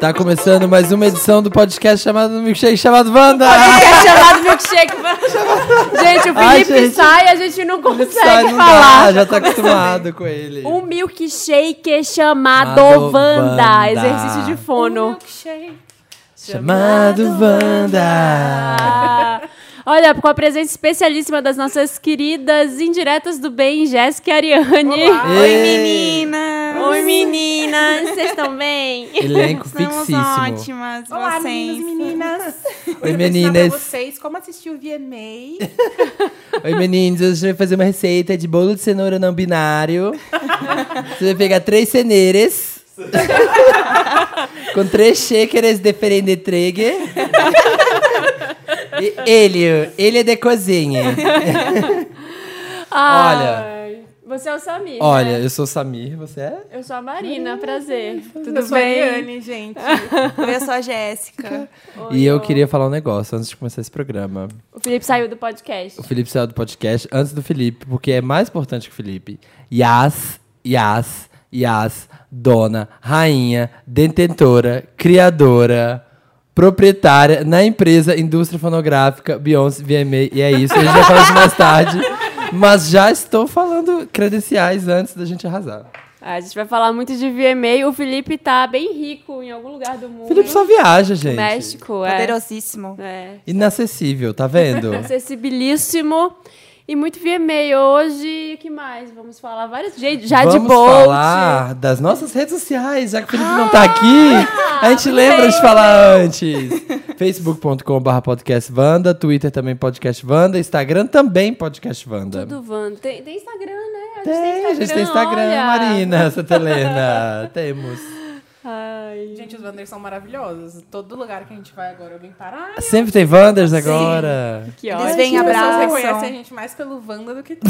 Tá começando mais uma edição do podcast chamado Milkshake chamado Wanda! Podcast é chamado Milkshake. gente, o Felipe Ai, gente. sai e a gente não consegue Sai, não falar. dá, já tá acostumado com ele. Um milkshake chamado Chamado Wanda. Wanda. Exercício de fono. Chamado Wanda! Ah, Olha, com a presença especialíssima das nossas queridas indiretas do bem, Jéssica e Ariane. Oi, Ei. meninas! Oi, meninas. Vocês estão bem? Elenco Somos fixíssimo. ótimas, Olá, vocês. meninos e meninas. Oi, Pra meninas. vocês, como assistiu o VMA? Oi, meninos. Hoje a gente vai fazer uma receita de bolo de cenoura não binário. Você vai pegar três ceneiras. com três xícaras de ferende entregue. E ele, ele é de cozinha. Ai, Você é o Samir. Olha, né? eu sou o Samir, você é? Eu sou a Marina, prazer. Tudo Eu sou a bem? Ariane, gente. Oi, eu sou a Jéssica. Oi, E eu oi. queria falar um negócio antes de começar esse programa. O Felipe saiu do podcast. O Felipe saiu do podcast antes do Felipe, porque é mais importante que o Felipe. Yas, Yas, Yas, dona, rainha, detentora, criadora, proprietária na empresa Indústria Fonográfica Beyoncé VMA. E é isso, a gente vai falar isso mais tarde. Mas já estou falando credenciais antes da gente arrasar. A gente vai falar muito de VMA. O Felipe tá bem rico em algum lugar do mundo. Felipe só viaja, gente. México, é. Poderosíssimo. é. Inacessível, tá vendo? Acessibilíssimo. E muito VMA hoje. O que mais? Vamos falar várias. Gente, já de Vamos boa. falar das nossas redes sociais, já que o Felipe não tá aqui. A gente lembra de falar antes. facebook.com.br podcastvanda, Twitter também podcastvanda, Instagram também podcastvanda. Tudo Van. Tem, tem Instagram, né? A gente Tem, a gente tem Instagram, olha. Marina, Santa Helena. Temos. Ai. Gente, os Wanders são maravilhosos. Todo lugar que a gente vai agora, alguém para. Ah, Sempre tem Wanders agora. Que Eles ótimo. vêm as pessoas abraçam. reconhecem a gente mais pelo Wanda do que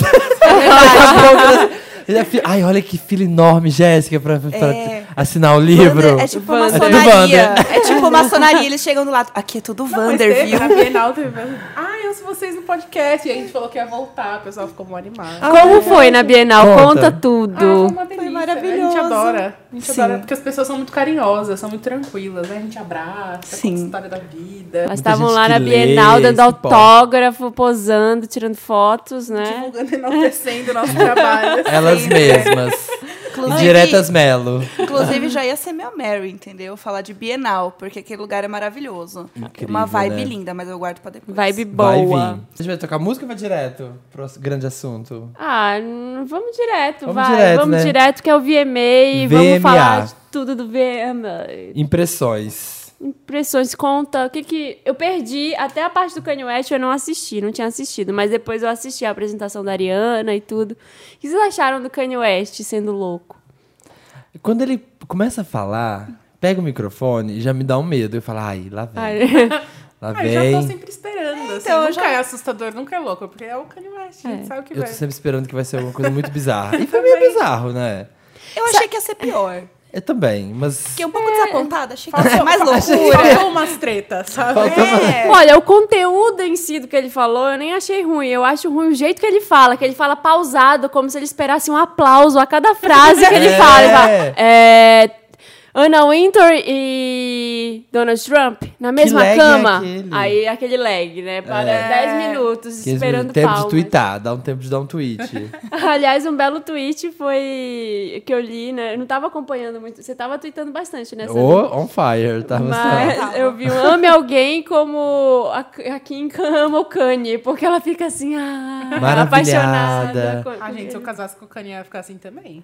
Ele é fi- Ai, olha que fila enorme, Jéssica, pra, pra É. assinar o livro. Wander É tipo Wander. maçonaria. Do É tipo maçonaria, eles chegam do lado. Aqui é tudo Wander, Mas teve viu? Na Bienal teve... Ah, eu ouço vocês no podcast. E a gente falou que ia voltar. O pessoal ficou mó animado. Como foi na Bienal? Conta. Conta, Ah, foi tudo. uma delícia. né? A gente maravilhoso. adora. A gente Sim. adora porque as pessoas são muito carinhosas, são muito tranquilas, né? A gente abraça, Sim. conta a história da vida. Elas Muita estavam gente lá que na lê, Bienal dando se autógrafo, posando, tirando fotos, né? divulgando e enaltecendo o nosso trabalho. assim. Elas mesmas. Inclusive, Diretas Melo. inclusive, já ia ser meu Mary, entendeu? Falar de Bienal, porque aquele lugar é maravilhoso. Incrível, Uma vibe né? linda, mas eu guardo pra depois. Vibe Vai boa. vir. A gente vai tocar música ou vai direto pro ass- grande assunto? Ah, n- vamos direto, Vamos vai. direto, vamos né? direto que é o VMA, VMA. vamos falar de tudo do VMA. Impressões. Impressões, conta, o que que... Eu perdi até a parte do Kanye West, eu não assisti, não tinha assistido, mas depois eu assisti a apresentação da Ariana e tudo. O que vocês acharam do Kanye West sendo louco? Quando ele começa a falar, pega o microfone e já me dá um medo. Eu falo, ai, lá vem. Ai, Lá Ah, eu já tô vem. sempre esperando. assim, então, eu nunca já- é assustador, nunca é louco, porque é o Kanye West, a gente sabe o que Eu tô vai. sempre esperando que vai ser alguma coisa muito bizarra. E foi meio bizarro, né? Eu achei que ia ser pior. Eu também, mas. Fiquei um É, pouco desapontada, achei que ia ser é mais loucura. Faltou umas tretas, sabe? É. Olha, o conteúdo em si do que ele falou, eu nem achei ruim. Eu acho ruim o jeito que ele fala, que ele fala pausado, como se ele esperasse um aplauso a cada frase que ele É. fala. Ele fala é, Anna Winter e Donald Trump na mesma lag é cama. aquele? É. Aí aquele lag, né? Para 10 minutos Que eles- esperando tempo palmas. de twittar, dá um tempo de dar um tweet. Aliás, um belo tweet foi que eu li, né? Eu não tava acompanhando muito. Você tava tweetando bastante né, nessa Ou on fire, tá? Você é mas Tá. eu vi um ame alguém como a, a Kim ama o Kanye, porque ela fica assim, ah, Maravilhada. apaixonada. com- Né? Ah, gente, se eu casasse com o Kanye, eu ia ficar assim também.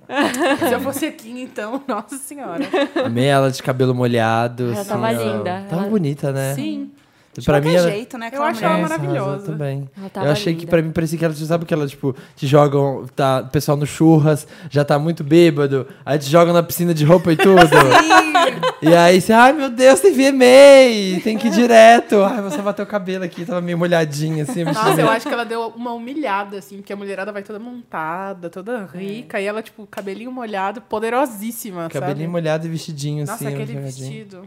Se eu fosse aqui, então, nossa senhora. tá. Amei ela de cabelo molhado. Ela assim, tava ó. linda. Tava Ela- bonita, né? Sim. De Pra qualquer mim, ela, jeito, né? Eu acho ela É, Clara? você arrasou maravilhosa. também. Ela tava Eu achei que linda. pra mim parecia que ela, sabe que ela, tipo, te jogam, tá, o pessoal no churras, já tá muito bêbado, aí te jogam na piscina de roupa e tudo. e aí você, ai meu Deus, tem VMA, tem que ir direto. Ai, você bateu o cabelo aqui, tava meio molhadinha assim. Nossa, eu acho que ela deu uma humilhada, assim, porque a mulherada vai toda montada, toda rica, e ela, tipo, cabelinho molhado, poderosíssima, Cabelinho sabe? molhado e vestidinho Nossa, assim. aquele jogadinho. vestido.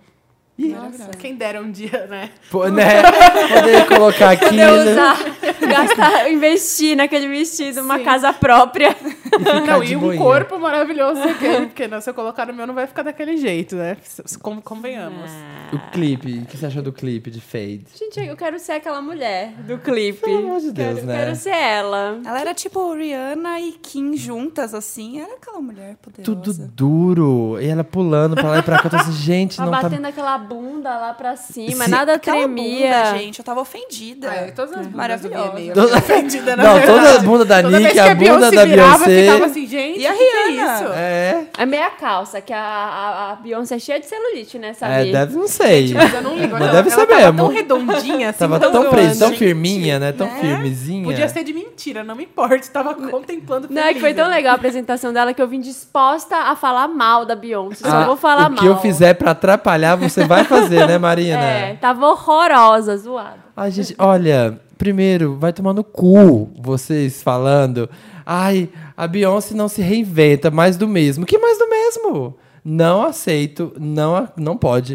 Quem dera um dia, né? Pô, né? Poder colocar aqui, Poder né? usar, gastar, investir naquele vestido, uma Sim. casa própria. E ficar Não, de e um boinha. corpo maravilhoso daquele, porque né, se eu colocar no meu não vai ficar daquele jeito, né? Se- se- Como convenhamos. O clipe, o que você achou do clipe de Fade? Gente, eu quero ser aquela mulher do clipe. Pelo amor de Deus, quero, né? Quero ser ela. Ela era tipo Rihanna e Kim juntas, assim. Era aquela mulher poderosa. Tudo duro. E ela pulando pra lá e pra cá. Eu tô assim, gente, Ela não tá... batendo aquela bunda lá pra cima, Se- nada Aquela tremia. bunda, gente. Eu tava ofendida. É, todas as bundas eu Maravilhosa. via meio Toda- ofendida, na Não, toda verdade. a bunda da Toda Nick, vez que a bunda Beyoncé da virava, Beyoncé. ficava assim, gente, E a o que que é Rihanna? isso? É, É meia calça, que a, a, a Beyoncé é cheia de celulite, né, é sabe? deve, não sei. Mas eu não ligo. É, Mas ela- deve ela ser tava mesmo. tão redondinha, assim, Tava tão presa, grande. tão firminha, né? Tão firmezinha. Podia ser de mentira, não me importa. Tava contemplando Não, é que foi feliz, tão né? legal a apresentação dela que eu vim disposta a falar mal da Beyoncé. Só Ah, vou falar o mal. que eu fizer pra atrapalhar, você vai fazer, né, Marina? É, tava horrorosa, zoada. Ai, gente, olha, primeiro, vai tomar no cu vocês falando. Ai, a Beyoncé não se reinventa, mais do mesmo. Que mais do mesmo? Não aceito, não, a- não pode.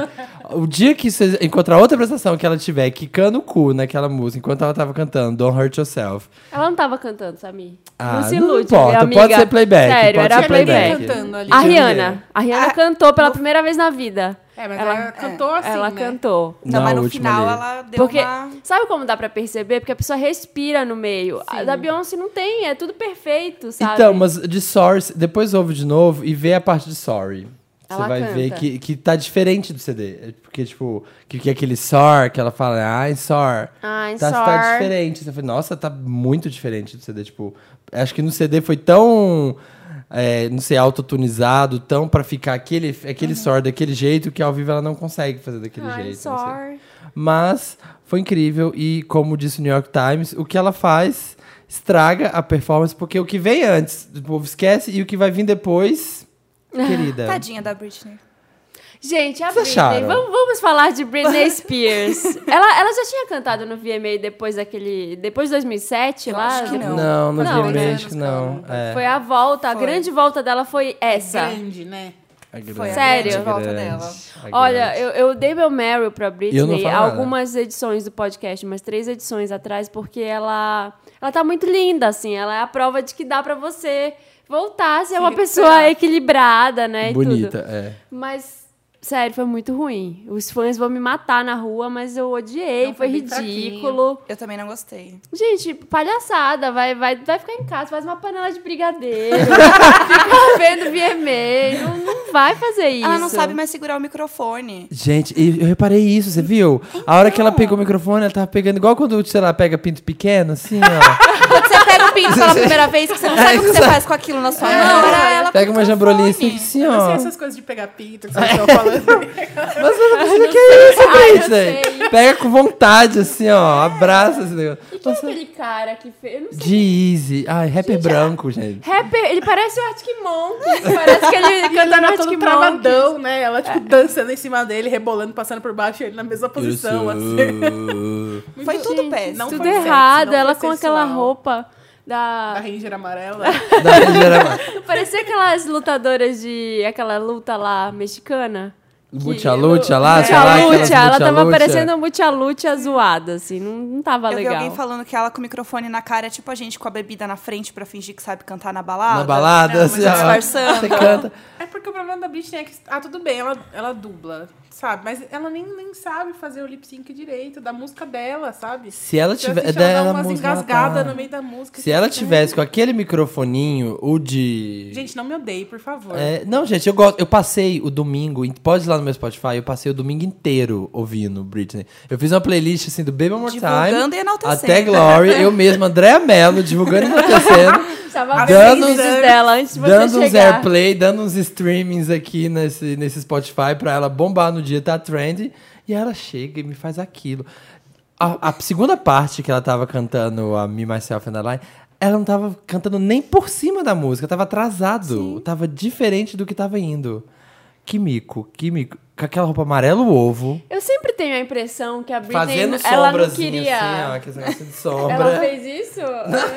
O dia que você encontrar outra apresentação que ela tiver quicando o cu naquela música, enquanto ela tava cantando Don't Hurt Yourself. Ela não tava cantando, Samir. Ah, não se não ilude, importa, minha pode amiga. ser playback, Sério, pode era ser playback. playback. cantando ali. A Tinha Rihanna. A Rihanna Ah, cantou pela primeira vez na vida. É, mas Ela- ela, cantou assim, Ela né? cantou. Não, Na mas no última final ali. ela deu Porque uma... sabe como dá pra perceber? Porque a pessoa respira no meio. A da Beyoncé não tem, é tudo perfeito, sabe? Então, mas de Sorry, depois ouve de novo e vê a parte de Sorry. Você Ela vai canta. ver que, que tá diferente do CD. É Porque, tipo, que, que é aquele SOR que ela fala, ai, SOR. Ai, tá, tá sorry. diferente. Você fala, nossa, tá muito diferente do CD. Tipo, acho que no CD foi tão, é, não sei, autotunizado, tão pra ficar aquele, aquele Uhum. SOR daquele jeito que ao vivo ela não consegue fazer daquele I'm jeito. não sei. sorry. Mas foi incrível e, como disse o New York Times, o que ela faz estraga a performance, porque o que vem antes, o povo esquece, e o que vai vir depois, querida. Tadinha da Britney. Gente, a Vocês Britney. acharam? Vamos, vamos falar de Britney Spears. ela, ela já tinha cantado no VMA depois daquele. Depois de 2007 Eu lá? acho que não. Não, não, Não, vi né? México, não. É. Foi a volta, a Foi. grande volta dela foi essa. Grande, né? A grande, É Foi a Sério? grande volta grande, dela. a Olha, grande. eu, eu dei meu Meryl pra Eu não Britney falo nada. algumas edições do podcast, umas três edições atrás, porque ela, ela tá muito linda, assim. Ela é a prova de que dá pra você voltar a ser uma pessoa recuperar. equilibrada, né? e tudo. Bonita, é. Mas, sério, foi muito ruim. Os fãs vão me matar na rua, mas eu odiei, Não, foi foi bem ridículo. Eu também não gostei. Gente, palhaçada, vai, vai, vai ficar em casa, faz uma panela de brigadeiro, fica vendo VMA, não, não vai fazer isso. Ela não sabe mais segurar o microfone. Gente, e eu reparei isso, você viu? a hora que ela pegou o microfone, ela tava pegando igual quando, sei lá, pega pinto pequeno, assim, ó. Quando você pega o pinto pela primeira vez, que você não sabe o que você Exato. faz com aquilo na sua mão. Era ela pega uma jambrolinha assim, assim, Eu não sei ó. essas coisas de pegar pinto que É. vocês estão falando. Mas eu não sei o que é isso, Ai, eu Britney. Pega com vontade, assim, ó. Abraça esse negócio. E quem é aquele cara que fez? Eu não sei. De Easy. Ai, rapper branco, gente. Rapper, ele parece o Arctic Monkeys, parece que ele cantando Ela Arctic todo Monkeys. travadão, né? Ela, tipo, dançando em cima dele, rebolando, passando por baixo, e ele na mesma posição, assim. Foi Muito- tudo Gente, péssimo. não Tudo foi sexy, errado, não ela foi com sensual. aquela roupa A da... Ranger amarela. Da gera- Parecia aquelas lutadoras de... aquela luta lá, mexicana. Lucha, lucha lá, sei Mucha lá. aquelas lucha, ela lucha, tava lucha. parecendo mucha lucha zoada, assim, não, não tava Eu vi legal. alguém falando que ela com o microfone na cara é tipo a gente com a bebida na frente pra fingir que sabe cantar na balada. Na balada, Não, mas assim, ó. é disfarçando. Você canta. É porque o problema da Britney é que, ah, tudo bem, ela, ela dubla, sabe? Mas ela nem, nem sabe fazer o lip sync direito da música dela, sabe? Se ela Você tiver. assiste, ela dela, dá a umas música, ela engasgadas tá- no meio da música. né? Se ela tivesse com aquele microfoninho, o de. Gente, não me odeie, por favor. É, não, gente, eu gosto. Eu passei o domingo, em- pode ir lá no meu Spotify, eu passei o domingo inteiro ouvindo Britney. Eu fiz uma playlist assim do Baby One More Divulgando Time. e enaltecendo. Até Glory, eu mesmo, Andréa Mello, divulgando e Ah, enaltecendo. Tava Dando vendo os uns- vídeos dela antes de você dando uns chegar. airplay, dando uns streamings aqui nesse, nesse Spotify pra ela bombar no dia, tá trend. E ela chega e me faz aquilo. A, a segunda parte que ela tava cantando a Me, Myself and I, ela não tava cantando nem por cima da música, tava atrasado. Tava diferente do que tava indo. Que mico, que mico. com aquela roupa amarelo ovo, Eu sempre tenho a impressão que a Britney, fazendo ela não sombrazinha queria... assim, ó, aquele negócio de sombra. ela fez isso?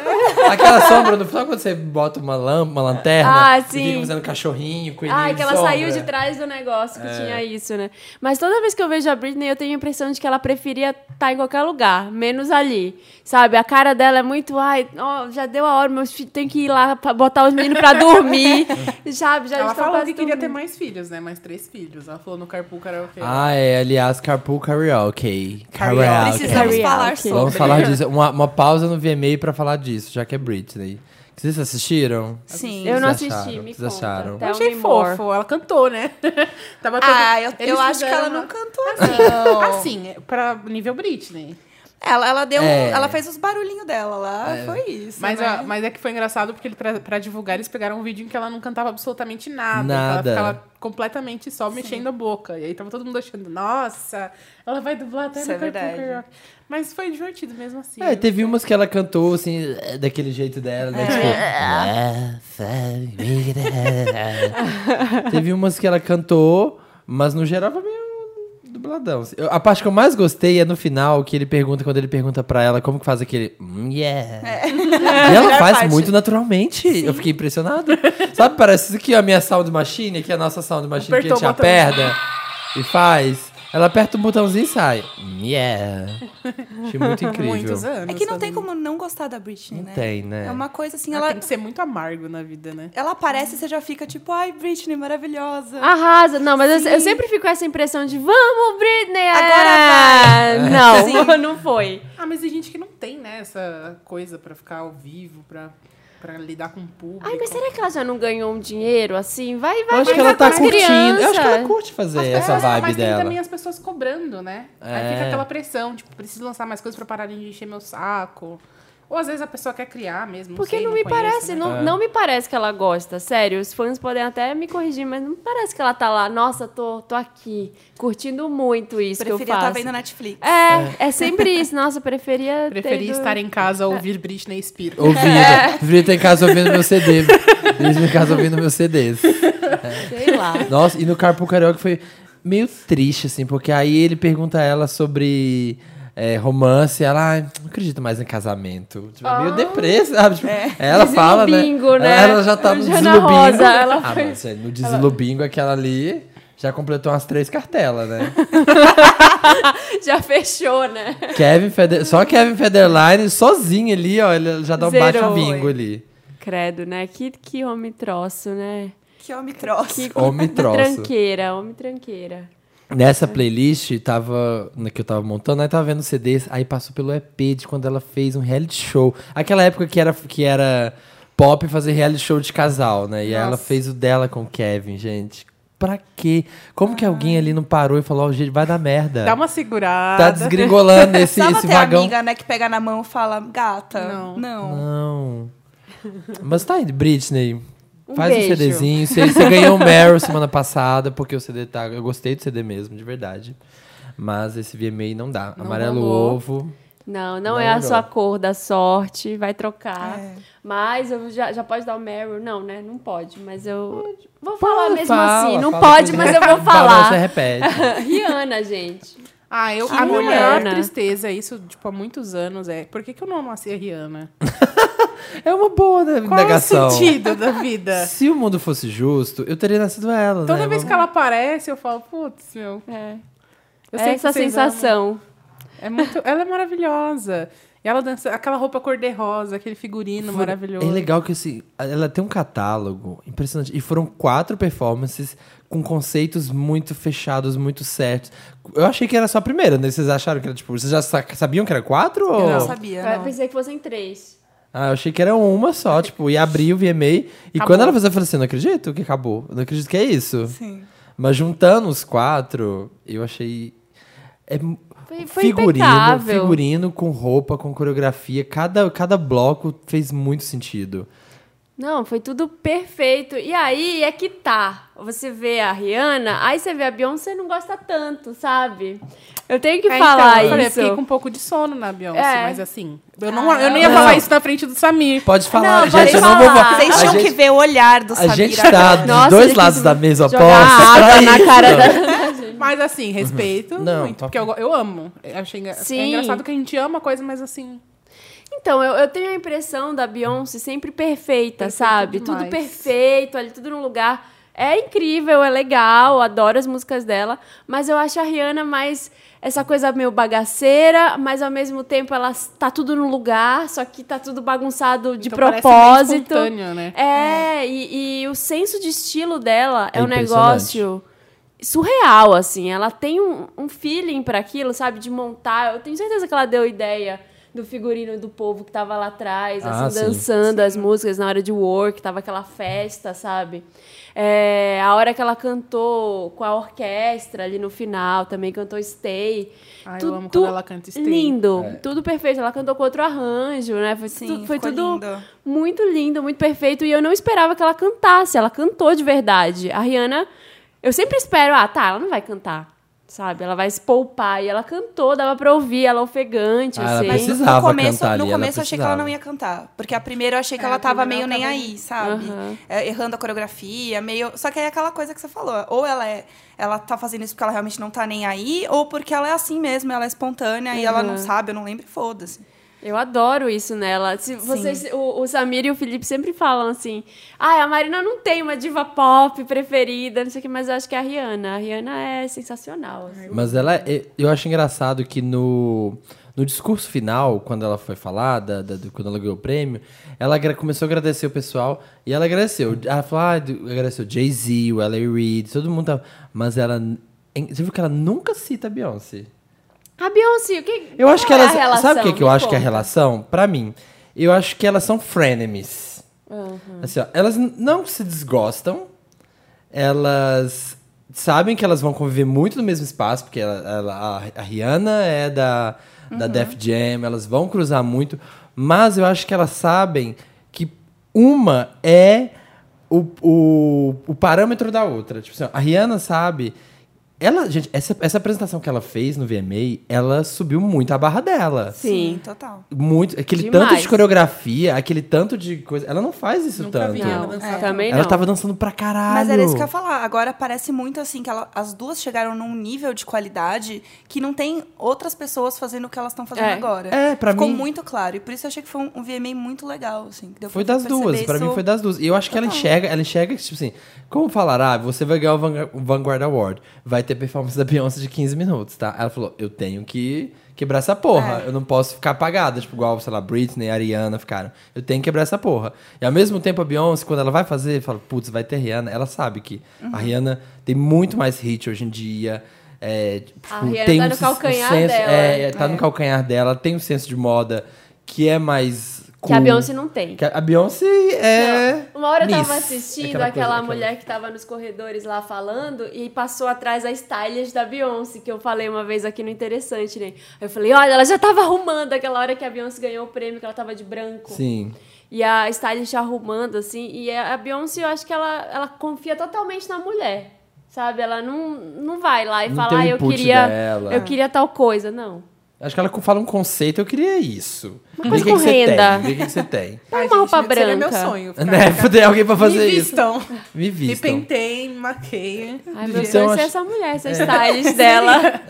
Aquela sombra do final quando você bota uma lâmpada, uma lanterna, Ah, e sim. fica fazendo cachorrinho, coelhinho Ah, é que ela sombra. É. saiu de trás do negócio que tinha isso, né? Mas toda vez que eu vejo a Britney, eu tenho a impressão de que ela preferia estar em qualquer lugar, menos ali. Sabe? A cara dela é muito, ai, ó, já deu a hora, meus filhos têm que ir lá pra botar os meninos pra dormir. sabe? Já Ela estão falou quase que queria ter dormindo. mais filhos, né? Mais três filhos. Ela falou no Carpool Karaoke. Ah, é, aliás, Carpool Karaoke. Karaoke. Precisamos ok. falar Karaoke. sobre. Vamos falar disso. Uma, uma pausa no VMA pra falar disso, já que é Britney. Vocês assistiram? Sim. Eu não Vocês assisti, acharam? me Vocês conta. acharam? Tell Eu achei me more. fofo. Ela cantou, né? Tava todo- Ah, eu, Eles eu acho que ela fizeram não uma- cantou, não. Assim, é pra nível Britney. Ela, ela deu. um- É. Ela fez os barulhinhos dela lá. Foi isso. Mas, né? ó, mas é que foi engraçado porque ele- pra, pra divulgar eles pegaram um vídeo em que ela não cantava absolutamente nada. Nada. Que ela ficava completamente só mexendo a boca. E aí tava todo mundo achando, nossa, ela vai dublar até Isso no é Carpool verdade. Karaoke. Mas foi divertido mesmo assim. É, teve umas que ela cantou, assim, eh, daquele jeito dela, né? Tipo... teve umas que ela cantou, mas no geral foi meio dubladão. assim. Eu- A parte que eu mais gostei é no final, que ele pergunta, quando ele pergunta pra ela como que faz aquele... "Hum, yeah. E ela Melhor faz parte. muito naturalmente. Eu fiquei impressionado. Sabe, parece que a minha sound machine, que é a nossa sound machine, Apertou que a gente o botãozinho. aperta e faz... Ela aperta um botãozinho e sai. "Hum, Yeah. Achei muito incrível. Muitos anos. É que não tem também. como não gostar da Britney, Não né? tem, né? É uma coisa assim, Ah, ela, Tem que ser muito amargo na vida, né? ela aparece e você já fica tipo, ai, Britney, maravilhosa. Arrasa. Não, mas eu, Sim. eu sempre fico com essa impressão de vamos, Britney! Agora é." Não, Sim. não foi. Ah, mas tem gente que não tem, né, essa coisa pra ficar ao vivo, pra, pra lidar com o público. Ai, mas será que ela já não ganhou um dinheiro assim? Vai, vai, eu acho vai que ela vai tá com as curtindo. Eu acho que ela crianças. curte fazer As essa pessoas- vibe mas tem dela. também as pessoas cobrando, né? É. Aí fica aquela pressão, tipo, preciso lançar mais coisas pra parar de encher meu saco. Ou às vezes a pessoa quer criar mesmo. Porque sei, não, me conheço, parece, né? não, É. não me parece que ela gosta, sério. Os fãs podem até me corrigir, mas não me parece que ela tá lá, nossa, tô, tô aqui, curtindo muito isso que eu Preferia faço. estar vendo Netflix. tá É, é sempre isso. Nossa, eu preferia Preferi ter ido- estar em casa É. a ouvir Britney Spears. Ouvindo. Preferia ter em casa ouvindo meu CD. Preferia ter em casa ouvindo meus CDs. Sei lá. Nossa, e no Carpool Karaoke foi meio triste, assim, porque aí ele pergunta a ela sobre é, romance e ela, ai, não acredito mais em casamento. Tipo, meio deprê, sabe? Tipo, Ela fala, né? Desilubingo, né? Ela já tá no Jana desilubingo. Rosa, ela ah, foi- mas sério, no desilubingo, aquela ali... Já completou umas três cartelas, né? Já fechou, né? Kevin Feder... Só Kevin Federline sozinho ali, ó. Ele já dá um baixo Zerou, bingo ali. Credo, né? Que, que homem troço, né? Que homem troço. Que Homem troço. tranqueira, homem tranqueira. Nessa playlist, tava, na que eu tava montando, aí tava vendo CDs, aí passou pelo EP de quando ela fez um reality show. Aquela época que era, que era pop fazer reality show de casal, né? E aí ela Nossa. fez o dela com o Kevin, gente. Pra quê? Como que alguém ali não parou e falou, ó, gente, vai dar merda. Dá uma segurada. Tá desgringolando esse, Precisava esse ter vagão. amiga, né, que pega na mão e fala, gata. Não. Não. Não. Mas tá aí, Britney. Um Faz beijo. um CDzinho. Você, você ganhou um Meryl semana passada, porque o CD tá. Eu gostei do CD mesmo, de verdade. Mas esse VMA não dá. Não Amarelo rolou. ovo. Não, não, Não é a olhou. sua cor da sorte, vai trocar. É. Mas eu já, já pode dar o Meryl? Não, né? Não pode, mas eu vou falar Fala, mesmo fala, assim. Não fala, pode, depois mas você- eu vou fala, Você falar. repete. Rihanna, gente. Ah, eu, Que a minha mulher, maior né? tristeza, isso, tipo, há muitos anos, é... Por que, que eu não nasci a Rihanna? É uma boa né, Qual negação. o sentido da vida? Se o mundo fosse justo, eu teria nascido ela. Toda né? vez Vamos- que ela aparece, eu falo, putz, meu... É. Eu É sei que essa vocês sensação. É muito, ela é maravilhosa. E ela dança aquela roupa cor-de-rosa, aquele figurino Foram- maravilhoso. É legal que assim, ela tem um catálogo impressionante. E foram quatro performances com conceitos muito fechados, muito certos. Eu achei que era só a primeira, né? Vocês acharam que era tipo. Vocês já sa- sabiam que era quatro? Eu ou- não sabia, Eu não. pensei que fossem três. Ah, eu achei que era uma só, tipo, e abriu o VMA. E Acabou. quando ela fez, eu falei assim: não acredito que acabou. Não acredito que é isso. Sim. Mas juntando os quatro, eu achei. É mu- Foi- foi figurino, impecável. figurino com roupa, com coreografia. Cada, cada bloco fez muito sentido. Não, foi tudo perfeito. E aí é que tá. Você vê a Rihanna, aí você vê a Beyoncé você não gosta tanto, sabe? Eu tenho que É, então, falar eu falei, isso. fiquei com um pouco de sono na Beyoncé, É. mas assim, eu não, eu não ia Ah, Não. falar isso na frente do Samir. Pode falar, Não, gente. pode eu não vou falar. falar. Vocês Ah, a tinham gente, que ver o olhar do a Samir gente agora. tá dos Nossa, dois ele lados quis da mesa jogar oposta. água pra na isso. cara da gente. Mas assim, respeito Uhum. Não, muito. papo. Porque eu, go- eu amo. Eu achei engra- É Sim. engraçado que a gente ama a coisa, mas assim. Então, eu, eu tenho a impressão da Beyoncé sempre perfeita, Perfeita sabe? demais. Tudo perfeito, ali tudo no lugar. É incrível, é legal, adoro as músicas dela, mas eu acho a Rihanna mais essa coisa meio bagaceira, mas ao mesmo tempo ela s- tá tudo no lugar, só que tá tudo bagunçado de então parece bem propósito. espontâneo, né? É, e, e o senso de estilo dela é, É um impressionante. negócio surreal, assim. Ela tem um, um feeling pra aquilo, sabe? De montar. Eu tenho certeza que ela deu ideia do figurino do povo que tava lá atrás, Ah, assim, sim. dançando as músicas na hora de work, tava aquela festa, sabe? É, a hora que ela cantou com a orquestra ali no final, também cantou Stay. Ai, eu Tudo amo quando ela canta Stay. Lindo, tudo perfeito. Ela cantou com outro arranjo, né? Foi, Sim, tu- foi ficou tudo lindo. muito lindo, muito perfeito. E eu não esperava que ela cantasse. Ela cantou de verdade. A Rihanna, eu sempre espero, ah, tá, ela não vai cantar. Sabe? Ela vai se poupar. E ela cantou, dava pra ouvir, ela ofegante, Ah, ela precisa. assim. Mas no precisava começo, cantar no ali, ela começo eu achei que ela precisava. não ia cantar. Porque a primeira eu achei que É, ela a tava meio primeira nem ela tava aí, sabe? Aham. É, Errando a coreografia, meio. Só que aí é aquela coisa que você falou. Ou ela é. Ela tá fazendo isso porque ela realmente não tá nem aí, ou porque ela é assim mesmo, ela é espontânea e ela não Aham. sabe, eu não lembro, e foda-se. Eu adoro isso nela. Se vocês, o, o Samir e o Felipe sempre falam assim: ah, a Marina não tem uma diva pop preferida, não sei o que, mas eu acho que é a Rihanna. A Rihanna é sensacional. assim. Mas ela, é- eu acho engraçado que no, no discurso final, quando ela foi falar, da- da- do- quando ela ganhou o prêmio, ela agra- começou a agradecer o pessoal e ela agradeceu. Ela falou, ah, do- agradeceu Jay-Z, o L.A. Reid, todo mundo tava. Mas ela. em- Você viu que ela nunca cita a Beyoncé. A Beyoncé, o que. Eu acho que qual é elas. a relação? sabe o que, que eu Me acho que é a conta. relação? Pra mim, eu acho que elas são frenemies. Assim, ó, elas n- não se desgostam, elas sabem que elas vão conviver muito no mesmo espaço, porque ela, ela- a, a Rihanna é da, da Def Jam, elas vão cruzar muito, mas eu acho que elas sabem que uma é o, o, o parâmetro da outra. Tipo assim, ó, a Rihanna sabe. Ela, gente, essa, essa apresentação que ela fez no VMA, ela subiu muito a barra dela. Sim. total. Muito, aquele Demais. tanto de coreografia, aquele tanto de coisa. Ela não faz isso Nunca tanto. vi Não, Ela dançava. também não. Ela tá tava dançando pra caralho. Mas era isso que eu ia falar. Agora parece muito assim que ela- as duas chegaram num nível de qualidade que não tem outras pessoas fazendo o que elas estão fazendo É. agora. É, pra Ficou mim- muito claro. E por isso eu achei que foi um, um VMA muito legal, assim. que deu Foi pra das duas, perceber pra mim isso. foi das duas. E eu acho que ela enxerga, ela enxerga que, tipo assim, como falar, ah, você vai ganhar o Vanguard- o Vanguard Award, vai ter performance da Beyoncé de 15 minutos, tá? Ela falou, eu tenho que quebrar essa porra, É. eu não posso ficar apagada, tipo, igual, sei lá, Britney, Ariana ficaram. Eu tenho que quebrar essa porra. E ao mesmo tempo a Beyoncé, quando ela vai fazer, fala, putz, vai ter Rihanna, ela sabe que Uhum. a Rihanna tem muito mais hit hoje em dia. É, tipo, A Rihanna tem tá um sen- no um calcanhar senso- dela. né? É, tá no calcanhar dela, tem um senso de moda que é mais Que a cool. Beyoncé não tem. Que a- A Beyoncé é. Não, Uma hora eu miss. tava assistindo aquela, Aquela coisa, aquela- mulher que tava nos corredores lá falando e passou atrás a stylist da Beyoncé, que eu falei uma vez aqui no Interessante, né? Aí Eu falei, olha, ela já tava arrumando aquela hora que a Beyoncé ganhou o prêmio, que ela tava de branco. Sim. E a stylist arrumando, assim. E a a Beyoncé, eu acho que ela, ela confia totalmente na mulher. Sabe? Ela não, não vai lá e Não tem fala, o ah, eu input queria. dela." Eu queria tal coisa. Não. Acho que ela fala um conceito, eu queria isso. Uma coisa o que, que você horrenda. tem? Vê o que, que você tem. Põe Ai, uma gente, roupa Seria meu branca. sonho. ficar- né? ficar- Tem alguém pra fazer me isso. Vistam. Me Me vistam. pentei, me maquei. Ai, Então, meu sonho é ser acho- essa mulher, essa stylist dela.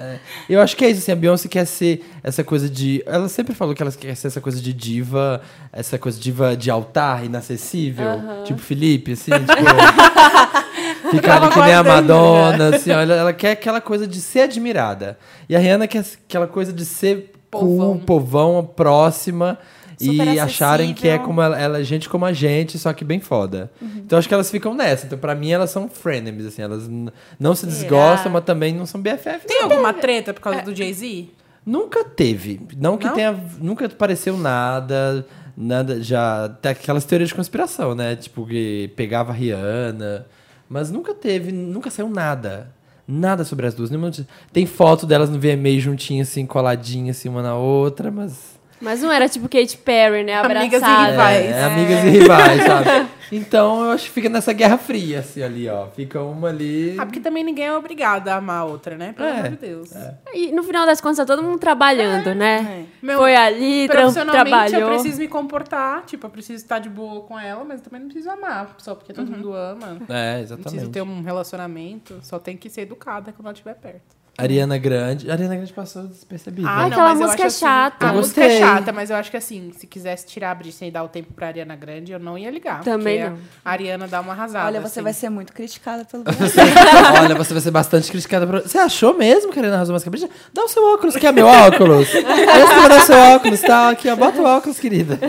Eu acho que é isso, assim, a Beyoncé quer ser essa coisa de. Ela sempre falou que ela quer ser essa coisa de diva, essa coisa de diva de altar inacessível. Tipo Felipe, assim, tipo. ficar ali que nem a Madonna, assim, olha, ela quer aquela coisa de ser admirada. E a Rihanna quer aquela coisa de ser cool, Povão. povão, próxima. Super e acharem que é acessível. como ela, ela é gente como a gente, só que bem foda. Então acho que elas ficam nessa. Então, pra mim, elas são frenemies, assim, elas n- não se desgostam, mas também não são BFF. Tem não. alguma treta por causa do Jay-Z? Nunca teve. Não que Não? tenha. Nunca apareceu nada. Nada. Já. Tem aquelas teorias de conspiração, né? Tipo, que pegava a Rihanna. Mas nunca teve. Nunca saiu nada. Nada sobre as duas. nenhuma notícia. Tem foto delas no VMA juntinha, assim, coladinha, assim, uma na outra, mas. Mas não era tipo Kate Perry, né? Amigas e Abraçada. rivais. É, amigas e é rivais, sabe? Então eu acho que fica nessa guerra fria, assim, ali, ó. Fica uma ali. Ah, porque também ninguém é obrigado a amar a outra, né? Pelo É, amor de Deus. E no final das contas, tá todo mundo trabalhando, né? É. Meu, Foi ali, tra Profissionalmente eu trabalhou. preciso me comportar, tipo, eu preciso estar de boa com ela, mas eu também não preciso amar, só porque todo mundo ama. É, Não preciso Uhum. exatamente. ter um relacionamento, só tem que ser educada quando ela estiver perto. Ariana Grande. Ariana Grande passou despercebida. Ah, né? aquela mas eu música acho é chata. Assim, a Eu música é gostei. chata, mas eu acho que assim, se quisesse tirar a Britney e dar o tempo pra Ariana Grande, eu não ia ligar. Também porque não. A Ariana dá uma Ah, arrasada. Olha, você assim. vai ser muito criticada pelo Olha, você vai ser bastante criticada. Por... Você achou mesmo que a Ariana arrasou mais capricha? Dá o seu óculos, que é meu óculos. Esse que dá o seu óculos, tá? Aqui, ó. Bota o óculos, querida.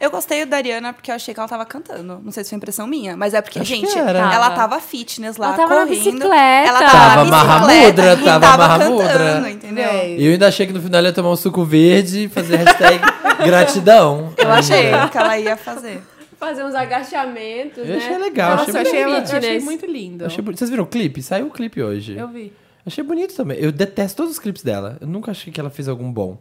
Eu gostei da Ariana porque eu achei que ela tava cantando. Não sei se foi impressão minha, mas é porque, Acho que gente, era. ela tava fitness lá, Ela tava na correndo. bicicleta. Ela Tava tava, na bicicleta marramudra, e tava tava marramudra. cantando, entendeu? Véi. E eu ainda achei que no final ela ia tomar um suco verde e fazer hashtag gratidão. Eu achei que ela ia fazer. Fazer uns agachamentos, Eu né? achei legal. Nossa, achei eu achei, ela, eu bonito. achei Fitness. muito linda. Eu achei bonito. Vocês viram o clipe? Saiu o clipe hoje. Eu vi. Achei bonito também. Eu detesto todos os clipes dela. Eu nunca achei que ela fez algum bom.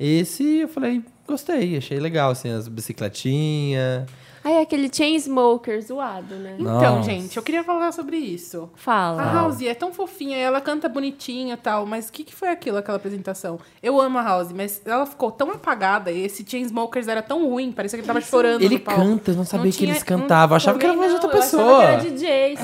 Esse eu falei, gostei, achei legal, assim, as bicicletinhas. Aí aquele Chainsmoker zoado, né? Então, Nossa. gente, eu queria falar sobre isso. A Fala. House é tão fofinha, ela canta bonitinha e tal, mas o que, que foi aquilo, aquela apresentação? Eu amo a House, mas ela ficou tão apagada e esse Chainsmokers era tão ruim, parecia que ele tava chorando. Ele no palco. canta, eu não sabia que tinha- eles não cantavam. achava que era também voz de outra Eu achava pessoa. que era DJ, só.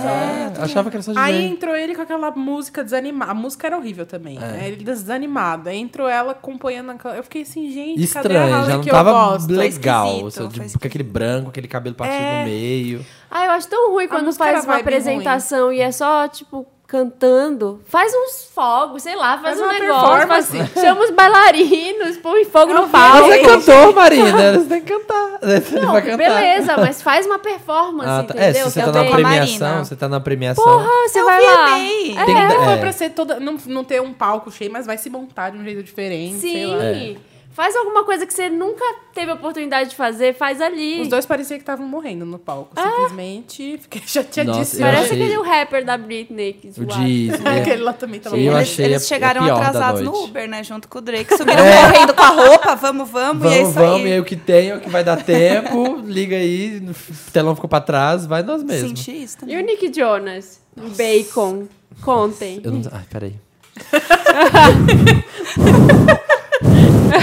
É, achava que era só de Aí gente. entrou ele com aquela música desanimada. A música era horrível também. É. né? Ele desanimado. Aí entrou ela acompanhando aquela. Eu fiquei assim, gente, cadê a Estranho, House já não que tava eu gosto? Tá legal. esquisito, seu- de- foi com aquele branco, aquele cabelo partido É. no meio. Ah, eu acho tão ruim quando música era faz uma vibe apresentação e é só, tipo, cantando. Faz uns fogos, sei lá, faz, Faz um uma negócio. faz- chama os bailarinos, põe fogo no Mas palco. é cantor, Marina. né? Você tem que cantar. Você Ah, Não, vai cantar. beleza, mas faz uma performance, Ah, tá. É, entendeu? se você tá Também. na premiação, Marina. você tá na premiação. Porra, Ah, você Eu vai lá. vi bem. Tem que Não dar- foi é. pra ser toda. Não, não ter um palco cheio, mas vai se montar de um jeito diferente. Sei lá. Sim. É. Faz alguma coisa que você nunca teve oportunidade de fazer, faz ali. Os dois parecia que estavam morrendo no palco. Simplesmente fiquei chateadíssima. eu Parece achei- aquele rapper da Britney. Que O zoado. Diz. né? Aquele lá também tava Eu morrendo. eles, achei eles a- chegaram a pior da atrasados no noite. Uber, né? Junto com o Drake. Subiram É. correndo com a roupa, vamos, vamos, Vamos, e é isso vamos, e aí. aí o que tem, é o que vai dar tempo, liga aí, o telão ficou pra trás, vai nós mesmos. Senti isso também. E o Nick Jonas? Bacon. Contem. Eu não... Ai, peraí.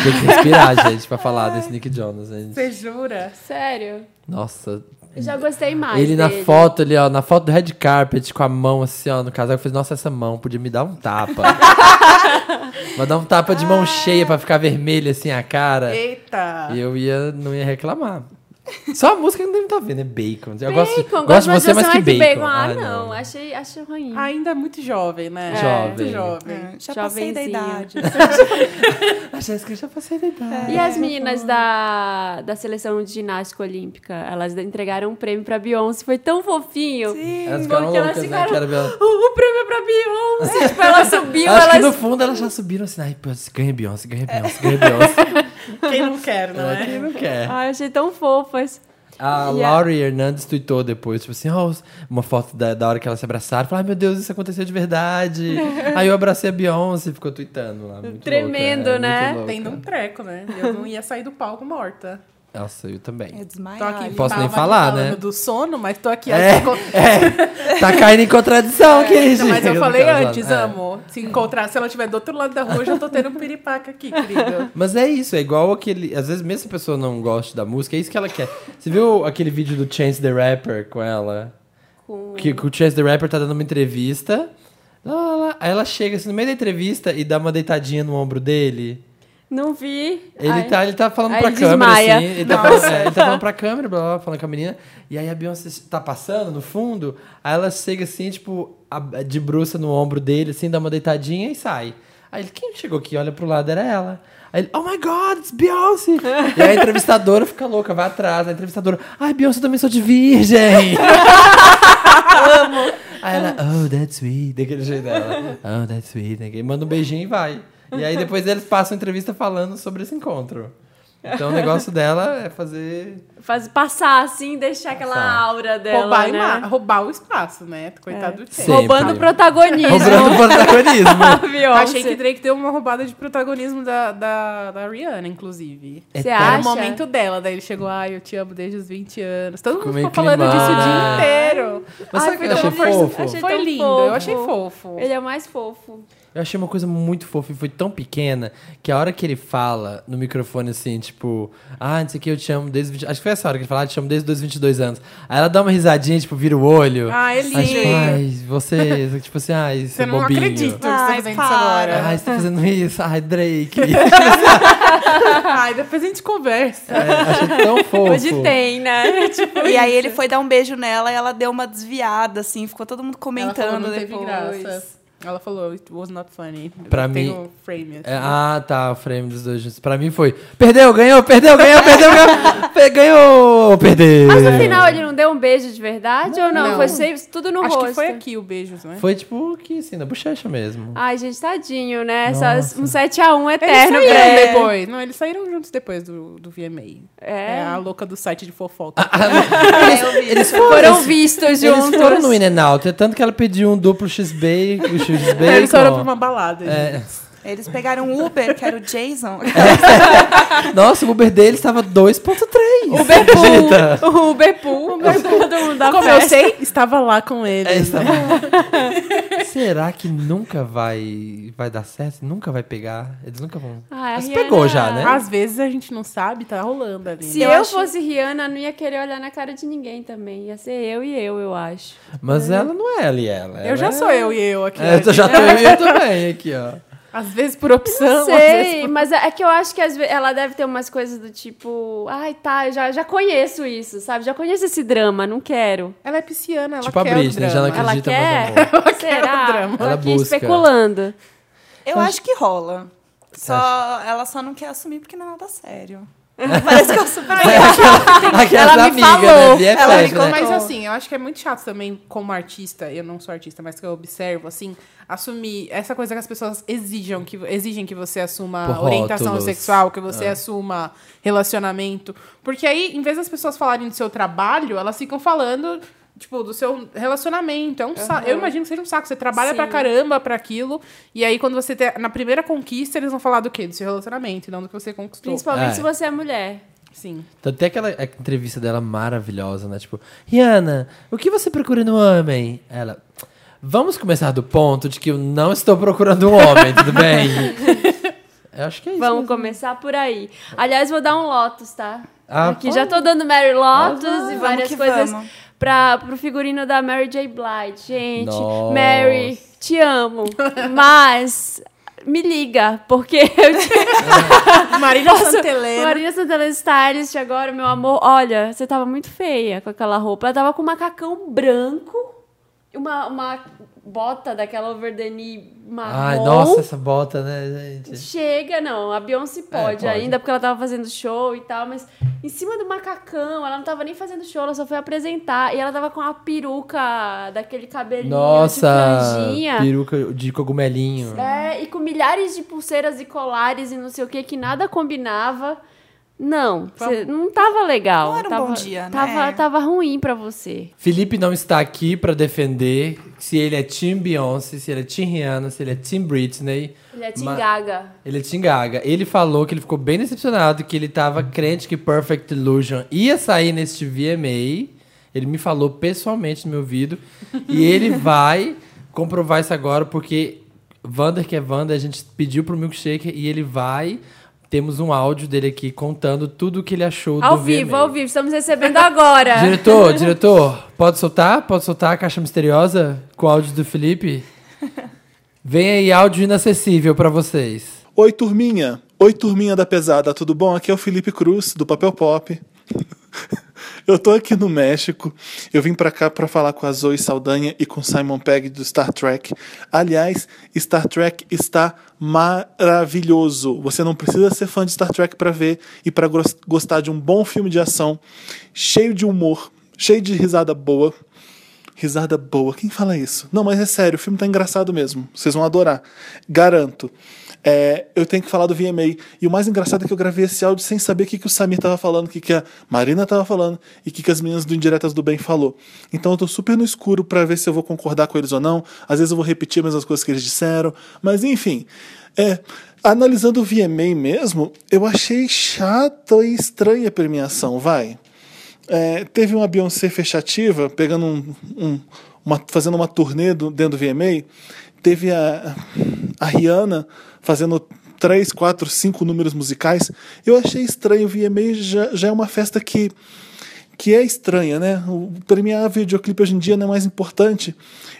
Tem que respirar, gente, pra falar desse Nick Jonas, gente. Você jura? Sério. Nossa. Eu já gostei mais. ele na dele. foto ali, ó, na foto do red carpet, com a mão assim, ó, no casaco, eu falei, nossa, essa mão podia me dar um tapa. Vai dar um tapa de mão cheia pra ficar vermelha assim a cara. Eita! E eu ia, não ia reclamar. Só a música que não deve estar vendo, é bacon. Eu gosto, Bacon, gosto, de você mais que bacon. Ah, Ai, não. Achei, achei ruim. Ainda é muito jovem, né? É. Jovem. Muito jovem. É, já passei da Jovenzinho. idade. A Jéssica já passei da idade. E as meninas da, da seleção de ginástica olímpica? Elas entregaram um prêmio pra Beyoncé. Foi tão fofinho. Elas ficaram Porque elas loucas, né? ficaram- Que era Beyoncé. O, o prêmio é pra Beyoncé. tipo, ela subiu, Acho que ela no fundo elas já subiram assim, ai, pô, ganha Beyoncé, ganha Beyoncé, ganha Beyoncé. Quem não quer, não é? Quem não quer? Ai, eu achei tão fofas. A E a- Laurie Hernandes tweetou depois, tipo assim, ó, uma foto da, da hora que elas se abraçaram. Falou, ai meu Deus, isso aconteceu de verdade. Aí eu abracei a Beyoncé e ficou tweetando lá. muito Tremendo, louca, é, né? muito louca. Tendo um treco, né? Eu não ia sair do palco morta. Nossa, eu também. Eu desmaiei. Tô aqui Posso tava nem falar, falando né? do sono, mas tô aqui. É. ó, se enco- Tá caindo em contradição, é, Não, mas eu falei antes, amor. Se encontrar, se ela estiver do outro lado da rua, eu já tô tendo um piripaca aqui, querido. Mas é isso, é igual aquele. Às vezes, mesmo se a pessoa não gosta da música, é isso que ela quer. Você viu aquele vídeo do Chance the Rapper com ela? Com... Que, que o Chance the Rapper tá dando uma entrevista. Lá, lá, lá. Aí ela chega assim no meio da entrevista e dá uma deitadinha no ombro dele. Não vi. Ele Ai. tá, ele tá falando Aí pra ele câmera, desmaia. assim. Ele tá, falando, é, ele tá falando pra câmera, blá, blá, blá, falando com a menina. E aí a Beyoncé tá passando no fundo, aí ela chega assim, tipo, a- de bruça no ombro dele, assim, dá uma deitadinha e sai. Aí ele, quem chegou aqui? Olha pro lado, era ela. Aí ele, oh my god, it's Beyoncé! e aí a entrevistadora fica louca, vai atrás. A entrevistadora, ai, Beyoncé, eu também sou de virgem! Aí ela, oh, that's sweet, daquele jeito dela. Oh, that's sweet. daquele- Manda um beijinho e vai. E aí depois eles passam a entrevista falando sobre esse encontro. Então o negócio dela é fazer. Faz, passar assim, deixar aquela Passar. aura dela. roubar, né? ima- roubar o espaço, né? Coitado do Drake. Sempre. Roubando o protagonismo. Roubando o protagonismo. Beyoncé. Achei que Drake deu uma roubada de protagonismo da, da, da Rihanna, inclusive. Você Eterno. Era acha? o momento dela, daí ele chegou, ai, eu te amo desde os 20 anos. Todo mundo Ficou meio ficou falando climão. disso o Ah. dia inteiro. Mas Ai, sabe o que eu foi achei tão- fofo? achei- Foi tão lindo, fofo. eu achei fofo. Ele é o mais fofo. Eu achei uma coisa muito fofa e foi tão pequena que a hora que ele fala no microfone assim, tipo, ah, não sei o que, eu te amo desde. 20... Acho que foi essa hora que ele fala, ah, te amo desde os 22 anos. Aí ela dá uma risadinha, tipo, vira o olho. Ah, é Aí, tipo, lindo. ai, você. tipo assim, ai, você, Você não bobinho. acredita que você tá Ai, fazendo isso para. né? agora. Ai, você tá fazendo isso? Ai, Drake. Ai, depois a gente conversa. É, achei tão fofo. Hoje tem, né? tipo, E aí ele foi dar um beijo nela e ela deu uma desviada, assim, ficou todo mundo Ela falou, comentando não teve depois. graça. Ela falou, it was not funny. Pra Eu mim- Tenho frame. assim. É, ah, tá, o frame dos dois juntos. Pra mim foi, perdeu, ganhou, perdeu, ganhou, perdeu, ganhou, pe- ganhou, perdeu. Mas no final ele não deu um beijo de verdade ou não? Não. Foi sempre tudo no Acho rosto. que foi aqui o beijo, né? Foi tipo que assim, na bochecha mesmo. Ai, gente, tadinho, né? Nossa. Só um 7x1 Eles eterno saíram pra ele. depois. Não, eles saíram juntos depois do, do VMA. É. a louca do site de fofoca. Ah, É, eu vi. Foram vistos juntos. Eles foram no In and Out, é tanto que ela pediu um duplo XB, o XB. eles foram com- pra uma balada. É. gente. Eles pegaram o Uber, que era o Jason. Nossa, o Uber deles tava 2.3. Uber Pool. Acredita? O Uber Pool. Todo mundo da Como eu festa. sei, estava lá com eles. É, né? isso. Será que nunca vai vai dar certo? Nunca vai pegar? Eles nunca vão. Ai, a Mas Rihanna- pegou já, né? Às vezes a gente não sabe, tá rolando ali. Se né? eu, Eu acho- fosse Rihanna, não ia querer olhar na cara de ninguém também. Ia ser eu e eu, eu acho. Mas ela não é ela e ela. Eu ela já é- sou eu e eu aqui. É, né, eu tô- já gente? tô eu e eu também aqui, ó. Às vezes por opção, Não às vezes sei, por... mas é é que eu acho que às vezes ela deve ter umas coisas do tipo, ai tá, eu já, já conheço isso, sabe? Já conheço esse drama, não quero. Ela é pisciana, ela tipo a quer o Britney, já não drama. Ela acredita quer? um mais no amor. Será? o drama. Tô é Ela é aqui busca. especulando. Eu acho que rola. Só, ela só não quer assumir porque não é nada sério. Parece que eu assumi. Aquela Ela me amiga, falou. né? BFF, Ela me né? contou. Mas assim, eu acho que é muito chato também como artista, eu não sou artista, mas que eu observo, assim, assumir essa coisa que as pessoas exijam que, exigem que você assuma Por orientação rótulos. Ah. sexual, que você assuma relacionamento. Porque aí, em vez das pessoas falarem do seu trabalho, elas ficam falando. Tipo, do seu relacionamento. É um sa- Eu imagino que seja um saco. Você trabalha Sim. pra caramba pra aquilo. E aí, quando você tem. Na primeira conquista, eles vão falar do quê? Do seu relacionamento, e não do que você conquistou. Principalmente É. se você é mulher. Sim. Então tem aquela entrevista dela maravilhosa, né? Tipo, Rihanna, o que você procura no homem? Ela. Vamos começar do ponto de que eu não estou procurando um homem, tudo bem? Eu acho que é isso. Vamos mesmo. começar por aí. Aliás, vou dar um Lotus, tá? Ah, Aqui pode. já tô dando Mary Lotus e vamos várias que coisas vamos. para pro figurino da Mary J. Blige. Gente, Nossa. Mary, te amo, mas me liga, porque eu te Marina Santelena. Maria Santana Stylist agora, meu amor. Olha, você tava muito feia com aquela roupa. Ela tava com um macacão branco, uma, uma bota daquela over the knee marrom. Ai, nossa, essa bota, né, gente? Chega, não. A Beyoncé pode, É, pode. ainda, porque ela tava fazendo show e tal, mas em cima do macacão, ela não tava nem fazendo show, ela só foi apresentar. E ela tava com a peruca daquele cabelinho de Nossa, franjinha. peruca de cogumelinho. É, e com milhares de pulseiras e colares e não sei o que, que nada combinava. Não, cê não tava legal. Não era um tava, bom dia, né? Tava, tava ruim pra você. Felipe não está aqui pra defender se ele é Team Beyoncé, se ele é Team Rihanna, se ele é Team Britney. Ele é Ma- tingaga. Ele é Tim Gaga. Ele falou que ele ficou bem decepcionado, que ele tava crente que Perfect Illusion ia sair neste VMA. Ele me falou pessoalmente no meu ouvido. e ele vai comprovar isso agora, porque Vander, que é Vander, a gente pediu pro Milkshaker e ele vai. Temos um áudio dele aqui contando tudo o que ele achou Ao do vivo, VMA. ao vivo, estamos recebendo agora. Diretor, diretor, pode soltar? Pode soltar a caixa misteriosa com o áudio do Felipe? Vem aí áudio inacessível pra vocês. Oi, turminha! Oi, turminha da pesada, tudo bom? Aqui é o Felipe Cruz, do Papel Pop. Eu tô aqui no México. Eu vim pra cá pra falar com a Zoe Saldanha e com o Simon Pegg do Star Trek. Aliás, Star Trek está maravilhoso. Você não precisa ser fã de Star Trek pra ver e pra gros- gostar de um bom filme de ação, cheio de humor, cheio de risada boa. Risada boa. Quem fala isso? Não, mas é sério, o filme tá engraçado mesmo. Vocês vão adorar. Garanto. É, eu tenho que falar do VMA. E o mais engraçado é que eu gravei esse áudio sem saber o que, que o Samir tava falando, o que, que a Marina tava falando e o que, que as meninas do Indiretas do Bem falou. Então eu tô super no escuro pra ver se eu vou concordar com eles ou não. Às vezes eu vou repetir as mesmas coisas que eles disseram. Mas enfim. É, analisando o VMA mesmo, eu achei chata e estranha a premiação, vai. É, teve uma Beyoncé fechativa, pegando um, um- uma, fazendo uma turnê do- dentro do VMA. Teve a, a Rihanna fazendo três, quatro, cinco números musicais. Eu achei estranho. O VMA já, já é uma festa que que é estranha, né? O premiar videoclipe hoje em dia não é mais importante.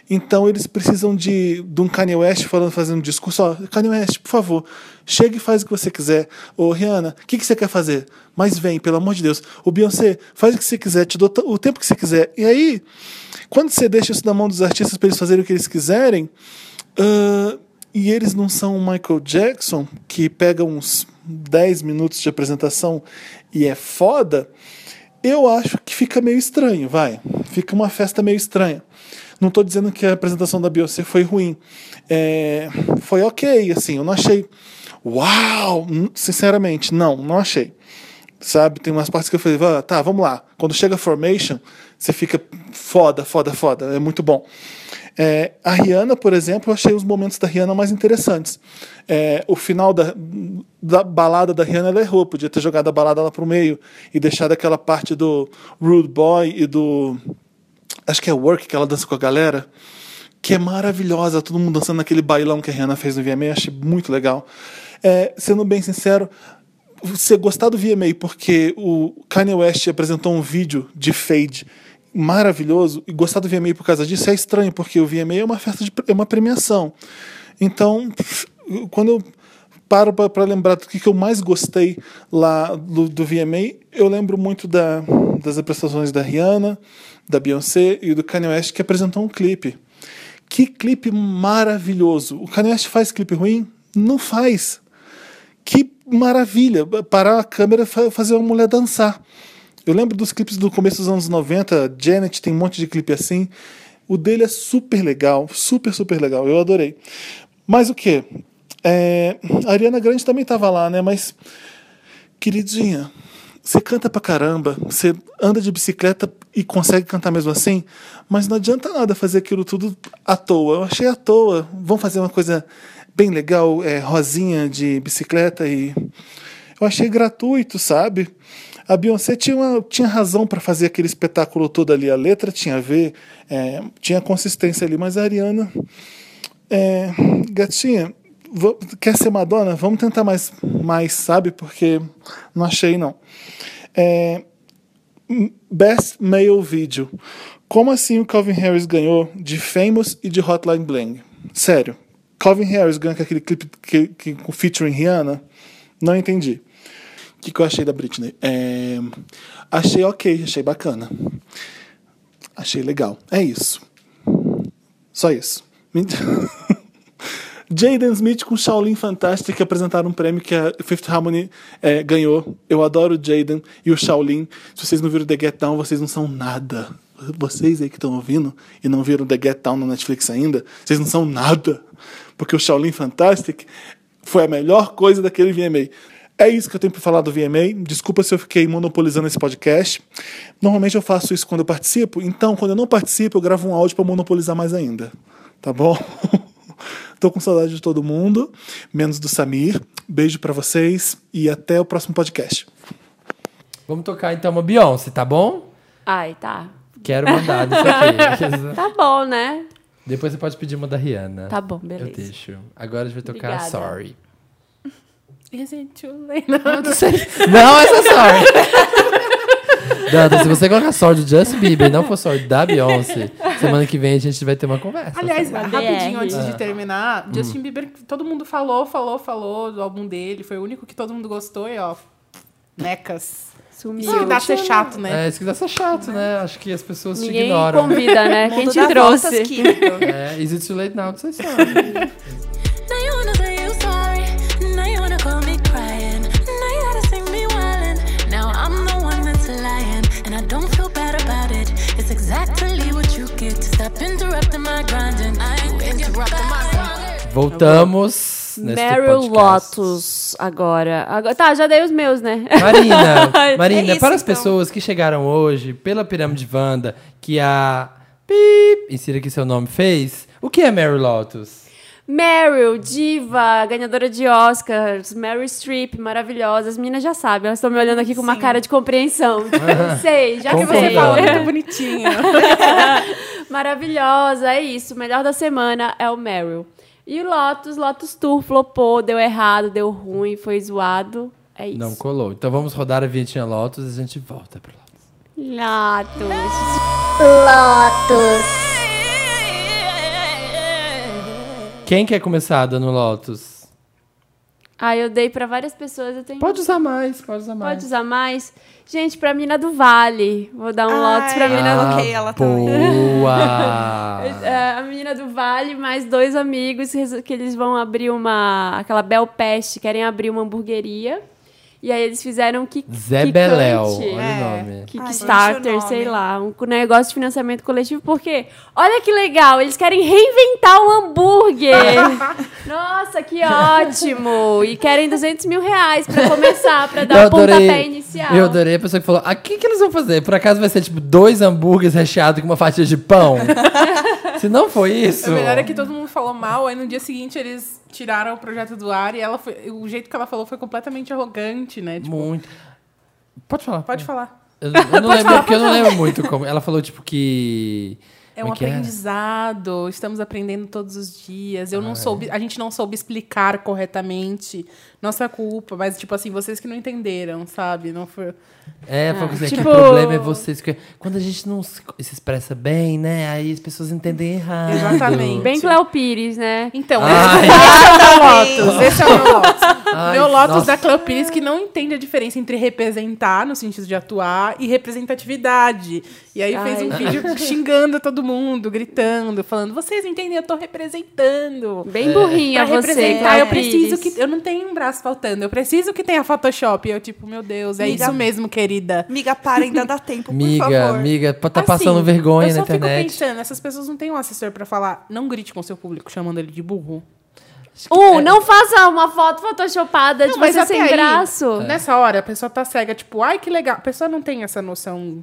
Então eles precisam de, de um Kanye West falando, fazendo um discurso. Ó, Kanye West, por favor, chega e faz o que você quiser. Ô, Rihanna, o que, que você quer fazer? Mas vem, pelo amor de Deus. Ô, Beyoncé, faz o que você quiser, te dou ta- o tempo que você quiser. E aí, quando você deixa isso na mão dos artistas para eles fazerem o que eles quiserem, ah, e eles não são o Michael Jackson, que pega uns 10 minutos de apresentação e é foda, eu acho que fica meio estranho, vai. Fica uma festa meio estranha. Não tô dizendo que a apresentação da Beyoncé foi ruim. É, foi ok, assim, eu não achei. Uau! Sinceramente, não, não achei. Sabe, tem umas partes que eu falei, "Ah, tá, vamos lá. Quando chega Formation, você fica foda, foda, foda. É muito bom. É, a Rihanna, por exemplo, eu achei os momentos da Rihanna mais interessantes. É, o final da, da balada da Rihanna, ela errou. Podia ter jogado a balada lá pro meio e deixado aquela parte do Rude Boy e do. Acho que é Work, que ela dança com a galera. Que é maravilhosa, todo mundo dançando naquele bailão que a Rihanna fez no VMA, achei muito legal. É, sendo bem sincero, você gostar do VMA porque o Kanye West apresentou um vídeo de fade maravilhoso e gostar do VMA por causa disso é estranho, porque o VMA é uma festa de é uma premiação. Então, pff, quando eu paro para lembrar do que, que eu mais gostei lá do, do VMA, eu lembro muito da, das apresentações da Rihanna, da Beyoncé e do Kanye West que apresentou um clipe. Que clipe maravilhoso! O Kanye West faz clipe ruim? Não faz que maravilha! Parar a câmera e fa- fazer uma mulher dançar. Eu lembro dos clipes do começo dos anos 90, Janet tem um monte de clipe assim. O dele é super legal, super, super legal. Eu adorei. Mas o que? a Ariana Grande também estava lá, né? Mas queridinha, você canta pra caramba, você anda de bicicleta e consegue cantar mesmo assim, mas não adianta nada fazer aquilo tudo à toa. Eu achei à toa. Vamos fazer uma coisa bem legal, é, rosinha de bicicleta e. Eu achei gratuito, sabe? A Beyoncé tinha, uma- tinha razão pra fazer aquele espetáculo todo ali. A letra tinha a ver, é, tinha consistência ali, mas a Ariana. É, gatinha, va- quer ser Madonna? Vamos tentar mais, mais, sabe? Porque não achei, não. É, m- Best Male Video. Como assim o Calvin Harris ganhou de Famous e de Hotline Bling? Sério. Calvin Harris ganha com aquele clipe que, que, com featuring Rihanna? Não entendi. O que, que eu achei da Britney? É, achei ok, achei bacana. Achei legal. É isso. Só isso. Mentira. Jaden Smith com Shaolin Fantastic que apresentaram um prêmio que a Fifth Harmony eh, ganhou. Eu adoro o Jaden e o Shaolin. Se vocês não viram The Get Down, vocês não são nada. Vocês aí que estão ouvindo e não viram The Get Down na Netflix ainda, vocês não são nada. Porque o Shaolin Fantastic foi a melhor coisa daquele VMA. É isso que eu tenho para falar do VMA. Desculpa se eu fiquei monopolizando esse podcast. Normalmente eu faço isso quando eu participo, então quando eu não participo, eu gravo um áudio para monopolizar mais ainda. Tá bom? Tô com saudade de todo mundo, menos do Samir. Beijo pra vocês e até o próximo podcast. Vamos tocar então uma Beyoncé, tá bom? Ai, tá. Quero mandar isso aqui. Tá bom, né? Depois você pode pedir uma da Rihanna. Tá bom, Eu beleza. deixo. Agora a gente vai tocar Obrigada. Sorry. Is it too late? Não, não Não, essa é Sorry. Dada, se você colocar Sorry do Justin Bieber e não for Sorry da Beyoncé, semana que vem a gente vai ter uma conversa. Aliás, Uma rapidinho DR. antes de terminar, Justin Bieber, todo mundo falou, falou, falou do álbum dele, foi o único que todo mundo gostou e ó, necas. Sumiu. Isso que dá a ser chato, né? É, isso que dá ser chato, né? Acho que as pessoas te Ninguém ignoram. convida, né? Quem Mundo te das trouxe? notas, querido. É, is it too late now? Vocês Tá sabem. Now you wanna say you sorry. Now you wanna call me crying. Now you gotta sing me wildin'. Now I'm the one that's lying, and I don't feel bad about it. It's exactly what you get. my grinding. I ain't interrupting my grind. Voltamos. neste Meryl podcast. Lotus agora. agora. Tá, já dei os meus, né? Marina, Marina É isso, para as então. pessoas que chegaram hoje pela pirâmide Wanda, que a Pip, insira aqui seu nome, fez, o que é Mary Lotus? Meryl, diva, ganhadora de Oscars, Meryl Streep, maravilhosa. As meninas já sabem, elas estão me olhando aqui com uma Sim. cara de compreensão. sei, já que você Concordando. falou. Muito É bonitinho. Maravilhosa, é isso. O melhor da semana é o Meryl. E o Lotus, Lotus Tour flopou, deu errado, deu ruim, foi zoado. É isso. Não colou. Então vamos rodar a vinhetinha Lotus e a gente volta pra Lotus. Lotus. Quem quer começar dando Lotus? Ah, eu dei pra várias pessoas, eu tenho. Pode usar mais, pode usar mais. Pode usar mais. Gente, pra mina do Vale. Vou dar um Ai. Lotus pra mina Menina, ok, ela também. Ah, Boa! É, a menina do Vale, mais dois amigos resol- que eles vão abrir uma. aquela Belpeste, querem abrir uma hamburgueria. E aí eles fizeram que. Zé quicante, Beléu, olha É. o nome. gente, o Kickstarter, nome. sei lá, um negócio de financiamento coletivo, porque olha que legal, eles querem reinventar o hambúrguer. Nossa, que ótimo! E querem 200 mil reais pra começar, pra dar o um pontapé inicial. Eu adorei a pessoa que falou: ah, o que, que eles vão fazer? Por acaso vai ser tipo dois hambúrgueres recheados com uma fatia de pão? Se não foi isso. O melhor é que todo mundo falou mal, aí no dia seguinte eles tiraram o projeto do ar e ela foi, o jeito que ela falou foi completamente arrogante, né? Tipo, Muito. Pode falar. pode falar. Eu, eu não lembro, é porque eu não lembro muito como. Ela falou, tipo, que. É um como que aprendizado, estamos aprendendo todos os dias. Ah, Eu não é? soube, a gente não soube explicar corretamente. Nossa culpa, mas tipo assim, vocês que não entenderam, sabe? Não foi É, Ah. falou assim, que tipo- o problema é vocês. que- Quando a gente não se se expressa bem, né? Aí as pessoas entendem errado. exatamente. Bem Cléo Pires, né? Então, Ai. esse é o meu Lotus. Esse é o meu Lotus. Ai, meu Lotus é nossa. da Cleo Pires que não entende a diferença entre representar, no sentido de atuar, e representatividade. E aí fez um Ai. vídeo xingando todo mundo, gritando, falando: vocês entendem, eu tô representando. É. Bem burrinha Pra você, representar, Ah, Cléo eu preciso Pires. que. Eu não tenho um braço faltando, eu preciso que tenha Photoshop. E eu, tipo, meu Deus, é Miga. isso mesmo, querida. Miga, para, ainda dá tempo, por Miga, favor. amiga, tá Assim, passando vergonha eu na só internet. Fico pensando, essas pessoas não têm um assessor pra falar, não grite com seu público chamando ele de burro. é. Um, não faça uma foto photoshopada de Não, mas tipo, você sem até aí, braço. É. Nessa hora, a pessoa tá cega, tipo, ai, que legal. A pessoa não tem essa noção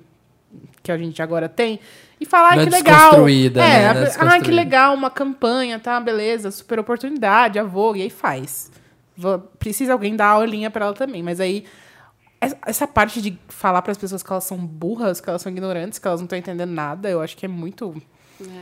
que a gente agora tem. E fala, ai, Não é que legal. desconstruída, né? Não é a- ai, que desconstruída. legal, uma campanha, tá, beleza, super oportunidade, a Vogue, e aí faz. Vo- Precisa alguém dar a olhinha pra ela também, mas aí. es- Essa parte de falar pras pessoas que elas são burras, que elas são ignorantes, que elas não estão entendendo nada, eu acho que é muito.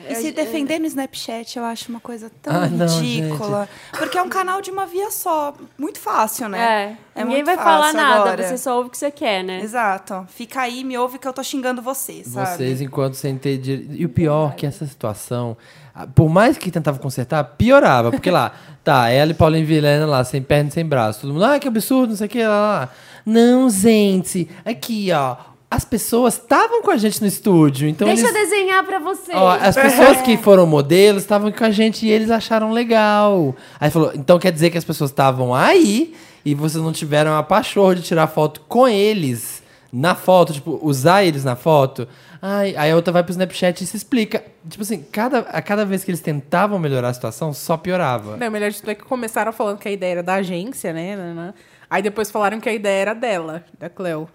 E se defender no Snapchat, eu acho uma coisa tão Ah, não, ridícula. Porque é um canal de uma via só. Muito fácil, né? É, ninguém muito vai fácil falar nada, agora. você só ouve o que você quer, né? Então Exato. Fica aí, me ouve que eu tô xingando vocês, sabe? Vocês, enquanto sem ter. dire- E o pior que essa situação, ah, por mais que tentava consertar, piorava. Porque lá, tá, ela e Paulinho Vilhena lá, sem perna e sem braço. Todo mundo, ah, que absurdo, não sei o que, lá, lá, lá. Não, gente, aqui, ó. As pessoas estavam com a gente no estúdio, então Deixa eles. eu desenhar pra você. Ó, as pessoas É. que foram modelos estavam com a gente e eles acharam legal. Aí falou, então quer dizer que as pessoas estavam aí e vocês não tiveram a pachorra de tirar foto com eles na foto, tipo, usar eles na foto. Ai, aí a outra vai pro Snapchat e se explica. Tipo assim, cada, a cada vez que eles tentavam melhorar a situação, só piorava. Não, o melhor de tudo é que começaram falando que a ideia era da agência, né? né, né. Aí depois falaram que a ideia era dela, da Cleo.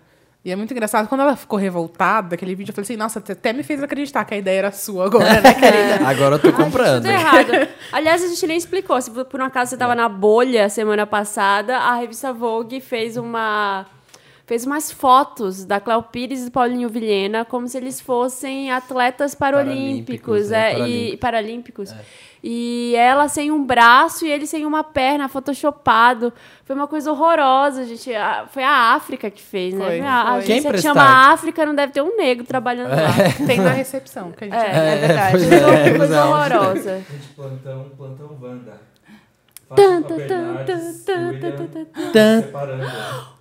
E é muito engraçado, quando ela ficou revoltada, aquele vídeo, eu falei assim, nossa, você até me fez acreditar que a ideia era sua agora, né, É. querida? Agora eu tô comprando. Tá É. Tudo errado. Aliás, a gente nem explicou. Se por um acaso você tava na bolha semana passada, a revista Vogue fez uma. Fez umas fotos da Cléo Pires e do Paulinho Vilhena como se eles fossem atletas paralímpicos. Paralímpicos, é, é, paralímpicos. É. e paralímpicos. E ela sem um braço e ele sem uma perna, photoshopado. Foi uma coisa horrorosa, gente. A- Foi a África que fez, né? Foi, a, foi. a Quem agência que prestar? chama África, não deve ter um negro trabalhando lá. Tem na recepção, que a gente... É, É verdade. pois Foi é, uma coisa exato. horrorosa. Gente, plantão, plantão Wanda. Tan, Fátima tan, tan, Bernardes e tan, William tan, tan, tan. Tan, separando.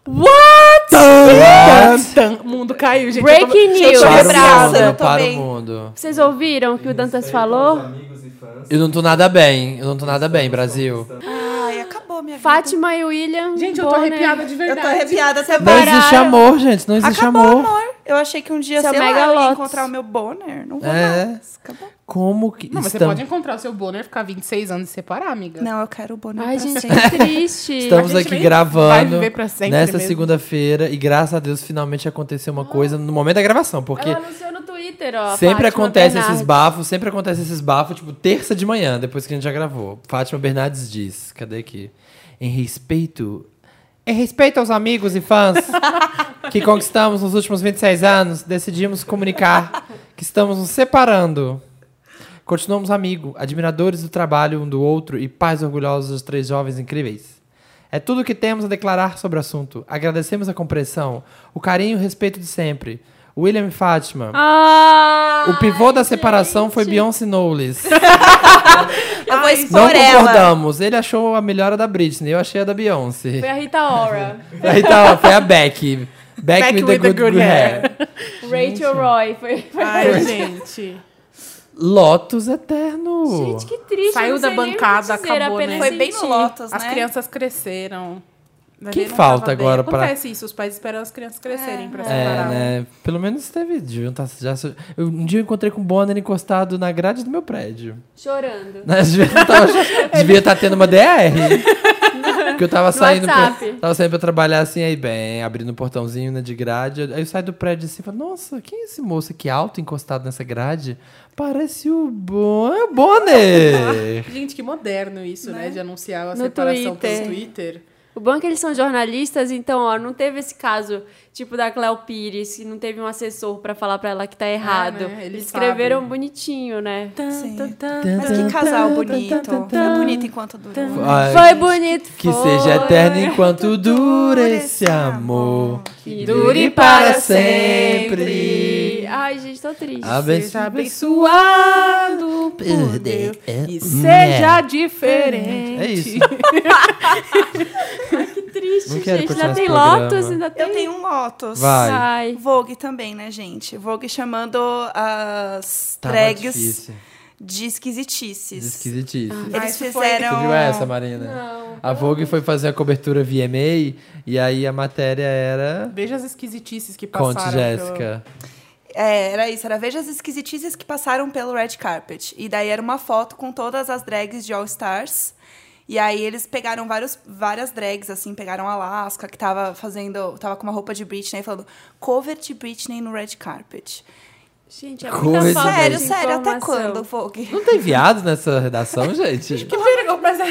What? tan, Tan, o mundo caiu, gente. Breaking eu news. tô Para o quebrada, mundo, eu tô para o bem. mundo. Vocês ouviram o que o Dantas Respeito aos falou? Amigos e fãs. Eu não tô nada bem, eu não tô nada bem, Brasil. Ai, acabou acabou minha vida. Fátima e William. Gente, eu tô Bonner. arrepiada de Eu verdade. tô arrepiada até Não agora. existe amor, gente. Não existe Acabou, amor. amor. Eu achei que um dia, Seu sei lá, eu ia megalotes. encontrar o meu Bonner. Não vou É. mais. Acabou. Como que Não, mas você estão- pode encontrar o seu Bonner, ficar 26 anos e separar, amiga. Não, eu quero o Bonner Ai, pra gente, sempre. que triste. Estamos A gente aqui nem vai gravando viver pra sempre nesta mesmo. segunda-feira e graças a Deus finalmente aconteceu uma coisa no momento da gravação, porque Ela anunciou no Twitter, ó. sempre Fátima acontece Bernardes. esses bafos, sempre acontece esses bafos, tipo terça de manhã, depois que a gente já gravou. Fátima Bernardes diz, cadê aqui? Em respeito em respeito aos amigos e fãs que conquistamos nos últimos 26 anos, decidimos comunicar que estamos nos separando. Continuamos amigos, admiradores do trabalho um do outro e pais orgulhosos dos três jovens incríveis. É tudo o que temos a declarar sobre o assunto. Agradecemos a compreensão, o carinho e o respeito de sempre. William e Fátima. Ah! o pivô da separação foi Beyoncé Knowles. Eu vou Não expor ela. concordamos. Ele achou a melhor a da Britney, eu achei a da Foi Beyoncé. a Rita Ora. Então, foi a Beck. Beck, with, the good, good hair. Rachel Roy. Foi, foi... Ai, gente. Lotus Eterno. Gente, que triste. Saiu não da sei nem o que bancada, dizer, acabou, apenas assim, né? Foi bem no sentir. Lotus, As né? crianças cresceram. Nenê Que não falta tava bem. agora pra- Acontece isso, os pais esperam as crianças crescerem pra É, separar. né? Pelo menos teve. deviam tá- já so- eu- um dia eu encontrei com o Bonner encostado na grade do meu prédio. Chorando. Né? Devia estar tá tendo uma DR. Porque eu tava No saindo, pra, WhatsApp. tava saindo pra trabalhar assim, aí bem, abrindo um portãozinho né, de grade. Aí eu saio do prédio assim e falo, nossa, quem é esse moço aqui alto encostado nessa grade? Parece o Bon- é o Bonner. Gente, que moderno isso, né? De anunciar a No separação Twitter. pelo Twitter. O bom é que eles são jornalistas, então, ó, não teve esse caso, tipo, da Cléo Pires, que não teve um assessor pra falar pra ela que É, tá errado. né? Eles Eles escreveram bonitinho, né? Sim. Mas que casal bonito. Foi bonito enquanto durou. Ai, Foi bonito, Que foi. seja eterno enquanto dura esse amor. Que dure para sempre. Ah, Ai, gente, tô triste. Abençoe. Seja abençoado por Deus e seja diferente. um É isso. Que triste, Não quero gente. continuar Ainda tem esse programa. Lotus, ainda tem... Eu tenho um Lotus. Vai. Ai. Vogue também, né, gente? Vogue chamando as Tá drags difícil. de esquisitices. Esquisitíssimo. Eles Ah, isso foi- Você fizeram. viu essa, Marina? Não. A Vogue foi fazer a cobertura VMA e aí a matéria era. Veja as esquisitices que passaram. Conte, pelo- Jéssica. É, era isso, era veja as esquisitices que passaram pelo red carpet. E daí era uma foto com todas as drags de All Stars. E aí eles pegaram vários, várias drags, assim, pegaram a Alaska, que tava fazendo. tava com uma roupa de Britney, falando cover de Britney no red carpet. Gente, é Coisa. muita falta de Sério, sério, até informação. quando, Vogue? Não tem viado nessa redação, gente? Que perigo, mas é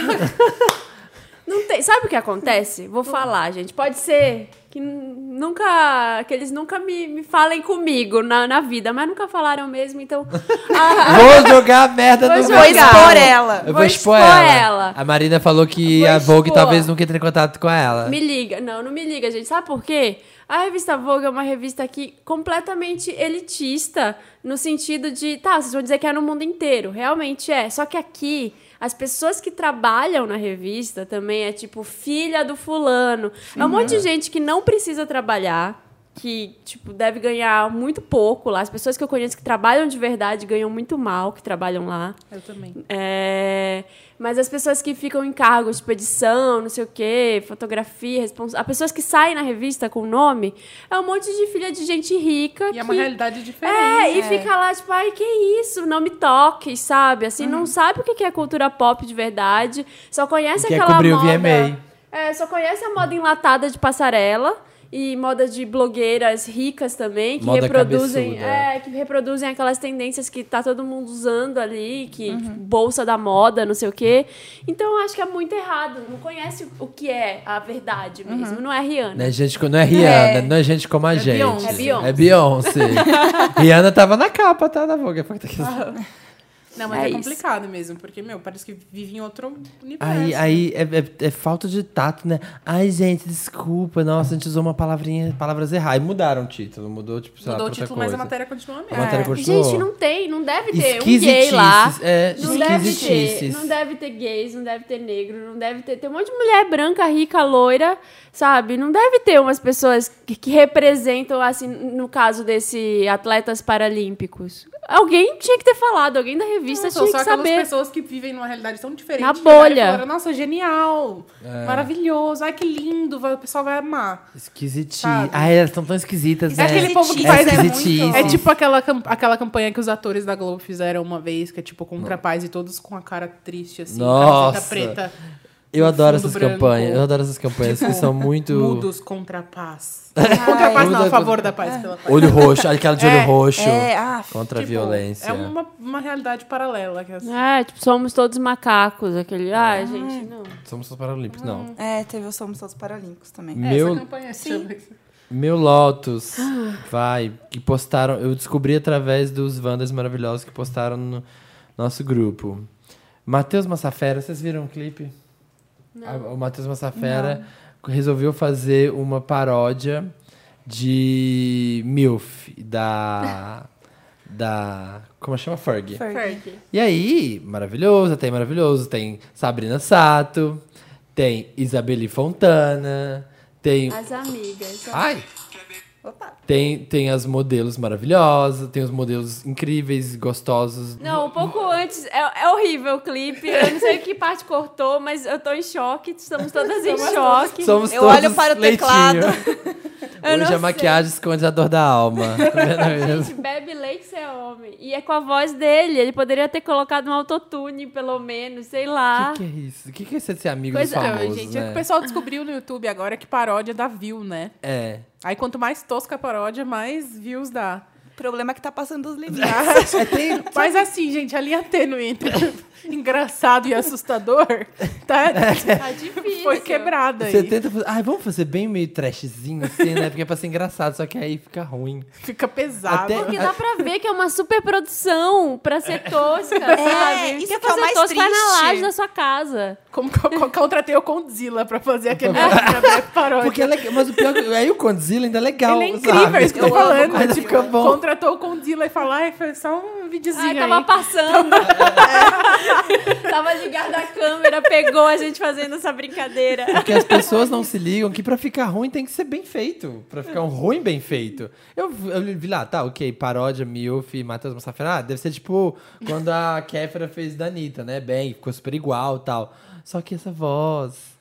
Não tem... Sabe o que acontece? Vou falar, gente. Pode ser que n- nunca... Que eles nunca me, me falem comigo na, na vida, mas nunca falaram mesmo, então... Ah, Vou jogar a merda Vou no Vou jogar. jornal. expor ela. Eu vou Vou expor expor ela. ela. A Marina falou que Vou a Vogue expor. talvez nunca entre em contato com ela. Me liga. Não, não me liga, gente. Sabe por quê? A revista Vogue é uma revista aqui completamente elitista, no sentido de, tá, vocês vão dizer que é no mundo inteiro. Realmente é. Só que aqui, as pessoas que trabalham na revista também é tipo filha do fulano. É um monte de gente que não precisa trabalhar. Que, tipo, deve ganhar muito pouco lá. As pessoas que eu conheço que trabalham de verdade ganham muito mal que trabalham lá. Eu também. É, mas as pessoas que ficam em cargos, tipo edição, não sei o quê, fotografia, respons... as pessoas que saem na revista com o nome, é um monte de filha de gente rica. E é uma que- realidade diferente. É, e fica lá, tipo, ai, que isso, não me toque, sabe? Hum. Assim, não sabe o que que é cultura pop de verdade, só conhece Quer aquela é cobrir o moda. VMA. É, só conhece a moda enlatada de passarela e moda de blogueiras ricas também, que Moda reproduzem. cabeçuda. É, que reproduzem aquelas tendências que tá todo mundo usando ali, que bolsa da moda, não sei o quê. Então eu acho que é muito errado. Não conhece o que é a verdade mesmo. Não é Rihanna. Não é gente, co- não é Rihanna, não é gente como a gente. Beyoncé. É Beyoncé. É Beyoncé. Rihanna tava na capa, tá? Da Vogue. Não, mas É é, isso. complicado mesmo, porque, meu, parece que vive em outro universo. Aí, aí é, é- é falta de tato, né? Ai, gente, desculpa. Nossa, a gente usou uma palavrinha, palavras erradas. Aí mudaram o título, mudou, tipo, sei lá, Mudou pra o outra título, mas coisa. a matéria É. continua a A mesma. matéria continuou. Gente, não tem, não deve ter um gay Esquisitices, lá. É, Não deve ter, esquisitices. não deve ter gays, não deve ter negro, não deve ter. Tem um monte de mulher branca, rica, loira, sabe? Não deve ter umas pessoas que, que representam, assim, no caso desse atletas paralímpicos. Alguém tinha que ter falado, alguém da revista Não, são tinha só que aquelas saber. pessoas que vivem numa realidade tão diferente. Na que olharam e bolha. falaram, Nossa, genial. É. Maravilhoso. Ai, que lindo. vai- O pessoal vai amar. Esquisitinho. Sabe? Ai, elas estão tão esquisitas, É né? aquele povo que É faz... esquisitíssimo. É tipo aquela, cam- aquela campanha que os atores da Globo fizeram uma vez, que é tipo contra a paz e todos com a cara triste, assim, Nossa. camiseta preta. Eu adoro fundo essas branco. Tipo, campanhas. Eu adoro essas campanhas que são muito. Mudos contra a paz. contra a paz, não, a favor da paz, pela paz. Olho roxo, aquela de olho É, roxo. É, ah, Contra Tipo, a violência. É uma, uma realidade paralela. Que é assim. É, tipo, somos todos macacos, aquele. Ah, gente, não. Somos os Paralímpicos, Hum, não. é, teve o Somos Todos Paralímpicos também. Hum. Essa Meu, campanha chama isso. meu Lotus, vai, que postaram. Eu descobri através dos Wanders maravilhosos que postaram no nosso grupo. Matheus Massafera, vocês viram o clipe? A- O Matheus Massafera resolveu fazer uma paródia de MILF, da. da. Como chama? Ferg. E aí, maravilhoso, tem maravilhoso, tem Sabrina Sato, tem Isabelle Fontana, tem. As amigas. Ai! Tem, tem as modelos maravilhosas, tem os modelos incríveis, gostosos. Não, um pouco antes. É, é horrível o clipe. Eu não sei que parte cortou, mas eu tô em choque. Estamos todas em choque. Somos Eu todos olho para o leitinho. teclado. Eu não Hoje sei. a maquiagem esconde a dor da alma. Tá vendo A mesmo? gente bebe leite você é homem. E é com a voz dele. Ele poderia ter colocado um autotune, pelo menos, sei O lá. que, que é isso? O que, que é você ser amigo Ah. Pois dos é, famosos, gente. É que né? o pessoal descobriu no YouTube agora que paródia dá view, né? É. Aí quanto mais tosca a paródia, mais views dá. O problema é que tá passando os limites. Ah, É Mas assim, gente, a linha tênue entre engraçado e assustador tá, Tá difícil. foi quebrada aí. É. Você tenta fazer... Ai, vamos fazer bem meio trashzinho assim, né? Porque é pra ser engraçado, só que aí fica ruim. Fica pesado. Até- Porque dá pra ver que é uma super produção pra É. ser tosca, sabe? Quer isso que é o fazer mais tosca, vai na triste. laje da sua casa. Como que eu co- contratei o Condzilla pra fazer aquele pra- paródia. Porque é legal, mas o pior é que aí o Condzilla ainda é legal. Ele é incrível, é sabe? isso que eu tô Eu amo falando. Ainda tipo, fica bom. Contratou o Condzilla e falou, ai, foi só um videozinho Ai, tá tava aí. passando. tava ligada a câmera, pegou a gente fazendo essa brincadeira. Porque as pessoas não se ligam que pra ficar ruim tem que ser bem feito. Pra ficar um ruim bem feito. Eu, vi- eu vi lá, tá, ok, paródia, Milf, Matheus Massafera. Ah, deve ser tipo quando a Kéfera fez da Anitta, né? Bem, ficou super igual tal. Só que essa voz.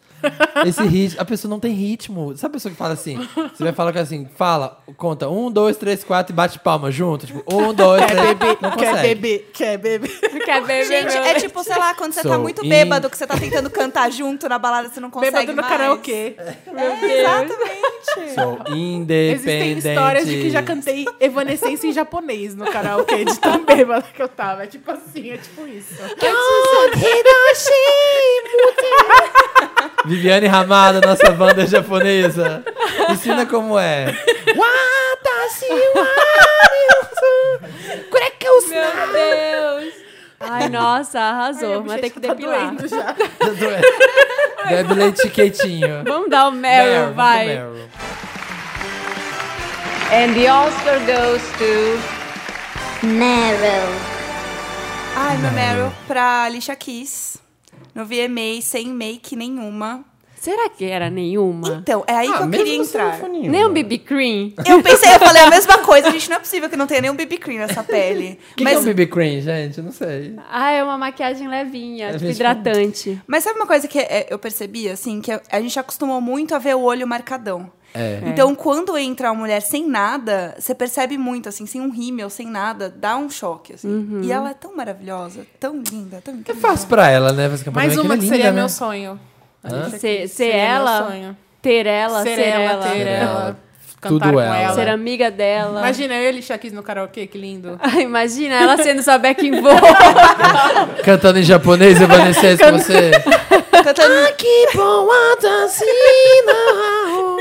Esse ritmo, a pessoa não tem ritmo. Sabe a pessoa que fala assim? Você vai falar com ela assim, fala, conta um, dois, três, quatro e bate palma junto. Tipo, um, dois, três. não Quer consegue. beber, quer beber. Quer beber, Gente, meu? é tipo, sei lá, quando você tá Sou muito in- bêbado, que você tá tentando cantar junto na balada, você não consegue Bêbado no mais. É, karaokê. Meu Deus. Exatamente. Sou independente. Existem histórias de que já cantei Evanescence em japonês no karaokê, de tão bêbada que eu tava. É tipo assim, é tipo isso. Viviane Ramada, nossa banda japonesa. Ensina como é. Watashi wa ryuzu. Kurekyusu. Meu Deus. Ai, nossa, Ai, a arrasou. Mas bochecha tem que tá depilar. doendo já. Bebe leite quietinho. Vamos dar o Meryl, Meryl, vamos vai. pro Meryl. And the Oscar goes to Meryl. Ai, meu Meryl, pra Alicia Keys, no VMA, sem make nenhuma. Será que era nenhuma? Então, é aí Ah, que eu queria mesmo sem entrar. foninho. Nem um BB Cream? Eu pensei, eu falei a mesma coisa, gente, não é possível que não tenha nenhum BB Cream nessa pele. O que, que é um o BB Cream, gente? Eu Não sei. Ah, é uma maquiagem levinha, tipo gente- hidratante. Mas sabe uma coisa que é, eu percebi, assim, que a gente acostumou muito a ver o olho marcadão. É. Então, quando entra uma mulher sem nada, você percebe muito, assim, sem um rímel, sem nada, dá um choque, assim. E ela é tão maravilhosa, tão linda, tão É incrível. fácil pra ela, né? Fazer campanha, Mais que ela uma é que linda, seria né? meu sonho. Hã? Ser, ser Seria Meu ela, sonho. ter ela, ser, ser ela, ela, ter ela. ela. Cantar Tudo com ela. ela. ser amiga dela. Imagina, eu e a Alicia Keys no karaokê, que lindo. Ah, Imagina ela sendo sua backing vocal. Cantando em japonês, Evanescence, com você. Cantando, Keep on watashi no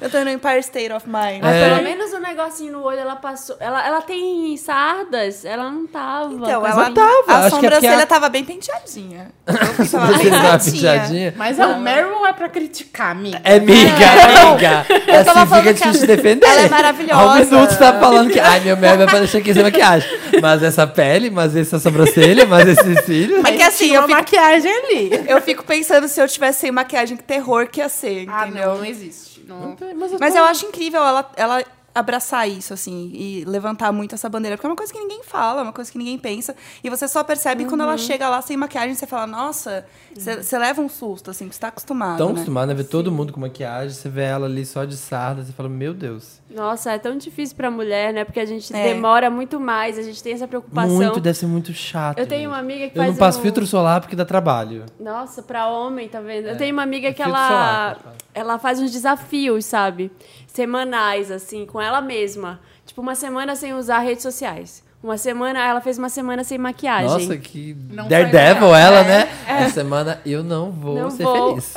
cantando Empire State of Mind. É. Pelo menos um negocinho no olho ela passou. Ela, ela tem sardas? Ela não tava. Então, com ela, essa- tava, a acho que é porque sobrancelha a- tava bem penteadinha. Eu tava Você bem dá uma penteadinha. pitadinha. Mas é Ah. o Meryl é pra criticar, amiga. É miga, é miga. tava Assim falando fica que difícil ela- de defender. ela é maravilhosa. Há um minuto você tá falando que, ai, meu meme é pra deixar aqui sem maquiagem. Mas essa pele, mas essa sobrancelha, mas esse cílio. É que assim, Tinha eu uma fico, maquiagem ali. eu fico pensando se eu tivesse sem maquiagem, que terror que ia ser, Ah, entendeu? não, não existe. Não. Mas eu acho incrível ela, ela abraçar isso, assim, e levantar muito essa bandeira. Porque é uma coisa que ninguém fala, é uma coisa que ninguém pensa. E você só percebe quando ela chega lá sem maquiagem, você fala, nossa, você você leva um susto, assim, que você tá acostumado. Tão né? acostumada a ver todo mundo com maquiagem, você vê ela ali só de sarda, você fala, meu Deus. Nossa, é tão difícil pra mulher, né? Porque a gente É. demora muito mais, a gente tem essa preocupação. Muito, deve ser muito chato. Eu tenho uma amiga que Eu faz não passo um- filtro solar porque dá trabalho. Nossa, pra homem, tá vendo? Eu tenho uma amiga que filtro ela, solar, pode falar. ela faz uns desafios, sabe? Semanais, assim, com ela mesma. Tipo, uma semana sem usar redes sociais. Uma semana, ela fez uma semana sem maquiagem. Nossa, que Não daredevil faz ela, né? Essa semana eu não vou Não ser vou. feliz.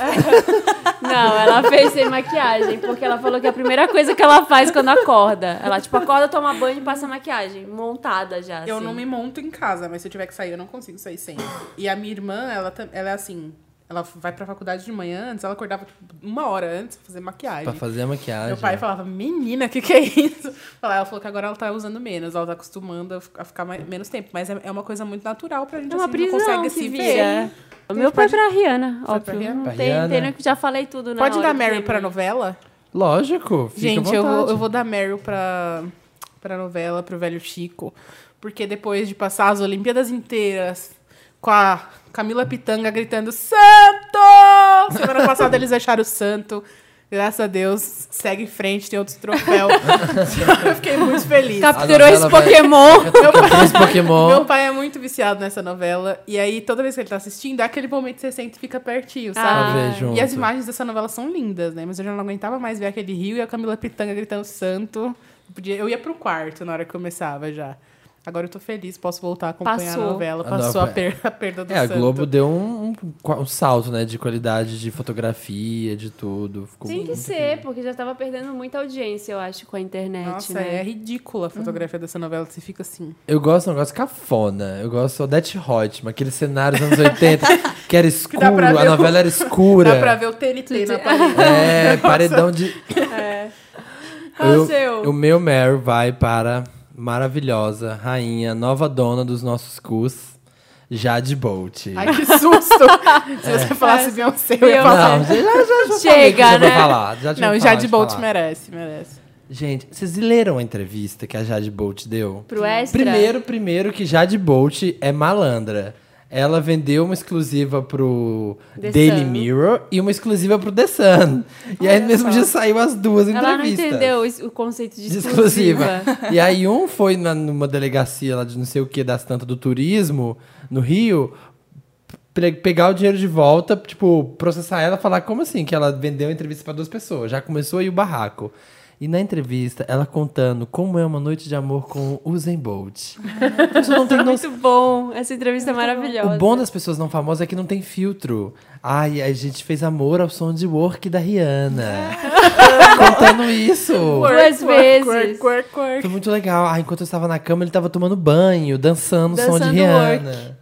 Não, ela fez sem maquiagem, porque ela falou que é a primeira coisa que ela faz quando acorda. Ela, tipo, acorda, toma banho e passa maquiagem. Montada já. Eu assim. não me monto em casa, mas se eu tiver que sair, eu não consigo sair sem. E a minha irmã, ela, tam- ela é assim, ela vai pra faculdade de manhã antes, ela acordava tipo, uma hora antes pra fazer maquiagem. Pra fazer a maquiagem. Meu pai falava, menina, o que, que é isso? Fala, Ela falou que agora ela tá usando menos, ela tá acostumando a fi- a ficar mais- menos tempo. Mas é é uma coisa muito natural pra gente, É uma assim, prisão não consegue que se vira. ver. O meu pai pra Rihanna, óbvio. pra Rihanna? Pra Não tem, Rihanna. tem, nem- já falei tudo, né? Pode dar Meryl pra novela? Lógico, fica gente, eu vou, eu vou vou dar Meryl pra, pra novela, pro velho Chico. Porque depois de passar as Olimpíadas inteiras com a Camila Pitanga gritando Santo! Semana passada eles acharam o santo. Graças a Deus, segue em frente, tem outros troféus. eu fiquei muito feliz. Capturou esse novela vai- Pokémon. Três Pokémon. Meu pai é muito viciado nessa novela. E aí, toda vez que ele tá assistindo, é aquele momento que você senta e fica pertinho, pra sabe? ver E as junto. imagens dessa novela são lindas, né? Mas eu já não aguentava mais ver aquele rio e a Camila Pitanga gritando santo. Eu podia- Eu ia pro quarto na hora que começava já. Agora eu tô feliz, posso voltar a acompanhar Passou. a novela. A Passou a, novela. per- a perda do É, a santo. Globo deu um, um- um salto, né, de qualidade de fotografia, de tudo. Ficou Tem que muito- ser, porque já tava perdendo muita audiência, eu acho, com a internet, Nossa, né? é ridícula a fotografia dessa novela. Você fica assim... Eu gosto de um negócio cafona. Eu gosto de Odette Hotman, aquele cenário dos anos 80, que era escuro, dá pra a ver o- novela era escura. Dá pra ver o TNT na parede. É, paredão de. É. Qual Eu- o seu? O meu Meryl vai para maravilhosa, rainha, nova dona dos nossos cus, Jade Bolt. Ai, que susto! Se É. você falasse Beyoncé, eu Beyoncé. ia falar... Não, já, já, já, já Chega, falei que já vou né? falar, já tinha Não, falado Jade Bolt falar. merece, merece. Gente, vocês leram a entrevista que a Jade Bolt deu? Pro extra? Primeiro, primeiro que Jade Bolt é malandra. Ela vendeu uma exclusiva pro The Daily Sun. Mirror e uma exclusiva pro The Sun. E aí no mesmo dia saiu as duas Ela não entrevistas. entendeu is- o conceito de De exclusiva. exclusiva. e aí um foi na- numa delegacia lá de não sei o que das tantas do turismo no Rio pe- pegar o dinheiro de volta, tipo, processar ela, falar como assim que ela vendeu a entrevista pra duas pessoas, já começou aí o barraco. E na entrevista, ela contando como é uma noite de amor com o Usain Bolt. A pessoa não tem noção Muito bom, essa entrevista é maravilhosa. o bom das pessoas não famosas é que não tem filtro. Ai, a gente fez amor ao som de Work da Rihanna. Contando isso. Duas vezes. Foi muito legal. Ah, enquanto eu estava na cama, ele estava tomando banho, dançando o som de Dançando Rihanna.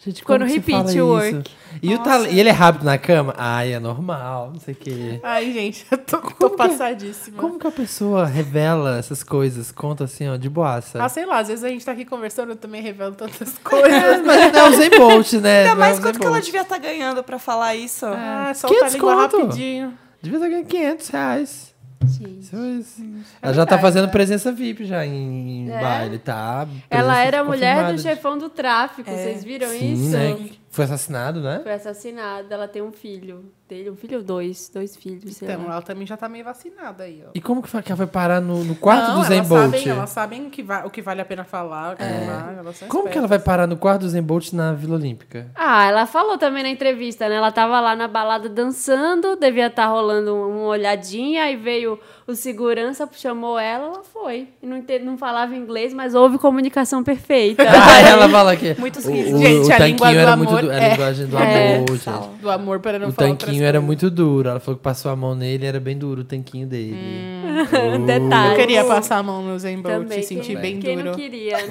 Gente, Ficou como no que se fala repeat o isso? work. E, o tal- e ele é rápido na cama? Ai, é normal, não sei o quê. Ai, gente, eu tô, tô passadíssima. Como que a pessoa revela essas coisas? Conta assim, ó, de boaça. Ah, sei lá, às vezes a gente tá aqui conversando, eu também revelo tantas coisas. Mas não é o Zen Bolt, né? Ainda Não é o mais Usain quanto que ela Bolt. devia estar ganhando pra falar isso. ah, Que solta a língua desconto? rapidinho. Devia estar ganhando 500 reais. Gente. Isso, isso. Ela já tá verdade, fazendo né? presença VIP já em É. baile, tá? Ela Presença era a mulher confirmada do de- chefão do tráfico, vocês viram Sim, isso? né? Foi assassinado, né? Foi assassinada, ela tem um filho. Dele, um filho ou dois? Dois filhos, sei Então, lá. ela também já tá meio vacinada aí, ó. E como que foi que ela foi parar no, no quarto Não, do Zen elas Bolt? É. sabem, elas sabem o que, va- o que vale a pena falar, o que não vale, elas são Como que ela espertas. vai parar no quarto do Zen Bolt na Vila Olímpica? Ah, ela falou também na entrevista, né? Ela tava lá na balada dançando, devia estar rolando um- uma olhadinha, aí veio o segurança, chamou ela, ela foi. E Não, ente- não falava inglês, mas houve comunicação perfeita. Aí ela fala que Muitos o, risos. o, Gente, o a língua tanquinho do era amor muito du- a é- linguagem do é, amor, gente. fala. Do amor para não O falar outras tanquinho era coisas. muito duro. Ela falou que passou a mão nele, era bem duro o tanquinho dele. Hum. Detalhe. Eu queria passar a mão no Zen Bolt também. e sentir quem, bem quem não duro. queria, né?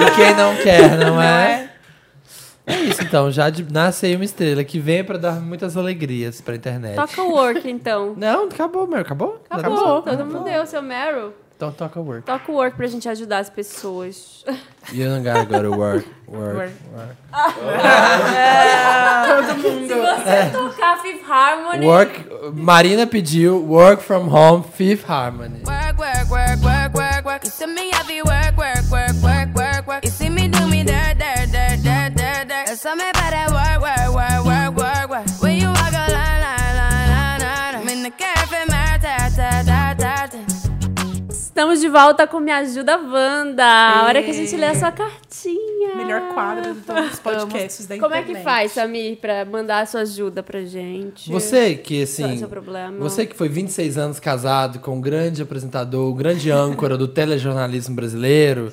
E quem não quer, não, é? é? isso, então. Já de- nasce aí uma estrela que vem pra dar muitas alegrias pra internet. Toca o work, então. Tá Não, É acabou, meu. Acabou? Já Acabou, deu certo. todo mundo deu seu Meryl. Don't talk a work. Toca o work pra gente ajudar as pessoas. You don't gotta go to work. Work. Work. Work. Se você tocar Fifth Harmony, É. Work- Marina pediu work from home, Fifth Harmony. Work, work, work, work, work, work. You see me heavy work, work, work, work, work, work. You see me do me dirt, dirt, dirt, dirt, dirt, dirt. There's something about that work, work, work, work, work, work. When you walk a line, line, line, line, line, I'm in the cafe, my ta, ta, ta, ta, ta. estamos de volta com Me Ajuda Wanda. A hora que a gente lê a sua cartinha. Melhor quadro de todos os podcasts da Como é internet. que faz, Samir, pra mandar a sua ajuda pra gente? Você que, assim, Esse é o problema. você que foi 26 anos casado com um grande apresentador, um grande âncora do telejornalismo brasileiro,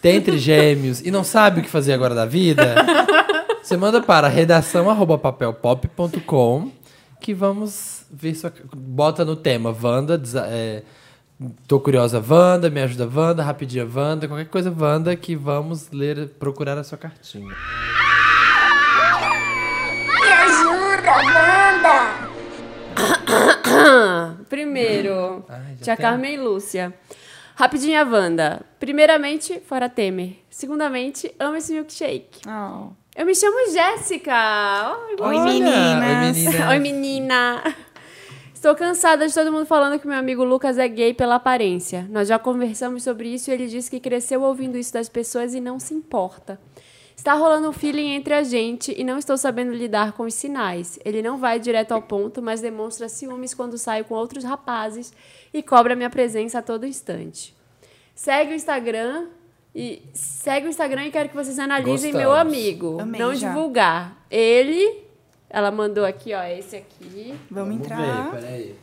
tem entre gêmeos e não sabe o que fazer agora da vida, você manda para redação arroba papelpop.com que vamos ver sua... Bota no tema Wanda, desa- é, tô curiosa Wanda, me ajuda Wanda, rapidinha Wanda, qualquer coisa Wanda que vamos ler, procurar a sua cartinha. Primeiro, Ai, já tia tem. Carmen e Lúcia. Rapidinha, Wanda. Primeiramente, fora Temer. Segundamente, amo esse milkshake. Oh. Eu me chamo Jéssica. Oh, Oi, Oi, meninas. meninas. Oi, menina! Estou cansada de todo mundo falando que meu amigo Lucas é gay pela aparência. Nós já conversamos sobre isso e ele disse que cresceu ouvindo isso das pessoas e não se importa. Está rolando um feeling entre a gente e não estou sabendo lidar com os sinais. Ele não vai direto ao ponto, mas demonstra ciúmes quando saio com outros rapazes e cobra minha presença a todo instante. Segue o Instagram e segue o Instagram e quero que vocês analisem Gostamos. meu amigo. Amei não já. divulgar. Ele ela mandou aqui, ó, esse aqui. Vamos entrar. ver, peraí.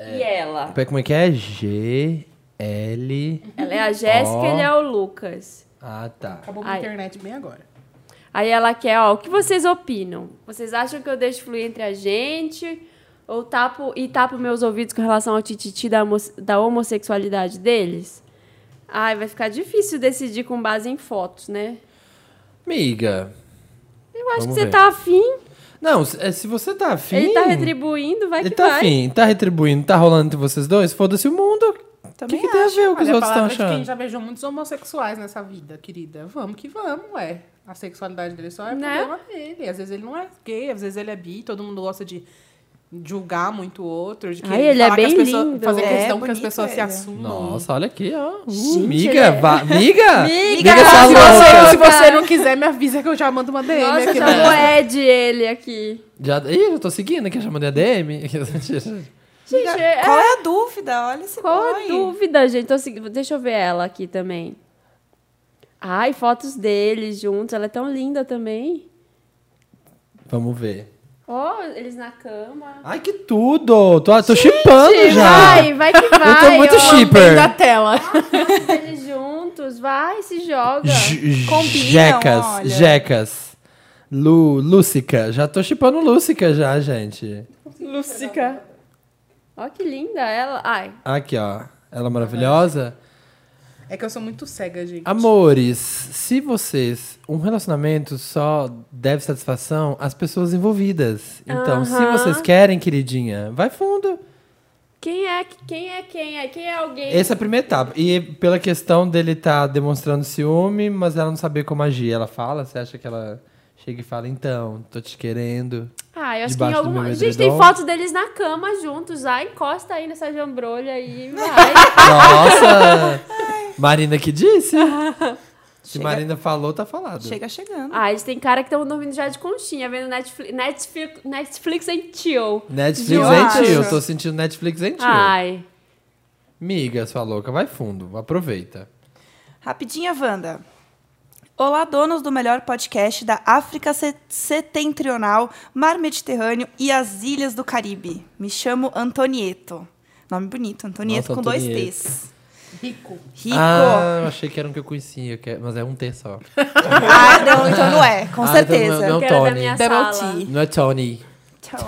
E ela. Pera, Como é que é? G, L... Ela é a Jéssica, Ó. ele é o Lucas. Ah, tá. Acabou com a Ai. internet bem agora. Aí ela quer, ó, o que vocês opinam? Vocês acham que eu deixo fluir entre a gente? Ou tapo e tapo meus ouvidos com relação ao tititi da, homo- da homossexualidade deles? Ai, vai ficar difícil decidir com base em fotos, né? Miga. Eu acho Vamos que você ver. tá afim, Não, se é, se você tá afim... ele tá retribuindo, vai Ele que tá vai. afim, tá retribuindo, tá rolando entre vocês dois, foda-se o mundo. O que, Também que tem a ver o que os Olha, outros a estão palavra de quem achando? já beijou muitos homossexuais nessa vida, querida. Vamos que vamos, ué. A sexualidade dele só é Né? problema dele. Às vezes ele não é gay, às vezes ele é bi, todo mundo gosta de julgar muito o outro. De que Ai, ele é falar que as bem pessoas- lindo. Fazer É, questão que as bonito pessoas se ele. assumam. Nossa, olha aqui, ó. Uh, Gente, miga, ele é- va- miga! tá Miga, essa Se você, louca! se você não quiser, me avisa que eu já mando uma DM é Nossa, aqui. já na- vou Ed ele aqui. Já, ih, já tô seguindo aqui, já mandei a DM. Gente, é- Qual é a dúvida? Olha esse Qual a boy. dúvida, gente? Então, assim, deixa eu ver ela aqui também. Ai, fotos deles juntos. Ela é tão linda também. Vamos ver. Ó, eles na cama. Ai, que tudo! Tô, tô chipando Sim, já! Vai, vai que vai. Eu tô muito Bem da shipper. tela. Fotos deles juntos. Vai, se joga. J- Combinam, Jecas, olha. Jecas. Lu, Lúcica. Já tô chipando Lúcica já, gente. Lúcica. Ó, que linda ela. Ai, Aqui, ó. Ela maravilhosa. É que eu sou muito cega, gente. Amores, se vocês. Um relacionamento só deve satisfação às pessoas envolvidas. Então, se Aham. vocês querem, queridinha, vai fundo. quem é quem é quem é? Quem é alguém? Essa é a primeira etapa. E pela questão dele estar demonstrando ciúme, mas ela não saber como agir. Ela fala, você acha que ela chega e fala, então, tô te querendo. Ah, eu acho que em Debaixo do alguma. meu Gente, tem edredom. foto deles na cama juntos. Ah, encosta aí nessa jambrolha aí. Vai. Nossa! Marina que disse? Se Marina falou, tá falado. Chega chegando. Ah, eles têm cara que estão dormindo já de conchinha, vendo Netflix, Netflix, Netflix and chill. Netflix Eu é tio, acho. Ah, tô sentindo Netflix é tio. Ai, Miga, sua louca, vai fundo, aproveita. Rapidinha, Wanda. Olá, donos do melhor podcast da África Se- Setentrional, Mar Mediterrâneo e as Ilhas do Caribe. Me chamo Antonieto. Nome bonito, Antonieto Nossa, com Antonieto. dois T's. Rico. Rico. Ah, eu achei que era um que eu conhecia, que é- mas é um T só. Ah, não, então não é, com Ah, então certeza. não- não- que era da Tony. minha Double sala. T. Não é Tony.